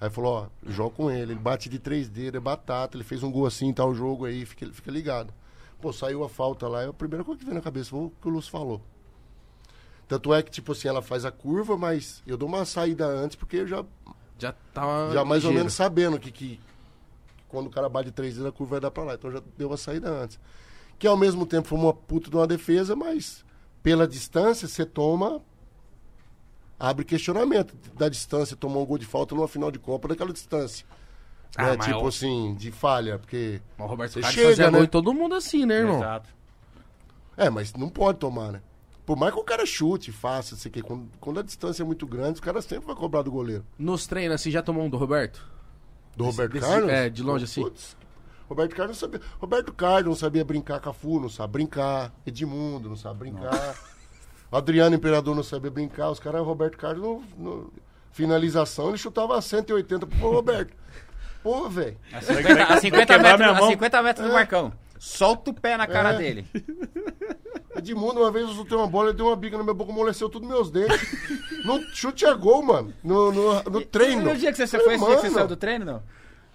S4: Aí falou, ó, joga com ele, ele bate de três dedos, é batata, ele fez um gol assim, tal jogo aí, fica, fica ligado. Pô, saiu a falta lá, é a primeira coisa que veio na cabeça, foi o que o Lúcio falou. Tanto é que, tipo assim, ela faz a curva, mas eu dou uma saída antes, porque eu já,
S1: Já tava.
S4: já mais ou
S1: ligeiro.
S4: menos sabendo que, que quando o cara bate de três dedos, a curva vai dar pra lá. Então eu já deu a saída antes. Que ao mesmo tempo foi uma puta de uma defesa, mas pela distância você toma. Abre questionamento da distância, tomar um gol de falta numa final de Copa daquela distância.
S1: Ah,
S4: né?
S1: mas
S4: Tipo
S1: o-
S4: assim, de falha, porque.
S1: Mas o Roberto
S4: Você
S1: Carlos
S4: chega,
S1: fazia gol
S4: né?
S1: em todo mundo assim, né, irmão?
S3: Exato.
S4: É, mas não pode tomar, né? Por mais que o cara chute, faça, sei que, quando, quando a distância é muito grande, o cara sempre vai cobrar do goleiro.
S1: Nos treinos, assim, já tomou um do Roberto?
S4: Do Roberto
S1: desse-
S4: Carlos?
S1: é, de longe, assim.
S4: Putz, Roberto Carlos não sabia. Roberto Carlos não sabia brincar, Cafu não sabe brincar, Edmundo não sabe brincar, Adriano Imperador não sabia brincar, os caras, Roberto Carlos, no, no- finalização, ele chutava 180 pro Roberto. Porra, velho.
S3: A 50, a 50
S2: quebrar
S3: metros,
S2: minha
S3: a
S2: mão.
S3: 50 metros do Marcão. Solta o pé na cara
S4: É.
S3: dele.
S4: Edmundo, uma vez eu soltei uma bola, ele deu uma bica na minha boca, amoleceu tudo meus dentes. No chute a gol, mano. No, no, no treino.
S3: E no dia que você
S4: Falei,
S3: foi, esse dia que você
S4: mano.
S3: saiu do treino, não?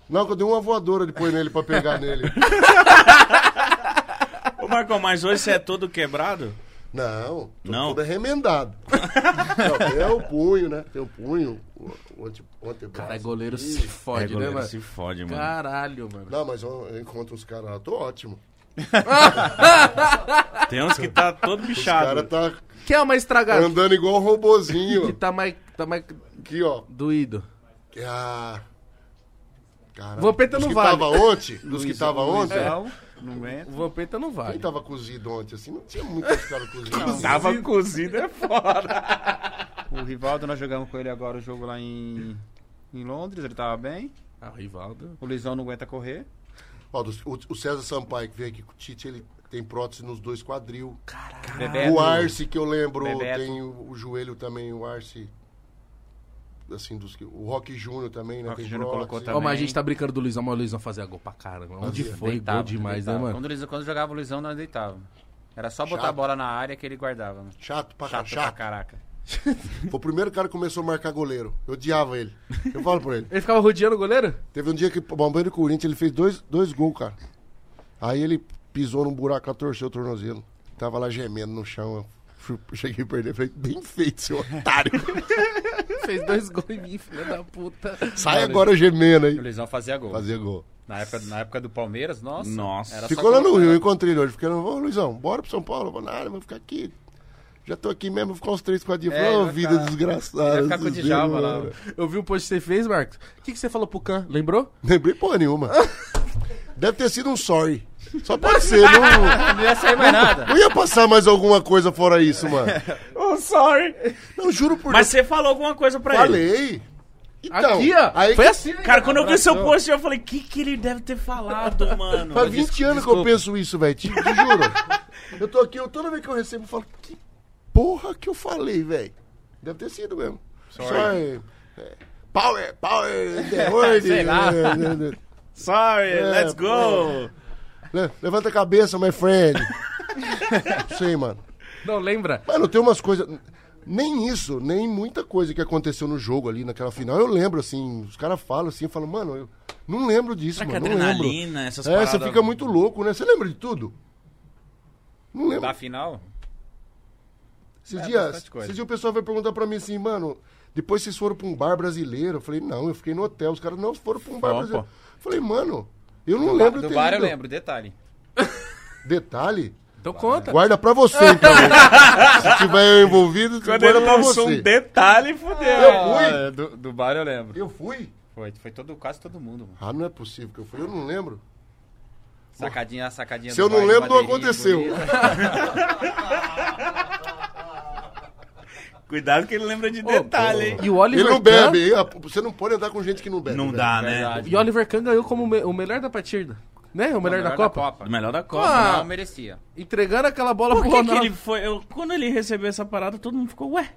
S4: Não, que eu dei uma voadora depois nele pra pegar nele.
S2: Ô, Marcão, mas hoje você é todo quebrado?
S4: Não, tô
S2: Não?
S4: tudo remendado. não, tem o punho, né? Tem o punho, o, o, ante- o antebraço.
S1: Cara, é goleiro se fode,
S2: é, goleiro,
S1: né, mano?
S2: se fode, mano.
S1: Caralho, mano.
S4: Não, mas eu, eu encontro os caras lá, tô ótimo.
S2: Tem uns que tá todo
S4: Os
S2: bichado.
S4: caras tá
S1: Quem é o mais estragado?
S4: andando igual um
S1: Que
S4: robozinho.
S1: tá mais, tá mais
S4: Aqui, ó.
S1: doído.
S4: Ah, caralho.
S1: Vampeta
S4: Dos
S1: não
S4: que
S1: vale.
S4: tava ontem, dos que
S3: Luizão,
S4: tava ontem, É.
S3: Luizão, Não aguenta.
S1: O Vampeta não vale.
S4: quem tava cozido ontem, assim, não tinha muitos caras cozidos.
S2: Tava cozido é foda.
S3: O Rivaldo, nós jogamos com ele agora o jogo lá em, em Londres, ele tava bem.
S1: Ah, o Rivaldo.
S3: O Luizão não aguenta correr.
S4: Ó, dos- o, o César Sampaio, que veio aqui com o Tite, ele tem prótese nos dois quadril.
S3: Bebeto.
S4: O Arce, que eu lembro,
S3: É Bebeto.
S4: tem o, o joelho também, o Arce. Assim, dos que. O Rock Júnior também, né?
S3: Rock
S4: Tem
S3: Júnior
S4: prótese.
S3: colocou
S1: Ó,
S3: também.
S1: mas a gente tá brincando do Luizão, mas o Luizão fazia gol pra caramba. Onde
S4: Fazia.
S1: foi?
S3: Deitava,
S1: gol demais,
S3: deitava.
S1: né, mano?
S3: Quando, eles- quando jogava o Luizão, nós deitava. Era só botar
S4: Chato.
S3: a bola na área que ele guardava. mano.
S4: Chato pra
S3: Chato
S4: chato.
S3: pra caraca.
S4: Foi o primeiro cara que começou a marcar goleiro. Eu odiava ele. Eu falo pra ele.
S1: Ele ficava rodeando o goleiro?
S4: Teve um dia que o Bombeiro e Corinthians, ele fez dois, dois gols, cara. Aí ele pisou num buraco, lá, torceu o tornozelo. Tava lá gemendo no chão. Eu fui- cheguei a perder. Falei, bem feito, seu otário.
S1: Fez dois gols em mim, filha da puta.
S4: Sai agora gemendo
S3: O
S4: aí.
S3: Luizão fazia gol.
S4: Fazer gol.
S3: Na, época, na época do Palmeiras, nossa.
S2: Nossa.
S3: era Tá só
S4: Ficou lá no
S3: colocar-
S4: Rio, eu encontrei ele hoje. Fiquei lá, ô Luizão, bora pro São Paulo. Eu falei, nada, vou ficar aqui. Já tô aqui mesmo, vou ficar uns três, quatro dias.
S3: É,
S4: Falei,
S3: ele
S4: Ô,
S3: vai
S4: vida
S3: ficar-
S4: desgraçada.
S3: ele vai ficar com o
S4: vocês
S3: Djalma
S4: viram,
S3: lá.
S4: mano.
S1: Eu vi o post que você fez, Marcos. O que, que você falou pro Can? Lembrou?
S4: Lembrei porra nenhuma. Deve ter sido um sorry. Só pode ser, não,
S3: Não ia sair mais nada.
S4: não ia passar mais alguma coisa fora isso, mano.
S2: Oh, sorry.
S4: Não, juro por
S2: Mas você falou alguma coisa pra ele.
S4: Falei. Então,
S1: Aqui, ó.
S4: Aí,
S1: Foi assim, né,
S2: Cara, quando eu vi seu
S3: Abraçou.
S2: post, eu falei, o que, que ele deve ter falado, mano?
S4: Faz 20 anos que eu penso isso, velho. Te, te juro. Eu tô aqui, eu, toda vez que eu recebo, eu falo, que porra que eu falei, velho. Deve ter sido mesmo. Sorry. É, Power, power, the world.
S3: Sei lá.
S4: É, né, né.
S2: Sorry,
S4: É,
S2: let's go.
S4: Le- Levanta a cabeça, my friend. Não sei, mano.
S1: Não, lembra?
S4: Mano, tem umas coisas. Nem isso, nem muita coisa que aconteceu no jogo ali naquela final. Eu lembro, assim, os caras falam assim, eu falo, mano, eu não lembro disso,
S2: Será que
S4: mano. não lembro.
S2: Tá adrenalina, essas
S4: É, você
S2: paradas-
S4: fica muito louco, né? Você lembra de tudo? Não lembro.
S3: Da final?
S4: Esses,
S3: É,
S4: dias,
S3: bastante coisa.
S4: esses dias o pessoal veio perguntar pra mim assim, mano, depois vocês foram pra um bar brasileiro? Eu falei, não, eu fiquei no hotel. Os caras não foram pra um bar
S2: Opa.
S4: brasileiro. Eu falei, mano, eu não lembro
S3: do
S4: ter
S3: bar eu
S4: ido.
S3: lembro, detalhe.
S4: Detalhe,
S1: Então conta.
S4: guarda pra você, então. Se tiver envolvido,
S2: Quando
S4: guarda
S2: ele
S4: pra
S2: lançou
S4: você.
S2: um detalhe, fudeu.
S4: Eu fui?
S3: é, do, do bar eu lembro.
S4: Eu fui?
S3: Foi, foi todo, quase todo mundo, mano.
S4: Ah, não é possível que eu fui. Eu não lembro.
S3: Sacadinha, sacadinha
S4: Se eu não
S3: bar,
S4: lembro, não
S3: bandeirinha,
S4: aconteceu.
S3: bonita.
S2: Cuidado que ele lembra de detalhe, hein?
S1: E o Oliver
S4: Ele não
S1: Kahn-
S4: bebe. hein? Ah, Você não pode andar com gente que não bebe.
S2: Não
S4: velho.
S2: dá, né?
S3: Verdade.
S1: E o Oliver Kahn ganhou como me- o melhor da partida. Né? O melhor, da, Copa.
S2: O melhor da Copa. né?
S1: Ah,
S3: Não merecia.
S1: Entregando aquela bola
S2: Por
S1: pro
S2: que, que
S1: Ronaldo.
S2: ele foi. eu- quando ele recebeu essa parada, todo mundo ficou, ué.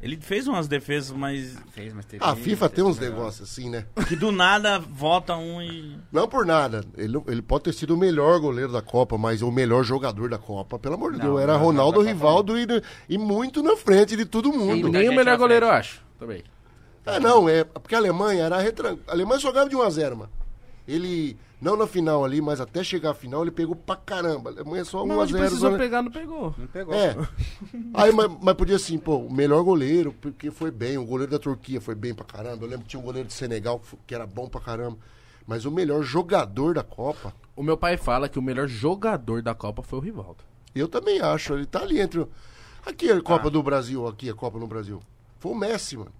S2: Ele fez umas defesas, mas.
S3: Fez, mas teve.
S4: A Ah, FIFA tem uns
S3: negócios.
S4: negócios assim, né?
S2: Que do nada vota um e.
S4: Não por nada. Ele, não- ele pode ter sido o melhor goleiro da Copa, mas o melhor jogador da Copa, pelo amor de
S3: Não,
S4: Deus. Era
S3: não,
S4: Ronaldo,
S3: não, não,
S4: Rivaldo e, e muito na frente de todo
S1: E
S4: mundo.
S1: nem o
S3: gente
S1: é melhor
S3: na
S1: goleiro, eu acho. Também.
S4: Ah, não, é porque a Alemanha era retran... A Alemanha só ganhava de 1 a 0 mano. Ele, não na final ali, mas até chegar à final, ele pegou pra caramba. A Alemanha só 1 a né?
S1: Mas
S4: 0
S1: precisou
S4: só-
S1: pegar, não pegou.
S3: Pegou.
S4: É. Aí, mas, mas podia assim, pô, o melhor goleiro, porque foi bem. O goleiro da Turquia foi bem pra caramba. Eu lembro que tinha um goleiro de Senegal que fo- que era bom pra caramba. Mas o melhor jogador da Copa,
S1: O meu pai fala que o melhor jogador da Copa foi o Rivaldo.
S4: eu também acho. Ele tá ali entre. o- Aqui é a
S3: Ah.
S4: Copa do Brasil, aqui é a Copa no Brasil. Foi o Messi, mano.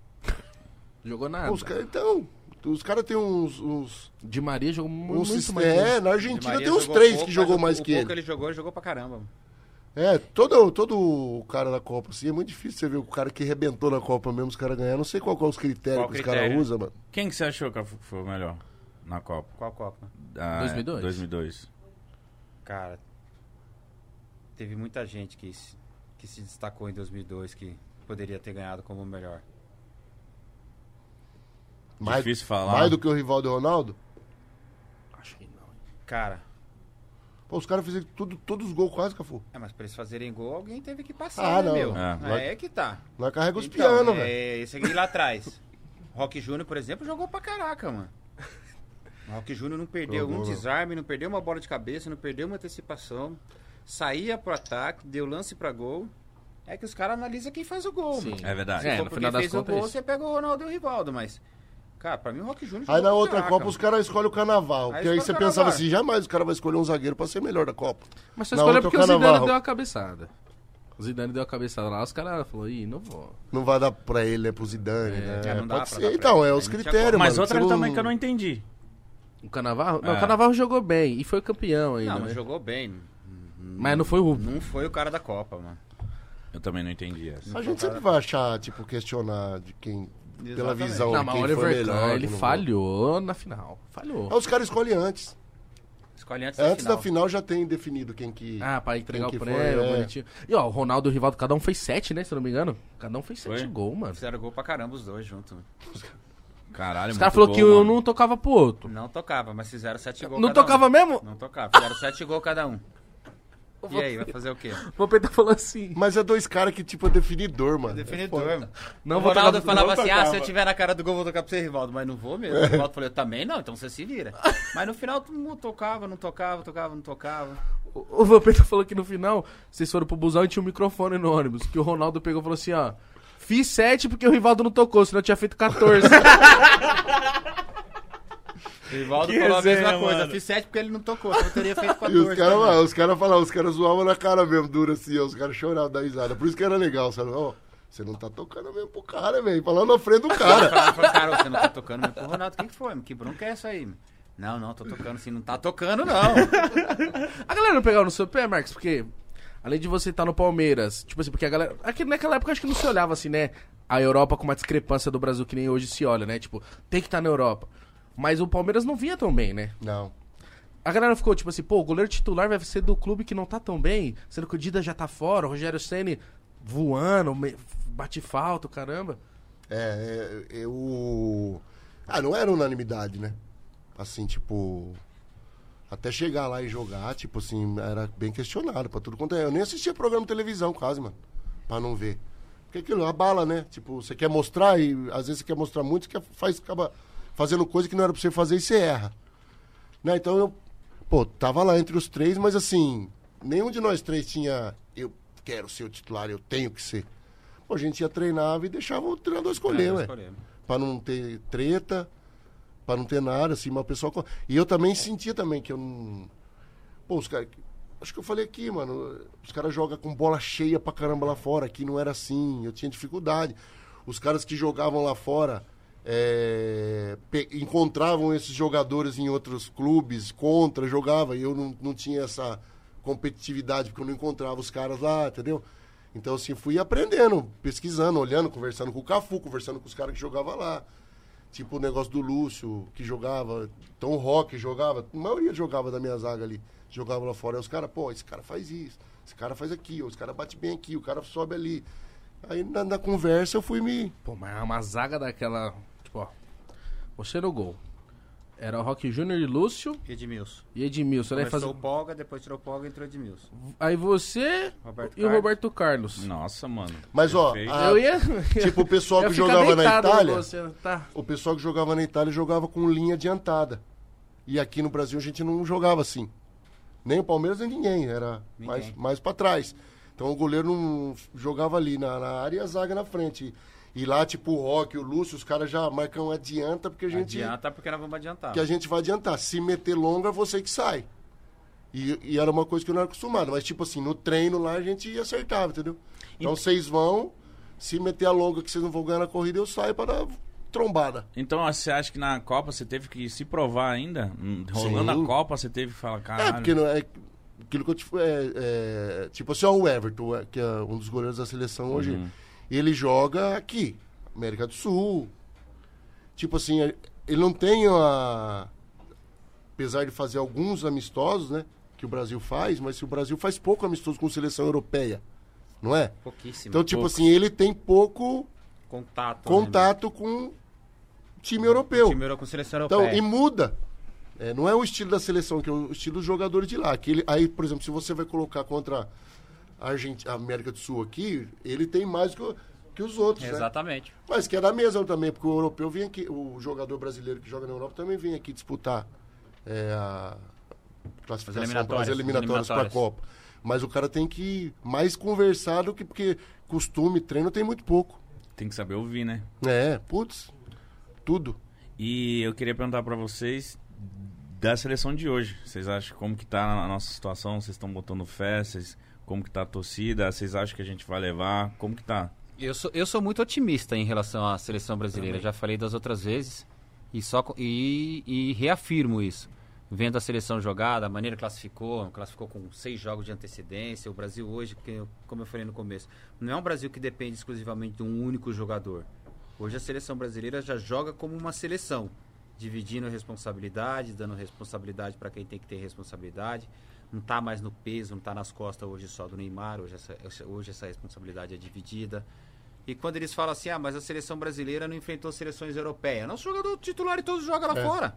S1: Jogou
S4: Pô,
S3: Ah,
S1: nada.
S3: tá.
S4: os caras, então, os caras têm uns. uns,
S1: De Maria jogou mu-
S4: uns
S1: muito
S4: sis-
S1: mais.
S4: é, na
S3: Di
S4: Argentina
S3: Maria
S4: tem uns
S3: jogou
S4: três
S3: pouco,
S4: que
S3: mas
S4: jogou
S3: o-
S4: mais
S3: o
S4: que
S3: pouco
S4: ele.
S3: ele jogou, ele jogou pra caramba. mano.
S4: É, todo, todo o cara da Copa, assim, é muito difícil você ver o cara que arrebentou na Copa mesmo, os caras ganhar. Não sei qual, qual os critérios
S3: Qual
S4: que os caras
S3: critério?
S4: usam, mano.
S2: Quem que você achou que foi o melhor na Copa?
S3: Qual Copa?
S2: Ah,
S1: 2002?
S2: 2002.
S3: Cara, teve muita gente que se, que se destacou em 2002 que poderia ter ganhado como o melhor.
S4: Mais,
S2: Difícil falar.
S4: mais do que o rival do Ronaldo?
S1: Acho que não.
S3: Cara,
S4: Pô, os caras fizeram tudo, todos os gols quase, Cafu.
S3: é, mas pra eles fazerem gol, alguém teve que passar,
S4: Ah,
S3: né,
S4: não.
S3: meu?
S2: É.
S3: Aí é que tá.
S4: Nós carrega os
S3: Então,
S4: pianos,
S3: é,
S4: velho.
S3: Esse aqui lá atrás. Rock Júnior, por exemplo, jogou pra caraca, mano. O Rock Júnior não perdeu
S4: Jogou,
S3: um
S4: mano.
S3: desarme, não perdeu uma bola de cabeça, não perdeu uma antecipação. Saía pro ataque, deu lance pra gol. É que os caras analisam quem faz o gol,
S1: Sim.
S3: mano.
S2: É verdade.
S3: Se
S1: É,
S3: for
S1: no
S3: porque
S1: final das
S3: fez
S1: contas,
S3: o
S1: é
S3: gol,
S1: isso.
S3: você pega o Ronaldo e o Rivaldo, mas. Cara, pra mim o Rock Júnior
S4: Aí
S3: jogou
S4: na
S3: pra
S4: outra
S3: caraca,
S4: Copa
S3: mano.
S4: os caras escolhem o Carnaval.
S3: Aí
S4: que aí
S3: escolhe
S4: você
S3: o
S4: pensava
S3: Cannavaro.
S4: assim, jamais os caras vão escolher um zagueiro pra ser melhor da Copa.
S1: Mas só
S4: Na
S1: escolheu
S4: outra,
S1: porque
S4: o
S1: o Zidane
S4: Cannavaro.
S1: deu uma cabeçada. O Zidane deu uma cabeçada lá, os caras falaram, ih, não vou.
S4: Não vai dar pra ele, né? Pro Zidane, né?
S3: é, não dá
S4: Pode
S3: pra
S4: ser.
S3: dar pra
S4: Então,
S3: ele.
S4: é
S3: Aí
S4: os
S3: não tinha
S2: Mas
S4: critérios, mano.
S2: outra
S4: Você
S2: também que eu não entendi.
S1: O Canavarro? Não,
S2: É.
S1: o Canavarro jogou bem e foi campeão ainda.
S3: Não,
S1: né?
S3: mas jogou bem.
S1: Mas não foi o.
S3: Não foi o cara da Copa, mano.
S2: Eu também não entendi essa.
S4: A gente sempre vai achar, tipo, questionar de quem... Pela
S3: Exatamente.
S4: visão
S1: Não,
S4: de
S1: mas
S4: quem
S1: o
S4: Tá foi
S1: Oliver
S4: melhor.
S1: Kahn, ele
S4: que não
S1: falhou na final. Falhou.
S4: foi. Aí os caras escolhem antes.
S3: Escolhe antes,
S4: Antes
S3: da
S4: da
S3: final.
S4: final já tem definido quem que...
S1: é Ah, pra entregar
S4: Quem
S1: o
S4: que
S1: prêmio,
S4: foi, é.
S1: bonitinho. E ó, o Ronaldo e o Rivaldo, cada um fez sete, né? Se eu não me engano. Cada um fez
S2: Foi?
S1: sete gols, mano.
S3: Fizeram gol pra caramba os dois juntos.
S1: Os
S2: Caralho, é muito
S1: caras falaram que
S2: gol,
S1: eu
S2: mano.
S1: não tocava pro outro.
S3: Não tocava, mas fizeram sete gols
S1: Não
S3: cada
S1: tocava
S3: um.
S1: mesmo?
S3: Não tocava, fizeram sete gols cada um. E aí, vai fazer o quê?
S1: O Popeta falou assim.
S4: Mas é dois caras que, tipo, é definidor, mano.
S3: Definidor, mano.
S1: Não
S3: o
S1: vou
S3: Ronaldo
S1: tocar-
S3: falava
S2: não
S3: assim,
S2: tocava.
S3: ah, se eu tiver na cara do gol, vou tocar pra você, Rivaldo. Mas não vou mesmo. O Rivaldo falou, eu também não, então você se vira. Mas no final, todo mundo tocava, não tocava, tocava, não tocava.
S1: O o Vampeta falou que no final, vocês foram pro busão e tinha um microfone no ônibus. Que o Ronaldo pegou e falou assim, ó. Fiz 7 porque o Rivaldo não tocou, senão eu tinha feito 14.
S3: O Rivaldo
S2: Que
S3: falou a
S2: resenha,
S3: mesma coisa.
S2: mano.
S3: Fiz sete porque ele não tocou, então eu teria feito
S4: E
S3: 14.
S4: os caras
S3: também.
S4: os cara falavam, os caras zoavam na cara mesmo, duro assim, ó, os caras choravam da risada. Por isso que era legal, sabe? Ó, você não tá tocando mesmo pro cara, velho. Falando na frente do cara.
S3: Ela falou, cara, você não tá tocando mesmo pro Ronaldo. Quem que foi? mano? Que bronca é essa aí? mano? Não, não, tô tocando sim. Não tá tocando, não.
S1: a galera não pegava no seu pé, Marcos, porque... Além de você estar no Palmeiras, tipo assim, porque a galera... Aqui, naquela época, acho que não se olhava assim, né? A Europa com uma discrepância do Brasil que nem hoje se olha, né? Tipo, tem que estar na Europa. Mas o Palmeiras não vinha tão bem, né?
S4: Não.
S1: A galera ficou tipo assim, pô, o goleiro titular vai ser do clube que não tá tão bem, sendo que o Dida já tá fora, o Rogério Ceni voando, me- bate falta, caramba.
S4: É, é, eu. Ah, não era unanimidade, né? Assim, tipo. Até chegar lá e jogar, tipo assim, era bem questionado pra tudo quanto é. Eu nem assistia programa de televisão quase, mano, pra não ver. Porque aquilo abala, né? Tipo, você quer mostrar e às vezes você quer mostrar muito, você quer, faz, acaba fazendo coisa que não era pra você fazer e você erra. Né? Então eu, pô, tava lá entre os três, mas assim, nenhum de nós três tinha, eu quero ser o titular, eu tenho que ser. Pô, a gente ia treinava e deixava o treinador escolher, ué. Pra não ter treta, pra não ter nada, assim, mas o pessoal. co- E eu também sentia também que eu não. Pô, os caras. Acho que eu falei aqui, mano. Os caras jogam com bola cheia pra caramba lá fora. Aqui não era assim. Eu tinha dificuldade. Os caras que jogavam lá fora é, pe- encontravam esses jogadores em outros clubes, contra, jogava. E eu não, não tinha essa competitividade, porque eu não encontrava os caras lá, entendeu? Então, assim, fui aprendendo, pesquisando, olhando, conversando com o Cafu, conversando com os caras que jogavam lá. Tipo o negócio do Lúcio, que jogava, Tom Rock jogava, a maioria jogava da minha zaga ali, jogava lá fora. Aí os caras, pô, esse cara faz isso, esse cara faz aqui, ó, esse cara bate bem aqui, o cara sobe ali. Aí na, na conversa eu fui me.
S1: Pô, mas é uma zaga daquela. Tipo, ó. Você no gol. Era o Rock Júnior e Lúcio
S3: Edmilson.
S1: e Edmilson. Né?
S3: Começou
S1: Faz...
S3: o Polga, depois tirou o Polga e entrou Edmilson.
S1: Aí você
S3: Roberto
S1: e o
S3: Carlos.
S1: Roberto Carlos.
S2: Nossa, mano.
S4: Mas ó,
S2: Perfeito.
S4: a-
S1: Eu ia.
S4: tipo o pessoal
S1: eu
S4: que
S1: ia ficar
S4: jogava na
S1: deitado no
S4: Itália.
S1: gol, assim, tá.
S4: O pessoal que jogava na Itália jogava com linha adiantada. E aqui no Brasil a gente não jogava assim. Nem o Palmeiras, nem ninguém. Era mais, mais para trás. Então o goleiro não jogava ali na, na área e a zaga na frente. E lá, tipo, o Rock, o Lúcio, os caras já marcam adianta porque a gente
S3: Adianta porque nós vamos adiantar.
S4: que a gente vai adiantar. Se meter longa, é você que sai. E, e era uma coisa que eu não era acostumado. Mas, tipo assim, no treino lá a gente acertava, entendeu? Então vocês vão, se meter a longa que vocês não vão ganhar na corrida, eu saio para dar trombada.
S2: Então ó, você acha que na Copa você teve que se provar ainda? Hum, Rolando
S4: Sim.
S2: a Copa você teve que falar, caralho.
S4: É, porque não é. Aquilo que eu te fa- é, é, Tipo assim, ó, o Everton, é, que é um dos goleiros da seleção hoje,
S2: Uhum.
S4: ele joga aqui, América do Sul. Tipo assim, é, ele não tem a. Apesar de fazer alguns amistosos, né? Que o Brasil faz, mas o Brasil faz pouco amistoso com seleção europeia, não é?
S3: Pouquíssimo.
S4: Então, tipo
S2: poucos.
S4: assim, ele tem pouco
S3: contato.
S4: contato com time
S3: Né?
S4: europeu.
S3: Time europeu com seleção
S4: Então,
S3: europeia.
S4: e muda. É, não é o estilo da seleção, que é o estilo dos jogadores de lá. Que ele- aí, por exemplo, se você vai colocar contra a, Argenti- a América do Sul aqui, ele tem mais que, o- que os outros, né?
S3: Exatamente.
S4: Mas que é da mesma também, porque o europeu vem aqui, o jogador brasileiro que joga na Europa também vem aqui disputar é, a classificação para
S3: eliminatórias,
S4: as eliminatórias para a
S3: eliminatórias.
S4: Copa. Mas o cara tem que mais conversar do que porque costume, treino tem muito pouco.
S2: Tem que saber ouvir, né?
S4: É, putz, tudo.
S2: E eu queria perguntar pra vocês da seleção de hoje. Vocês acham como que tá a nossa situação? Vocês estão botando fé? Vocês- como que tá a torcida? Vocês acham que a gente vai levar? Como que tá?
S3: Eu sou, eu sou muito otimista em relação à seleção brasileira. Já falei das outras vezes e, só, co- e, e reafirmo isso. Vendo a seleção jogada, a maneira que classificou, classificou com seis jogos de antecedência. O Brasil hoje, que eu- como eu falei no começo, não é um Brasil que depende exclusivamente de um único jogador. Hoje a seleção brasileira já joga como uma seleção, dividindo responsabilidades, dando responsabilidade para quem tem que ter responsabilidade. Não está mais no peso, não está nas costas hoje só do Neymar. Hoje essa- essa, hoje essa responsabilidade é dividida. E quando eles falam assim, ah, mas a seleção brasileira não enfrentou seleções europeias. Nosso jogador titular e todos jogam lá fora.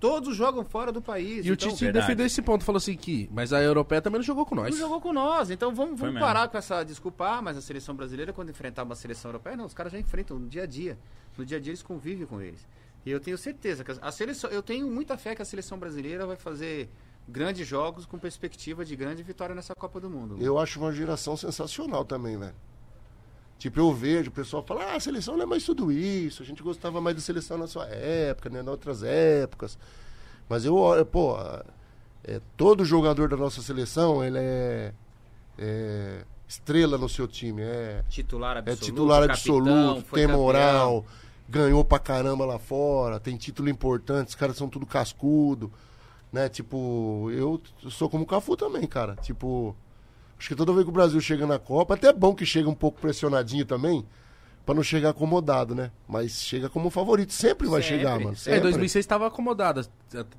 S3: Todos jogam fora do país.
S1: É. E o
S3: então,
S1: Tite
S2: verdade.
S1: defendeu esse ponto, falou assim que. Mas a europeia também não jogou com nós.
S3: não jogou com nós. Então vamos,
S2: Foi
S3: vamos
S2: mesmo.
S3: parar com essa desculpa. Ah, mas a seleção brasileira, quando enfrentar uma seleção europeia, não, os caras já enfrentam no dia a dia. No dia a dia eles convivem com eles. E eu tenho certeza que a- a seleção. Eu tenho muita fé que a seleção brasileira vai fazer grandes jogos com perspectiva de grande vitória nessa Copa do Mundo.
S4: Eu acho uma geração sensacional também, velho. Tipo, eu vejo o pessoal falar, ah, a seleção não é mais tudo isso, a gente gostava mais da seleção na sua época, né, nas outras épocas. Mas eu olho, pô, a- é, todo jogador da nossa seleção, ele é, é estrela no seu time, é,
S3: Titular
S4: é
S3: absoluto.
S4: titular
S3: capitão,
S4: absoluto,
S3: foi
S4: tem
S3: campeão.
S4: moral, ganhou pra caramba lá fora, tem título importante, os caras são tudo cascudo, né? Tipo, eu t- sou como o Cafu também, cara. Tipo, acho que toda vez que o Brasil chega na Copa, até é bom que chega um pouco pressionadinho também, pra não chegar acomodado, né? Mas chega como favorito, sempre vai
S3: Sempre,
S4: chegar, mano.
S1: É,
S4: Sempre.
S1: em 2006 estava acomodada.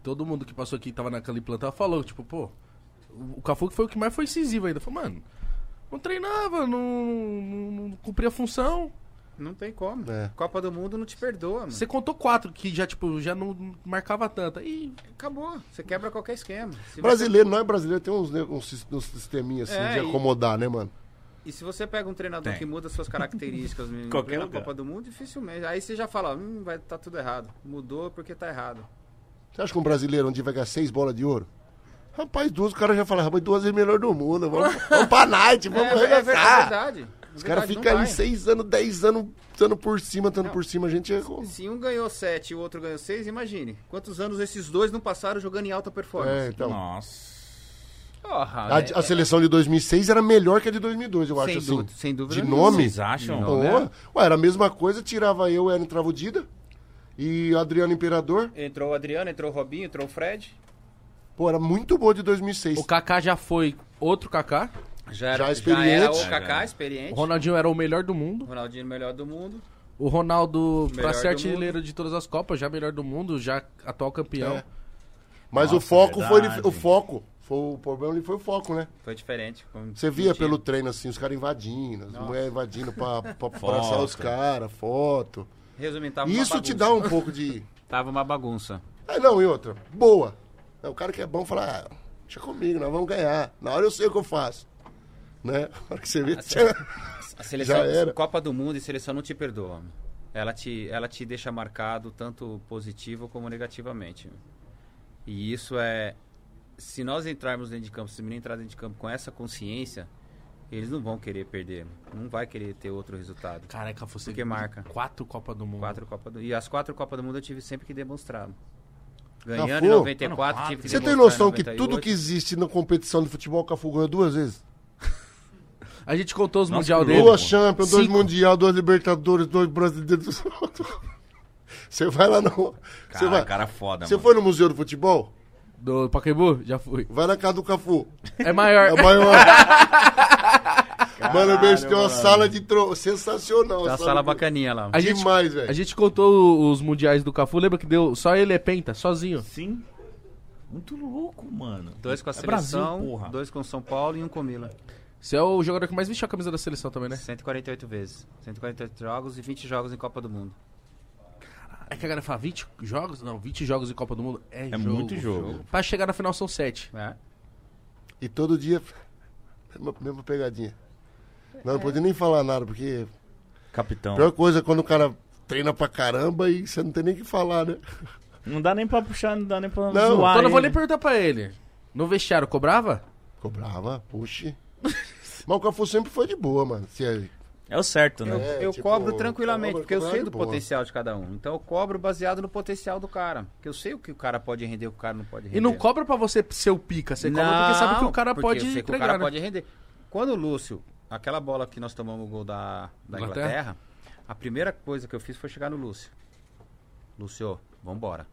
S1: Todo mundo que passou aqui, tava naquele plantão, falou, tipo, pô, o Cafu que foi o que mais foi
S4: Hum.
S1: incisivo ainda. Falou, mano, não treinava, não, não, não cumpria a função.
S3: Não tem como.
S4: É.
S3: Copa do Mundo não te perdoa, mano.
S1: Você contou quatro que já, tipo, já não marcava tanto. Ih,
S3: Acabou. Você quebra qualquer esquema. Se
S4: Brasileiro, nós brasileiros tem uns, ne- uns, sis- uns sisteminhas assim
S3: É,
S4: de
S3: e-
S4: acomodar, né, mano?
S3: você- E se você pega um treinador
S2: Tem.
S3: que muda suas características em
S2: Qualquer
S3: plena
S2: lugar.
S3: Copa do Mundo, dificilmente. Aí você já fala, hum, vai tá tudo errado. Mudou porque tá errado.
S4: Você acha que um brasileiro onde vai ganhar seis bolas de ouro? Rapaz, duas, o cara já fala, rapaz, duas é melhor do mundo. Vamos, vamos pra night, vamos
S3: é, é ver- é
S4: arregaçar.
S3: verdade.
S4: Os caras ficam ali seis anos, dez anos, estando por cima, estando por cima, a gente errou.
S3: Se um ganhou 7 e o outro ganhou 6, imagine. Quantos anos esses dois não passaram jogando em alta
S4: É,
S3: performance?
S4: então.
S2: Nossa.
S3: Porra,
S4: A,
S3: é-
S4: a seleção Ah, de 2006 era melhor que a de 2002, eu
S3: sem,
S4: acho, assim.
S3: dúvida, sem dúvida. né?
S4: de
S3: nenhuma.
S4: nome?
S2: Vocês acham?
S4: Pô, ué, era a mesma coisa, tirava eu, era entrava o Dida e o Adriano Imperador.
S3: Entrou o Adriano, entrou o Robinho, entrou o Fred.
S4: Pô, era muito boa de 2006.
S1: o Kaká já foi outro Kaká.
S3: Já
S4: Já
S3: era, já
S4: experiente.
S3: era
S4: Já
S3: o
S2: era.
S3: Kaká,
S1: O
S3: experiente.
S1: Ronaldinho era o melhor do mundo.
S3: Ronaldinho, melhor do mundo.
S1: O Ronaldo, pra
S3: Melhor
S1: ser
S3: do
S1: artilheiro de todas as Copas, já melhor do mundo, já atual campeão.
S4: É. Mas o
S2: Nossa,
S4: foco
S2: verdade.
S4: foi o foco. Foi o problema ali foi o foco, né?
S3: Foi diferente. como
S4: Você via
S3: tinha.
S4: pelo treino assim, os caras invadindo, as mulheres invadindo pra, pra abraçar os caras, foto.
S3: Resumindo, tava Tá uma
S4: Isso te
S3: bagunça.
S4: dá um pouco de.
S3: Tava uma bagunça.
S4: Ah, não, e outra. Boa. É, o cara que é bom fala, ah, deixa comigo, nós vamos ganhar. Na hora eu sei o que eu faço. Né? Na hora que você vê.
S3: A seleção,
S4: Já era.
S3: Copa do Mundo e seleção não te perdoa. mano. Ela te, ela te deixa marcado tanto positivo como negativamente. E isso é. Se nós entrarmos dentro de campo, se o menino entrar dentro de campo com essa consciência, eles não vão querer perder. Não vai querer ter outro resultado.
S1: Caraca, você
S3: Porque marca.
S1: quatro Copa do Mundo.
S3: Quatro Copa do, e as quatro Copa do Mundo eu tive sempre que demonstrar.
S4: Cafu,
S3: Ganhando em 94,
S2: mano,
S3: tive que
S4: Você tem
S3: demonstrar em
S4: noção que tudo
S3: 98.
S4: que existe na competição de futebol, o Cafu ganhou duas vezes?
S1: A gente contou os
S2: Nossa,
S1: mundial
S2: que
S1: dele.
S4: Duas Champions, dois
S1: Cinco.
S4: Mundial, dois Libertadores, dois Brasileiros. Você vai lá no. Você
S2: Cara,
S4: vai.
S2: cara foda,
S4: Você
S2: mano.
S4: foi no Museu do Futebol?
S1: Do Pacaembu? Já fui.
S4: Vai na casa do Cafu.
S1: É maior.
S4: É o maior. mano, o bicho tem uma sala de tro... sensacional.
S3: Tá a sala bacaninha lá.
S1: A gente,
S4: Demais,
S1: a
S4: velho.
S1: gente contou os mundiais do Cafu. Lembra que deu. Só ele é penta, sozinho.
S2: Sim. Muito louco, mano.
S3: Dois com a
S2: É Brasil,
S3: seleção,
S2: porra.
S3: dois com São Paulo e um com o Milan.
S1: Você é o jogador que mais vestiu a camisa da seleção também, né?
S3: 148 vezes. 148 jogos e 20 jogos em Copa do Mundo.
S1: É que a galera fala 20 jogos? Não, 20 jogos de Copa do Mundo é,
S2: É muito jogo.
S1: Pra chegar na final são 7.
S3: É.
S4: E todo dia, mesma, mesma pegadinha. Não, não podia nem falar nada, porque a
S2: Capitão.
S4: pior coisa é quando o cara treina pra caramba e você não tem nem o que falar, né?
S2: Não dá nem pra puxar, não dá nem pra
S4: Não,
S2: zoar
S1: Então eu vou
S2: ele.
S1: nem perguntar pra ele. No vestiário cobrava?
S4: Cobrava, puxe. Mas o Cafu sempre foi de boa, mano. Se é-
S2: É o certo, né?
S3: Eu,
S4: É,
S3: eu
S4: tipo,
S3: cobro tranquilamente,
S4: cobra-
S3: porque eu
S4: cobra
S3: sei
S4: é de
S3: do
S4: boa.
S3: potencial de cada um. Então eu cobro baseado no potencial do cara. Porque eu sei o que o cara pode render, o que o cara não pode render.
S1: E não cobra pra você ser o pica. Você cobra porque sabe que o cara
S3: porque
S1: pode
S3: eu sei que
S1: entregar,
S3: o cara
S1: né?
S3: pode render. Quando o Lúcio, aquela bola que nós tomamos o gol da, da
S1: Inglaterra?
S3: Inglaterra, a primeira coisa que eu fiz foi chegar no Lúcio. Lúcio, vambora.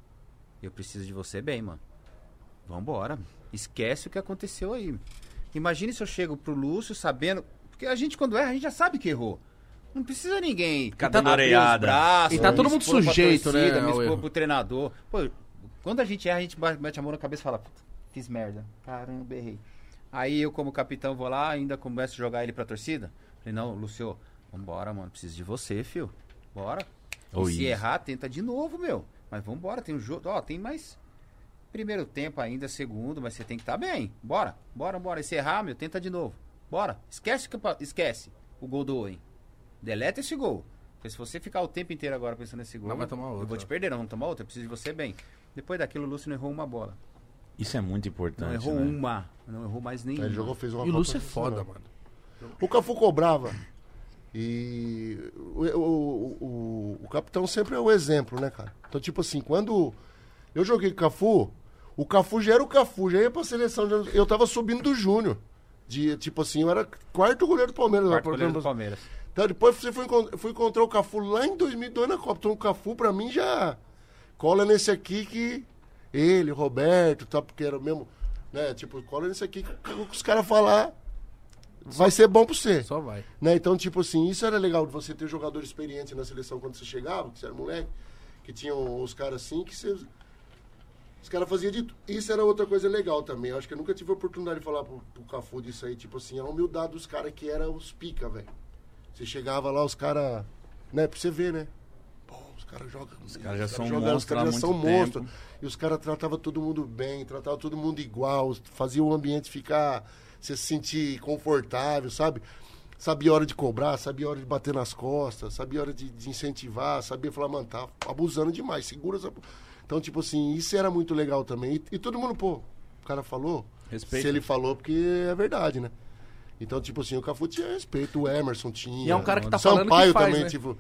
S3: Eu preciso de você bem, mano. Vambora. Esquece o que aconteceu aí. Imagine se eu chego pro Lúcio sabendo. Porque a gente, quando erra, a gente já sabe que errou. Não precisa ninguém.
S1: tá
S2: Ficar dando
S3: abrir os
S2: areiada.
S3: braços,
S1: E tá
S3: me
S1: todo mundo
S3: expor pra
S1: sujeito, né,
S3: Me
S1: ao
S3: expor
S1: erro.
S3: pro treinador. Pô, quando a gente erra, a gente ba- mete a mão na cabeça e fala: "Puta, fiz merda. Caramba, errei. Aí eu, como capitão, vou lá, ainda começo a jogar ele pra torcida. Falei: não, Lúcio, vambora, mano. Preciso de você, fio. Bora. E
S2: Ou
S3: se
S2: isso.
S3: errar, tenta de novo, meu. Mas vambora, tem um jogo. Ó, tem mais. Primeiro tempo ainda, segundo, mas você tem que estar bem. Bora, bora, bora. E se errar, meu, tenta de novo. Bora. Esquece, que, esquece o gol do Owen. Deleta esse gol. Porque se você ficar o tempo inteiro agora pensando nesse gol,
S1: Não, vai tomar
S3: eu
S1: outra.
S3: vou te perder, não vamos tomar outra, eu preciso de você bem. Depois daquilo, o Lúcio não errou uma bola.
S2: Isso é muito importante.
S3: Não errou
S2: né?
S3: uma, não errou mais nenhuma.
S4: Ele jogou, fez uma
S1: E o
S4: Copa
S1: Lúcio é
S4: sensacional.
S1: foda, mano.
S4: O Cafu cobrava. E o, o- o- o capitão sempre é o exemplo, né, cara? Então, tipo assim, quando eu joguei com o Cafu, o Cafu já era o Cafu, já ia pra seleção. já- eu tava subindo do Júnior. De, tipo assim, eu era quarto goleiro do Palmeiras.
S3: Quarto
S4: lá,
S3: goleiro do
S4: Palmeiras.
S3: Palmeiras.
S4: Então, depois você foi, encon- eu fui encontrar o Cafu lá em 2002 na Copa. Então, o Cafu, pra mim, já cola nesse aqui que ele, o Roberto, tá, porque era o mesmo, né? Tipo, cola nesse aqui que, que os caras falar vai ser bom pra você.
S1: Só vai.
S4: Né? Então, tipo assim, isso era legal de você ter jogador experiente na seleção quando você chegava, que você era um moleque, que tinham os caras assim, que você. Os caras faziam de. tu- Isso era outra coisa legal também. Eu acho que eu nunca tive a oportunidade de falar pro, pro Cafu disso aí, tipo assim, a humildade dos caras que eram os pica, velho. Você chegava lá, os caras. Né? Pra você ver, né? Pô, os caras jogam. Os
S2: caras já são
S4: jogam,
S2: monstros há muito tempo.
S4: E os caras tratavam todo mundo bem, tratavam todo mundo igual, fazia o ambiente ficar. Você se sentir confortável, sabe? Sabia a hora de cobrar, sabia a hora de bater nas costas, sabia a hora de, de incentivar, sabia falar, mano, tá abusando demais, segura essa. p-". Então, tipo assim, isso era muito legal também. E, e todo mundo, pô, o cara falou.
S2: Respeita.
S4: Se ele falou, porque é verdade, né? Então, tipo assim, o Cafu tinha respeito, o Emerson tinha.
S1: E é um cara que tá
S4: o
S1: falando que
S4: Sampaio
S1: faz,
S4: também,
S1: né?
S4: tipo.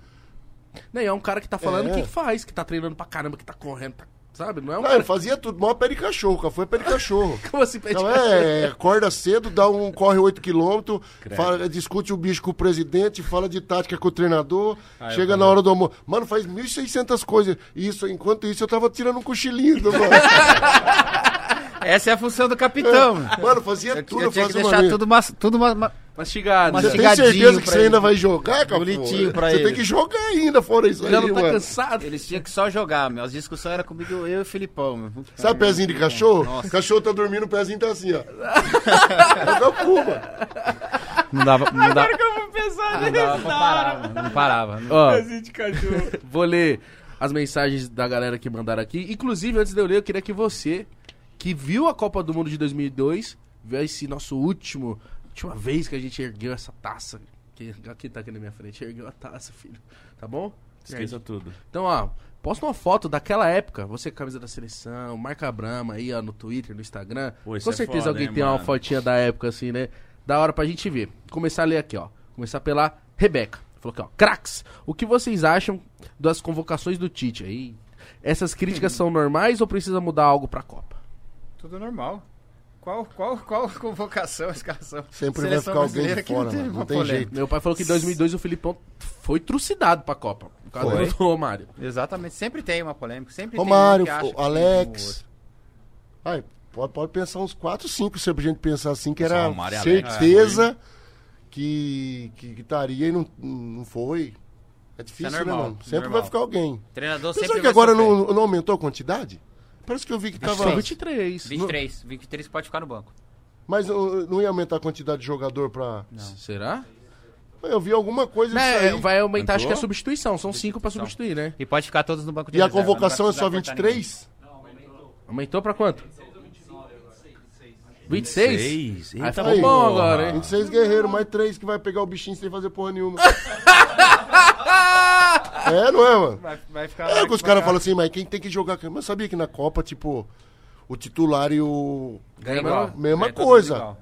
S1: Não, e é um cara que tá falando
S4: É.
S1: que faz, que tá treinando pra caramba, que tá correndo, tá- sabe? Não é um
S4: Não,
S1: cara assim,
S4: ele fazia tudo, maior pé de cachorro, o Cafu é pé de cachorro.
S1: que você pede
S4: Então é, acorda cedo, dá um corre 8 km, fala, discute o bicho com o presidente, fala de tática com o treinador, chega na hora do almoço. Mano, faz 1.600 coisas. Isso, enquanto isso, eu tava tirando um cochilinho do mano.
S3: Essa é a função do capitão.
S4: Mano, fazia
S3: Eu,
S4: É, tudo,
S3: eu tinha que
S4: fazia
S3: deixar tudo, mas, tudo ma- ma-
S1: mastigado. né?
S3: Mas
S4: Você
S1: Você-
S3: chega-
S4: tem
S3: mastigadinho
S4: certeza que
S3: pra
S4: você
S3: ele.
S4: ainda vai jogar, Cafu?
S3: Bonitinho pra
S4: Você
S3: ele.
S4: tem que jogar ainda fora isso aí,
S1: Já não tá
S4: mano.
S1: cansado.
S3: Eles tinham que só jogar, meu. As discussões eram comigo, eu e o Filipão, meu.
S4: Sabe pezinho de cachorro? Cachorro tá dormindo, o pezinho tá assim, ó. Joga Cuba.
S3: Não dava, não dava,
S2: eu vou pensar
S3: não dava pra parar, mano. Não parava.
S1: Ó,
S2: de cachorro.
S1: vou ler as mensagens da galera que mandaram aqui. Inclusive, antes de eu ler, eu queria que você, que viu a Copa do Mundo de 2002, viu esse nosso último, última vez que a gente ergueu essa taça. Que, aqui tá aqui na minha frente, ergueu a taça, filho. Tá bom?
S2: Esqueça tudo.
S1: Então, ó, posta uma foto daquela época, você com a camisa da seleção, marca a Brahma aí, ó, no Twitter, no Instagram.
S2: Pô, isso
S1: com
S2: é
S1: certeza
S2: foda,
S1: alguém
S2: hein,
S1: tem uma
S2: mano?
S1: fotinha da época, assim, né? Da hora pra gente ver. Começar a ler aqui, ó. Começar pela Rebeca. Falou aqui, ó. Cracks, o que vocês acham das convocações do Tite aí? Essas críticas são normais ou precisa mudar algo pra Copa?
S3: Tudo normal. Qual, qual, qual convocação, escalação?
S4: Sempre vai
S3: Seleção
S4: ficar alguém de
S3: brasileira que
S4: fora,
S3: teve
S4: mano. Não
S3: uma
S4: tem
S3: polêmica.
S4: jeito.
S1: Meu pai falou que em 2002 o Filipão foi trucidado pra Copa. Por causa
S4: Foi.
S1: do Romário.
S3: Exatamente, sempre tem uma polêmica, sempre
S4: Romário,
S3: tem um alguém que acha que
S4: o Alex. Ai, pode, pode pensar uns 4, 5, se a gente pensar assim, que
S2: Nossa,
S4: era
S2: Romário e Alex, né?
S4: certeza que que que estaria e não, não foi. É difícil,
S3: Isso é normal,
S4: né, mano? Sempre
S3: normal.
S4: vai ficar alguém.
S3: O treinador
S4: Apesar
S3: sempre
S4: que
S3: vai
S4: agora
S3: sofrer.
S4: não, não aumentou a quantidade? Parece que eu vi que tava.
S1: São 23.
S3: 23, 23 pode ficar no banco.
S4: Mas uh, não ia aumentar a quantidade de jogador pra.
S1: Será?
S4: Eu vi alguma coisa
S1: Não,
S4: disso
S1: é,
S4: aí.
S1: vai aumentar, acho que é
S2: Entrou?
S1: substituição. São cinco pra substituir, né?
S3: E pode ficar todos no banco de
S4: E a
S3: reserva,
S4: convocação
S3: não
S4: é só
S3: vai precisar cortar ninguém.
S4: 23?
S1: Aumentou pra quanto? 26?
S2: 26?
S1: Aí
S2: Eita
S3: Tá
S1: ficou bom
S2: porra.
S1: agora, hein?
S4: 26 um guerreiros, mais 3 que vai pegar o bichinho sem fazer porra nenhuma. é, não é, mano?
S3: Vai, vai ficar
S4: É
S3: vai
S4: que os
S3: ficar-
S4: caras falam assim, mas quem tem que jogar. Mas sabia que na Copa, tipo, o titular e o.
S1: Ganha
S4: mesma,
S1: igual.
S4: mesma
S3: É, todo mundo
S4: coisa.
S3: igual.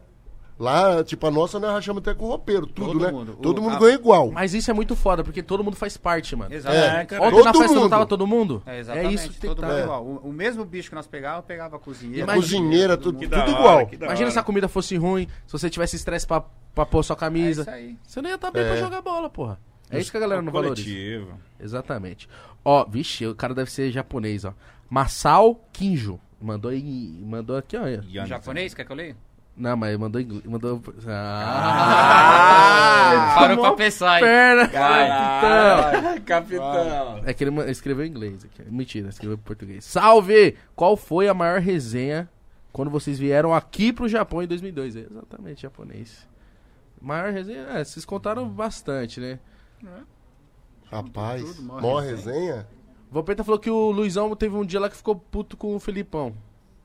S4: Lá, tipo, a nossa nós rachamos até com o roupeiro, tudo,
S3: Todo
S4: né?
S3: mundo.
S4: Todo
S3: O-
S4: mundo
S3: a-
S4: ganha igual.
S1: Mas isso é muito foda, porque todo mundo faz parte, mano.
S3: Exatamente.
S2: É,
S3: É,
S2: cara.
S1: Ontem na
S4: Todo
S1: festa não
S4: mundo.
S1: tava todo mundo?
S3: exatamente.
S1: É isso que tem que
S3: todo
S1: tá.
S3: mundo
S4: É.
S3: igual. O, o mesmo bicho que nós pegávamos, pegava a cozinheira.
S1: Imagina-
S4: Cozinheira,
S3: todo
S2: Que
S4: tudo, tudo
S2: da hora,
S4: igual.
S2: que da
S1: Imagina
S2: hora.
S1: se a comida fosse ruim, se você tivesse estresse pra, pra pôr sua
S3: É
S1: camisa.
S3: isso aí.
S1: você não ia estar bem pra jogar bola, porra. É isso que a galera não valoriza.
S2: Coletivo.
S1: Exatamente. Ó, vixe, o cara deve ser japonês, ó. Masao Kinjo. Mandou, em, mandou aqui, ó.
S3: Em
S2: Yannis.
S3: Japonês, quer que eu leia?
S1: Não, mas mandou em inglês. Mandou.
S3: Ah, parou pra pensar, hein?
S1: perna. Então.
S2: Vai, capitão.
S1: É que ele ma- escreveu em inglês. aqui. Mentira, escreveu em português. Salve! Qual foi a maior resenha quando vocês vieram aqui pro Japão em 2002? É Exatamente, japonês. Maior resenha? É, vocês contaram bastante, né?
S4: Rapaz,
S3: Tudo, mó
S4: mó resenha.
S1: O Vampeta falou que o Luizão teve um dia lá que ficou puto com o Felipão.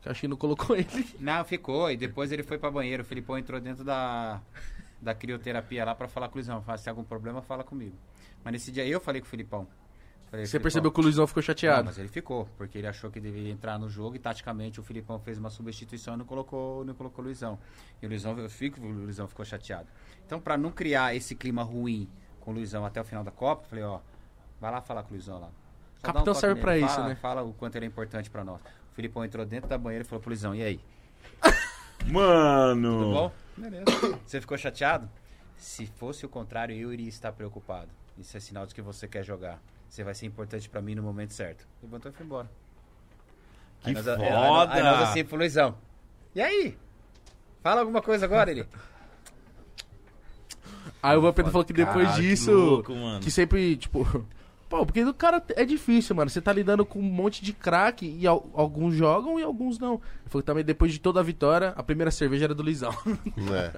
S1: Que acho que não colocou ele.
S3: Não, ficou. E depois ele foi pra banheiro. O Filipão entrou dentro da, da crioterapia lá pra falar com o Luizão. Fala, se tem algum problema, fala comigo. Mas nesse dia eu falei com o Filipão. Falei,
S1: Você
S3: "Filipão,
S1: percebeu que o Luizão ficou
S3: Não,
S1: chateado.
S3: mas ele ficou, porque ele achou que deveria entrar no jogo e taticamente o Filipão fez uma substituição e não colocou, não colocou o Luizão. E o Luizão, eu fico, o Luizão ficou chateado. Então, pra não criar esse clima ruim com o Luizão até o final da Copa, eu falei, ó, vai lá falar com o Luizão lá. Só
S1: Capitão
S3: dá um toque
S1: serve
S3: nele,
S1: pra
S3: fala-
S1: isso, né?
S3: Fala o quanto ele é importante pra nós. O Filipão entrou dentro da banheira e falou pro Luizão, e aí?
S2: Mano.
S3: Tudo bom? Beleza. Você ficou chateado? Se fosse o contrário, eu iria estar preocupado. Isso é sinal de que você quer jogar. Você vai ser importante pra mim no momento certo. Levantou e foi embora.
S2: Que
S3: Aí nós- aí nós-
S2: foda!
S3: Aí nós assim pro Luizão. E aí? Fala alguma coisa agora, ele.
S1: Aí o Vampeta falou que depois
S2: Caralho, que
S1: disso.
S2: louco, mano.
S1: Que sempre, tipo. Pô, porque o cara é difícil, mano. Você tá lidando com um monte de craque e al- alguns jogam e alguns não. Ele falou que também depois de toda a vitória, a primeira cerveja era do Luizão.
S4: É.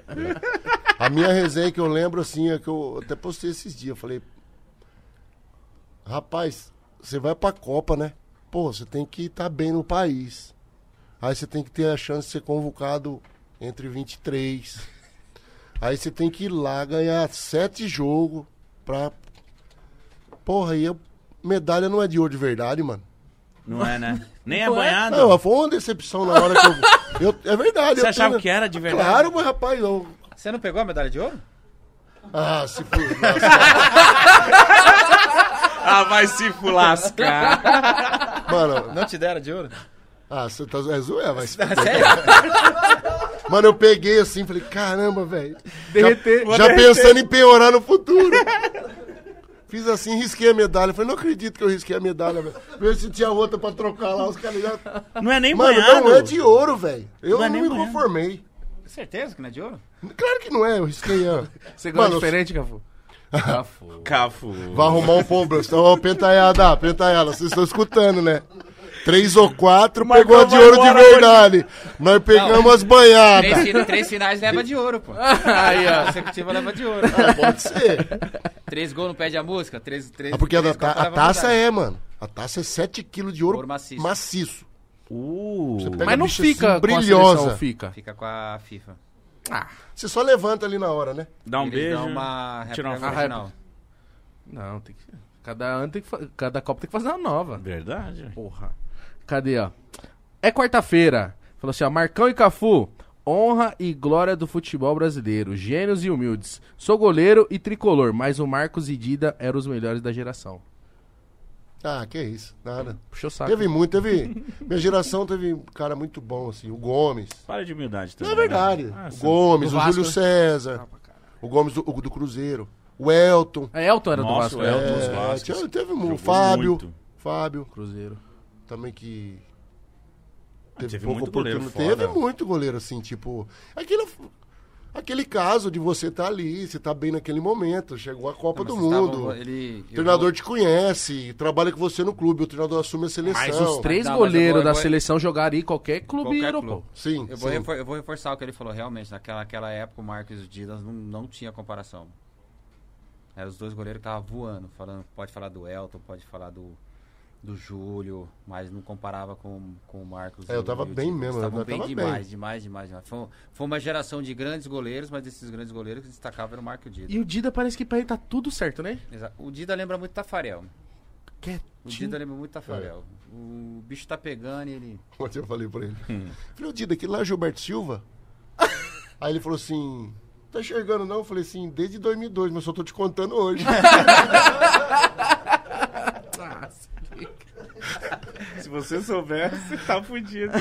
S4: A minha resenha que eu lembro, assim, é que eu até postei esses dias. Eu falei, Rapaz, você vai pra Copa, né? Pô, você tem que estar bem no país. Aí você tem que ter a chance de ser convocado entre 23. Aí você tem que ir lá ganhar sete jogos pra. Porra, aí a medalha não é de ouro de verdade, mano.
S2: Não é, né? Nem
S1: Não é?
S2: apanhado.
S4: Não, foi uma decepção na hora que eu. eu- é verdade,
S2: Você
S4: eu
S2: achava
S4: tenho-
S2: que era de verdade?
S4: Claro, mas rapaz, eu.
S3: Você não pegou a medalha de ouro?
S4: Ah, se for. nossa,
S2: Ah, vai se fulascar.
S4: mano,
S3: Não te deram de ouro?
S4: ah, você tá é zoeira, vai se
S3: Sério?
S4: Mano, eu peguei assim, falei, caramba, velho.
S1: Derreter.
S4: Já pensando em piorar no futuro. Fiz assim, risquei a medalha. Falei, não acredito que eu risquei a medalha, velho. Vê se tinha outra pra trocar lá, os caras já...
S2: Não é nem
S4: Mano,
S2: banhado.
S4: não é de ouro, velho. Eu
S2: Não é
S4: não,
S2: nem
S4: me
S2: banhado.
S4: conformei.
S3: Certeza que não é de ouro?
S4: Claro que não é, eu risquei. ó.
S1: Você gosta
S4: Mano,
S1: é diferente, Cafu? Cafu.
S2: Cafu.
S4: Vai arrumar um pombo, então, ó, pentaiada, ah, pentaiada, vocês estão escutando, né? Três ou quatro
S2: Marcão
S4: pegou a de
S2: vai
S4: ouro de
S2: embora hoje.
S4: verdade. Nós pegamos as banhadas.
S3: Três, fi- três finais leva de ouro, pô.
S1: Aí, ó.
S3: Consecutiva leva de ouro.
S4: Ah, pode ser.
S3: Três gols não pede a música? Três, três,
S4: Ah, porque a,
S3: três
S4: da ta- a taça é, mano. A taça é 7 kg de ouro,
S3: Ouro maciço.
S4: maciço.
S2: Uh.
S4: Você pega
S1: Mas
S4: a
S1: não
S4: bicha
S1: fica
S4: assim,
S1: com a
S4: brilhosa.
S1: seleção,
S4: é-
S1: fica.
S3: Fica com a FIFA.
S4: Você só levanta ali na hora, né?
S2: Dá um
S3: Eles
S2: beijo. né?
S3: dão uma réplica
S2: Tira uma
S1: foto.
S3: original.
S1: Não, tem que. Cada ano tem que fa- Cada Copa tem que fazer uma nova.
S2: Verdade.
S1: Porra. Cadê, ó? É quarta-feira. Falou assim, ó. Marcão e Cafu. Honra e glória do futebol brasileiro. Gênios e humildes. Sou goleiro e tricolor, mas o Marcos e Dida eram os melhores da geração.
S4: Ah, que isso, nada.
S1: Puxa o
S2: Tá.
S1: saco.
S4: Teve muito, teve. Minha geração teve um cara muito bom, assim, o Gomes.
S2: Para de humildade
S4: Não
S2: também.
S4: é verdade.
S2: né? Ah,
S4: o
S2: sim. Ah,
S4: Gomes,
S1: Do
S4: o
S1: Vasco,
S4: Júlio
S1: né?
S4: César. O Gomes do, o do Cruzeiro. O Elton.
S1: É, Elton era
S2: Nossa,
S1: do Vasco.
S2: o Elton.
S1: né?
S2: dos
S4: É,
S2: Vascos.
S4: tinha- teve
S2: Jogou
S4: um. Fábio.
S2: muito.
S4: Fábio,
S1: Cruzeiro.
S4: também que.
S2: Ah, teve
S4: pouca
S2: muito goleiro
S4: oportunidade.
S2: foda.
S4: Teve muito goleiro, assim, tipo. Aquele, aquele caso de você estar ali, você tá bem naquele momento. Chegou a Copa
S3: Não,
S4: do
S3: mas vocês
S4: Mundo.
S3: estavam- ele- eu
S4: O treinador te conhece, trabalha com você no clube, o treinador assume a seleção.
S1: Mas os três
S3: Não, mas eu
S1: goleiros
S3: vou-
S1: da
S3: eu vou-
S1: seleção jogaram em qualquer clube
S3: Qualquer
S1: europeu.
S3: clube.
S4: Sim,
S3: Eu vou,
S4: sim.
S3: refor- eu vou reforçar o que ele falou, realmente. Naquela naquela época, o Marcos e o Didas não, não tinha comparação. Eram os dois goleiros que estavam voando. Falando, pode falar do Elton, pode falar do, do Júlio, mas não comparava com, com o Marcos.
S4: É,
S3: e
S4: eu
S3: o-
S4: tava
S3: e o
S4: bem
S3: Didas.
S4: mesmo, eu
S3: Estavam
S4: tava
S3: bem
S4: bem.
S3: demais, demais, demais, demais. Foi, um- foi uma geração de grandes goleiros, mas desses grandes goleiros que destacavam era o Marcos e o Didas.
S1: E o Dida parece que pra ele tá tudo certo, né?
S3: Exa- O Dida lembra muito Tafarel. O
S1: Quietinho.
S3: Dida lembra muito
S4: É.
S3: Tafarel. O bicho tá pegando e ele...
S4: Ontem eu falei pra ele.
S2: Hum.
S4: Falei, ô Dida, aquele lá é o Gilberto Silva? Aí ele falou assim, tá enxergando não? Eu falei assim, desde 2002, mas só tô te contando hoje.
S2: Se você soubesse, tá fudido.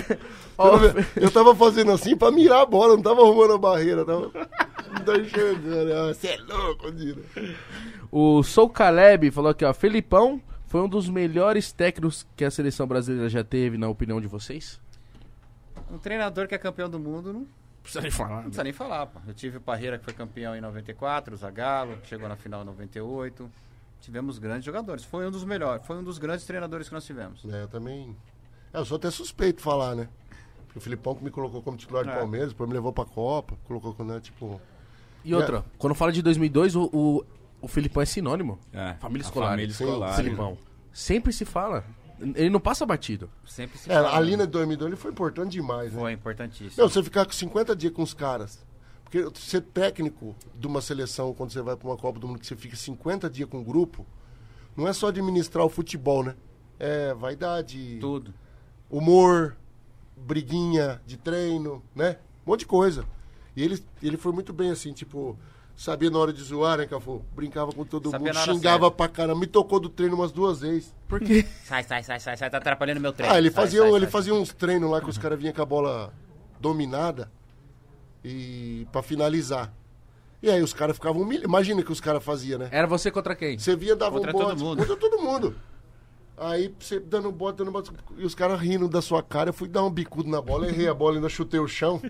S1: Ó,
S4: eu tava fazendo assim pra mirar a bola, não tava arrumando a barreira, tava... Não tá enxergando. Ah, Você é louco, Dida.
S1: O Sou Caleb falou aqui, ó. Felipão foi um dos melhores técnicos que a seleção brasileira já teve, na opinião de vocês?
S3: Um treinador que é campeão do mundo não
S1: Precisa nem falar.
S3: Não precisa nem falar, pô. Eu tive o Parreira que foi campeão em 94, o Zagallo, que chegou na final em 98. Tivemos grandes jogadores. Foi um dos melhores, foi um dos grandes treinadores que nós tivemos.
S4: É, eu também... É, eu sou até suspeito de falar, né? Porque O Filipão que me colocou como titular do
S3: É.
S4: Palmeiras, depois me levou pra Copa, colocou quando era tipo...
S1: E outra, quando fala de 2002, o, o, o Felipão é sinônimo.
S2: É,
S1: Família
S2: a
S1: escolar.
S2: Família
S4: Sim,
S2: escolar.
S1: Felipão. Sempre se fala. Ele não passa batido.
S3: Sempre se
S4: É,
S3: fala,
S4: ali
S3: né?
S4: na 2002 ele foi importante demais, né?
S3: Foi importantíssimo.
S4: Não, você ficar com 50 dias com os caras. Porque ser técnico de uma seleção, quando você vai para uma Copa do Mundo, que você fica 50 dias com o grupo, não é só administrar o futebol, né? É vaidade,
S3: Tudo.
S4: humor, briguinha de treino, né? Um monte de coisa. E ele, ele foi muito bem assim, tipo, sabia na hora de zoar, né, Cafu? Brincava com todo
S3: Sabia
S4: mundo,
S3: na hora
S4: xingava
S3: certa.
S4: pra caramba, me tocou do treino umas duas vezes.
S1: Por quê?
S3: Sai, sai, sai, sai, sai, tá atrapalhando meu treino.
S4: Ah, ele
S3: Sai,
S4: fazia,
S3: sai,
S4: ele
S3: sai. Uhum.
S4: fazia uns treinos lá que os caras vinham com a bola dominada e para finalizar. E aí os caras ficavam humilhados. Imagina o que os caras faziam, né?
S1: Era você contra quem?
S4: Você via, dava
S3: Contra
S4: um bote.
S3: todo mundo.
S4: Contra todo mundo. Aí você dando um bote, dando bote. E os caras rindo da sua cara. Eu fui dar um bicudo na bola, errei a bola, ainda chutei o chão.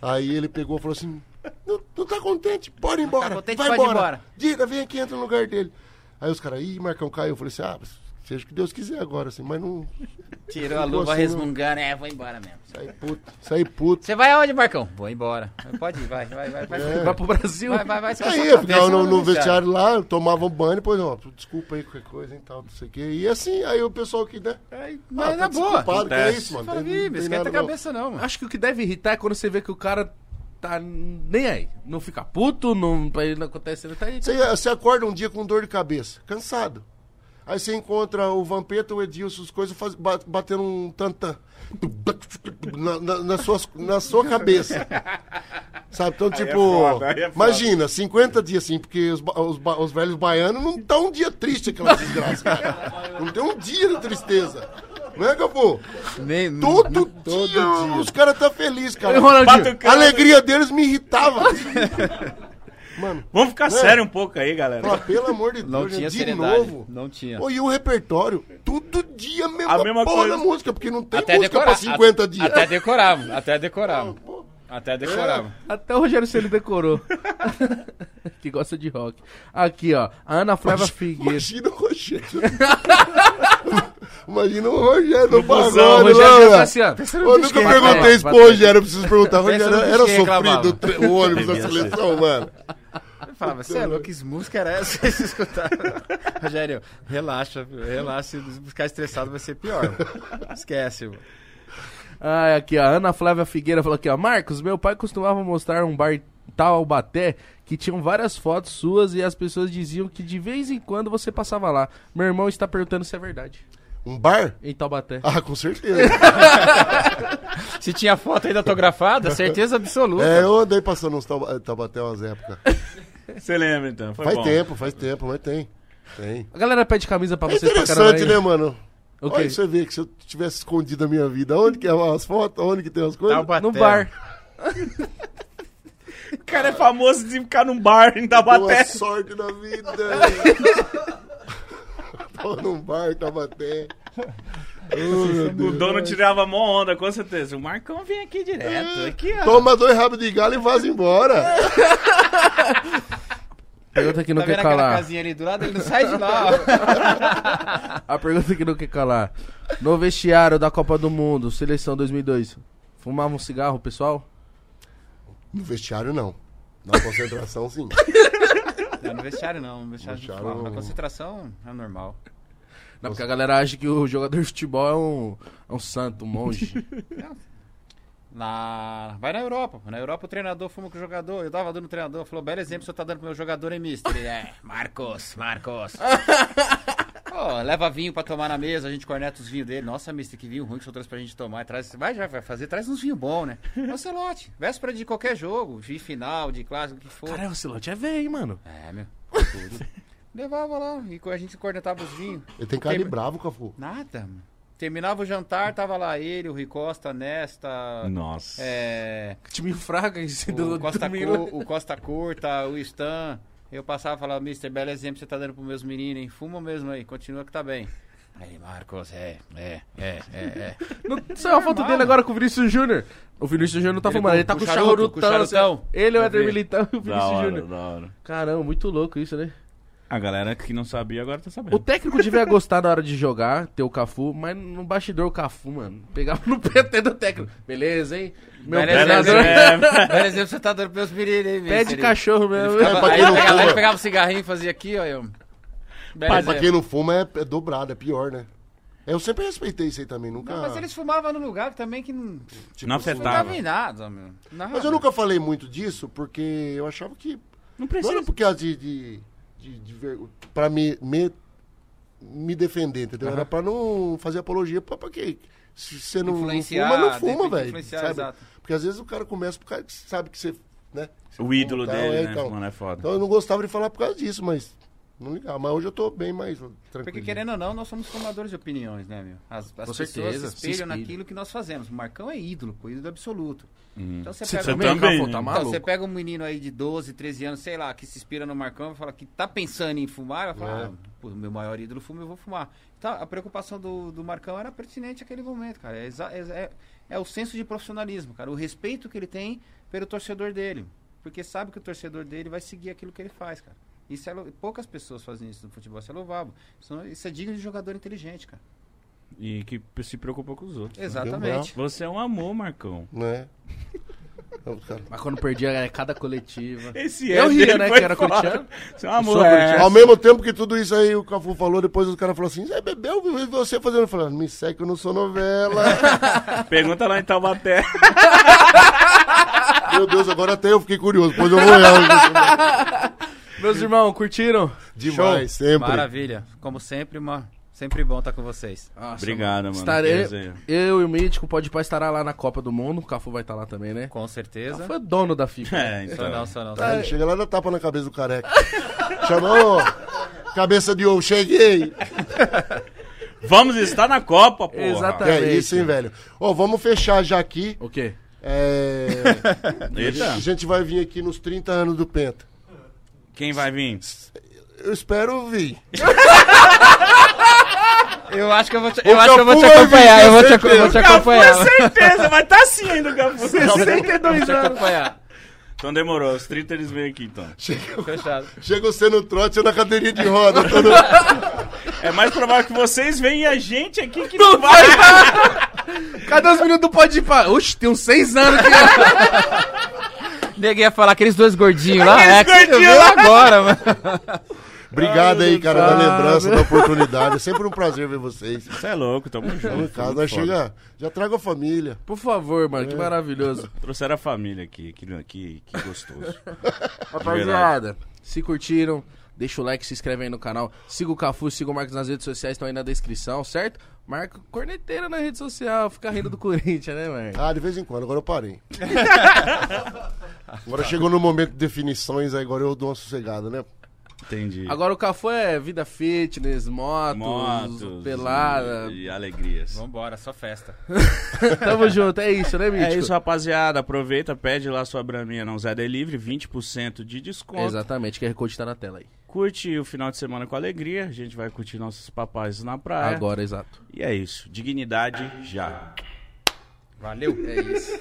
S4: Aí ele pegou e falou assim: Não, não tá contente? Bora embora.
S3: contente?
S4: vai
S3: Pode ir
S4: embora.
S3: embora."
S4: Dida, vem aqui, entra no lugar dele. Aí os caras, ih, Marcão caiu. Eu falei assim: Ah, Seja o que Deus quiser agora, assim, mas não.
S3: Tirou a
S4: Ficou
S3: luva
S4: assim,
S3: resmungando, é, vou embora mesmo.
S4: Sai puto. Sai puto.
S3: Você vai aonde, Marcão? Vou embora. Pode ir, vai, vai, vai, vai.
S1: Vai pro Brasil.
S3: Vai, vai, vai. se
S4: É. Aí
S3: coçar a
S4: eu
S3: cabeça,
S4: ficava no,
S3: não né,
S4: no
S3: deixar.
S4: vestiário lá, tomava um banho, depois, ó, desculpa aí qualquer coisa e tal, não sei o quê. E assim, aí o pessoal que, né?
S3: Aí,
S4: ah,
S3: Mas
S4: tá
S3: na boa.
S4: desculpado, que é
S2: acontece.
S4: isso, mano?
S3: Fala,
S4: Tem- não
S3: Vibe,
S4: tem
S3: esquenta
S4: nada
S3: a
S4: não.
S3: cabeça não, mano.
S1: Acho que o que deve irritar é quando você vê que o cara tá nem aí. Não fica puto, não, pra ele não acontece nada. Tá aí.
S4: Você, você acorda um dia com dor de cabeça, cansado. Aí você encontra o Vampeta, o Edilson, as coisas faz- ba- batendo um tantã. Na, na, na suas- na sua cabeça. Sabe? Então, tipo,
S2: foda, aí é foda.
S4: imagina, 50 dias assim, porque os, ba- os ba- os velhos baianos não estão um dia triste aquela desgraça. cara. não tem um dia de tristeza. Não é, Capô?
S3: Nem-
S4: Todo, dia, os caras estão tá felizes, cara.
S1: Aí, Ronaldinho,
S4: A alegria deles me irritava. Mano,
S2: Vamos ficar sério um pouco aí, galera.
S4: Fala, pelo amor de Deus,
S3: Não
S4: né?
S3: tinha
S4: de
S3: seriedade.
S4: novo.
S3: Não tinha.
S4: Pô, e o repertório, todo dia a mesma,
S2: A mesma
S4: porra
S2: coisa.
S4: da música, porque não tem
S3: Até
S4: música
S3: decorar.
S4: pra 50 dias.
S3: Até decorava, até decorava.
S4: Pô,
S3: Até decorava.
S1: Até o Rogério Ceni decorou. que gosta de rock. Aqui, ó. A Ana Flávia Figueiredo.
S4: Imagina o Rogério. Imagina o Rogério no
S2: busão,
S1: O
S4: pagode
S1: Rogério deve
S4: lá,
S1: tá
S4: velho.
S1: assim, ó. é,
S4: Eu nunca
S1: que
S4: perguntei
S1: reclamava.
S4: isso pro Rogério, eu preciso
S3: Pensa
S4: perguntar. Rogério,
S3: no bicho
S4: era
S3: que
S4: sofrido
S3: reclamava.
S4: o tre- o ônibus da seleção, mano.
S3: Eu falava, você é louco, que música era essa que vocês escutaram? Rogério, relaxa, viu? relaxa, se ficar estressado vai ser pior. mano. Esquece, mano.
S1: Ah, aqui, ó. Ana Flávia Figueira falou aqui, ó. Marcos, meu pai costumava mostrar um bar em Taubaté que tinham várias fotos suas e as pessoas diziam que de vez em quando você passava lá. Meu irmão está perguntando se é verdade.
S4: Um bar?
S1: Em Taubaté.
S4: Ah, com certeza.
S3: Se tinha foto ainda autografada, certeza absoluta.
S4: é, eu andei passando uns tauba- Taubaté umas épocas.
S2: Você lembra então? Foi
S4: Faz
S2: bom.
S4: tempo, faz tempo, mas tem. Tem.
S1: A galera pede camisa pra
S4: É
S1: vocês pra
S4: interessante,
S1: caramba.
S4: né, mano?
S1: O
S4: Olha,
S1: quê?
S4: você vê que se eu tivesse escondido a minha vida, onde que é as fotos, onde que tem as coisas?
S3: Taubaté.
S1: No
S3: Tá
S1: bar.
S2: O cara é famoso de ficar num bar em Tabaté.
S4: Boa sorte na vida. Tô num bar, Tabaté.
S2: O dono tirava mó onda, com certeza. O Marcão vem aqui direto.
S4: É.
S2: Aqui, ó.
S4: Toma dois rabos de galo e vaza embora.
S1: Pergunta que não
S3: Tá vendo
S1: quer
S3: aquela
S1: calar.
S3: casinha ali do lado? Ele não sai de lá. ó.
S1: A pergunta que não quer calar. No vestiário da Copa do Mundo, seleção 2002, fumava um cigarro, pessoal?
S4: No vestiário, não. Na concentração, sim.
S3: Não, no vestiário não, no vestiário,
S4: Vestiário-
S3: não fala. Na concentração é normal.
S1: Não, porque a galera acha que o jogador de futebol é um, é um santo, um monge.
S3: Na... Vai na Europa. pô. Na Europa o treinador fuma com o jogador. Eu tava dando o treinador. Falou, belo exemplo que você tá dando pro meu jogador, hein, mister? Ele, é, Marcos, Marcos. Pô, leva vinho pra tomar na mesa, a gente corneta os vinhos dele. Nossa, mister, que vinho ruim que o senhor trouxe pra gente tomar. Traz, vai, já vai fazer, traz uns vinhos bons, né? Ancelote, véspera de qualquer jogo, de final, de clássico, o que for.
S1: Caralho, o Celote é velho, hein, mano?
S3: É, meu. tudo. Levava lá e a gente cornetava os vinhos.
S4: Ele tem cara de bravo, Cafu.
S3: Nada, mano. Terminava o jantar, tava lá ele, o Rui Costa, Nesta.
S2: Nossa.
S3: É,
S1: Que time fraco esse do,
S3: o, Costa
S1: do Milan.
S3: Cur- o Costa Curta, o Stan. Eu passava e falava, Mister, belo exemplo você tá dando pros meus meninos, hein? Fuma mesmo aí, continua que tá bem. Aí, Marcos, é, é, é, é, é.
S1: Não, saiu a foto dele agora com o Vinícius Júnior. O Vinícius Júnior não tá
S3: Ele
S1: fumando,
S3: com-
S1: ele tá
S3: com
S1: com o
S3: charuto, com o
S1: charutão. assim,
S3: charutão.
S1: Ele, o
S3: Eu
S1: Éder
S3: vi.
S1: Militão e o
S2: Da
S1: Vinícius
S2: hora,
S1: Júnior.
S2: da hora.
S1: Caramba, muito louco isso, né?
S2: A galera que não sabia agora tá
S1: O
S2: sabendo.
S1: técnico devia gostar na hora de jogar, ter o Cafu, mas no bastidor o Cafu, mano. Pegava no PT do técnico. Beleza, hein? Meu
S3: Beleza,
S1: treinador
S3: hein?
S2: É,
S3: Belo exemplo você tá dando pros meus meninos, hein,
S1: pé
S3: Mister?
S1: de cachorro mesmo.
S4: ficava- Pra
S3: Aí
S4: quem não
S3: pegava,
S4: fuma.
S3: ele pegava um cigarrinho e fazia aqui, ó. Eu. Belo
S4: Mas pra
S3: exemplo.
S4: quem não fuma é, é dobrado, é pior, né? Eu sempre respeitei isso aí também, nunca. Tipo, assim,
S3: Não, mas eles fumavam no lugar também que não
S2: não
S3: fumava
S2: afetava.
S3: em nada, meu. Nada.
S4: Mas eu nunca falei muito disso, porque eu achava que
S2: Não
S4: Não era
S2: precisa.
S4: porque era de, de, de, de ver- pra me, me, me defender, entendeu? Era pra não fazer apologia, pra, pra quê? Se você não, não
S3: Influenciar,
S4: fuma, não
S3: de
S4: fuma,
S3: repente
S4: velho.
S3: influenciar,
S4: sabe?
S3: exato.
S4: Porque às vezes o cara começa por causa que sabe que você, né? Você
S2: O
S4: fuma,
S2: ídolo
S4: tal,
S2: dele,
S4: é,
S2: né?
S4: Então.
S2: Mano, é foda.
S4: Então eu não gostava de falar por causa disso, mas não ligava. Mas hoje eu tô bem mais tranquilo.
S3: Porque querendo ou não, nós somos formadores de opiniões, né, meu? As, as pessoas
S1: certeza,
S3: se
S1: se
S3: espelham
S1: espelham.
S3: naquilo que nós fazemos. O Marcão é ídolo, pô, ídolo absoluto. Então você
S1: Você
S3: pega,
S1: também,
S3: um... menino-
S1: Cafu,
S2: né?
S1: tá
S2: Então,
S3: Então,
S1: maluco?
S3: você pega um menino aí de 12, 13 anos, sei lá, que se inspira no Marcão e fala que tá pensando em fumar, vai
S4: É.
S3: falar, ah, pô, meu maior ídolo fuma, eu vou fumar. Então, a preocupação do, do Marcão era pertinente àquele momento, cara. É, exa- é- é- é o senso de profissionalismo, cara. O respeito que ele tem pelo torcedor dele. Porque sabe que o torcedor dele vai seguir aquilo que ele faz, cara.
S5: Isso é, lou- poucas pessoas fazem isso no futebol, isso é louvável. Isso, não- isso é digno de jogador inteligente, cara.
S2: E que p- se preocupa com os
S4: um
S2: outros.
S5: Exatamente.
S2: Você é um amor, Marcão.
S4: Né? Então, cara,
S1: Mas quando perdia era cada coletiva.
S2: Esse
S1: Eu
S2: é
S1: ria,
S2: dele
S1: né,
S2: foi
S1: que era
S2: foda.
S1: corintiano.
S2: Você é um amor.
S1: sou corintiano.
S4: Ao mesmo tempo que tudo isso aí o Cafu falou, depois o cara falou assim: Você bebeu, vi você fazendo. Eu falei, me segue que eu não sou novela.
S2: Pergunta lá em Taubaté.
S4: Meu Deus, agora até eu fiquei curioso. Depois eu vou olhar.
S1: Meus irmãos, curtiram?
S4: Demais, sempre.
S5: Maravilha. Como sempre, uma... sempre bom estar com vocês.
S1: Nossa,
S2: Obrigado, mano. Que
S1: Estarei,
S2: resenha.
S1: eu e o Mítico, pode pai estará lá na Copa do Mundo. O Cafu vai estar lá também, né?
S5: Com
S1: Cafu
S5: certeza.
S1: foi dono da FIFA.
S2: É,
S5: Só não,
S2: então.
S5: só não.
S4: Tá, ele chega lá e dá tapa na cabeça do careca. Chamou, cabeça de ovo, cheguei. É
S2: Vamos estar na Copa, porra.
S1: Exatamente.
S4: É isso, hein, velho. Ó, vamos fechar já aqui.
S1: O quê?
S4: É,
S2: Eita.
S4: a gente vai vir aqui nos 30 anos do Penta.
S2: Quem vai vir?
S4: Eu espero vir.
S5: Eu acho que eu vou te,
S4: eu O acho que eu vou
S5: é
S4: te Cafu vai acompanhar, vir, eu vou te- eu vou te certeza.
S2: Com certeza, vai estar assim ainda o Cafu.
S5: 62 anos.
S2: Então demorou, os 30 eles vêm aqui então.
S5: Fechado.
S4: Chega você no trote, eu na cadeirinha de roda. eu tô no-
S2: É mais provável que vocês venham a gente aqui que não vai.
S1: Cadê os meninos do Pode Pá? Oxe, tem uns seis anos que
S5: Neguei ia falar aqueles dois gordinhos lá. É, que você
S2: gordinhos
S5: viu
S2: lá.
S5: agora, mano.
S4: Obrigado aí, cara, da lembrança, da oportunidade. É sempre um prazer ver vocês.
S2: Você é louco, tamo
S4: Tamo em
S2: junto.
S4: casa, nós chega, já trago a família.
S1: Por favor, mano, que maravilhoso.
S2: Trouxeram a família aqui, que, que, que gostoso.
S1: Rapaziada, se curtiram, deixa o like, se inscreve aí no canal. Siga o Cafu, siga o Marcos nas redes sociais, estão aí na descrição, certo? Marco corneteiro na rede social, fica rindo do Corinthians, né, Marco?
S4: Ah, de vez em quando, agora eu parei. Agora chegou no momento de definições, aí agora eu dou uma sossegada, né?
S2: Entendi.
S1: Agora o Cafu é vida fitness, motos,
S2: Motos,
S1: pelada.
S2: e, e alegrias.
S5: Vambora, só festa.
S1: Tamo junto, é isso, né, Mítico?
S2: É isso, rapaziada. Aproveita, pede lá sua braminha não Zé Delivery, 20% de desconto.
S1: Exatamente, QR Code tá na tela aí.
S2: Curte o final de semana com alegria. A gente vai curtir nossos papais na praia.
S1: Agora, exato.
S2: E é isso. Dignidade já.
S5: Valeu.
S1: É isso.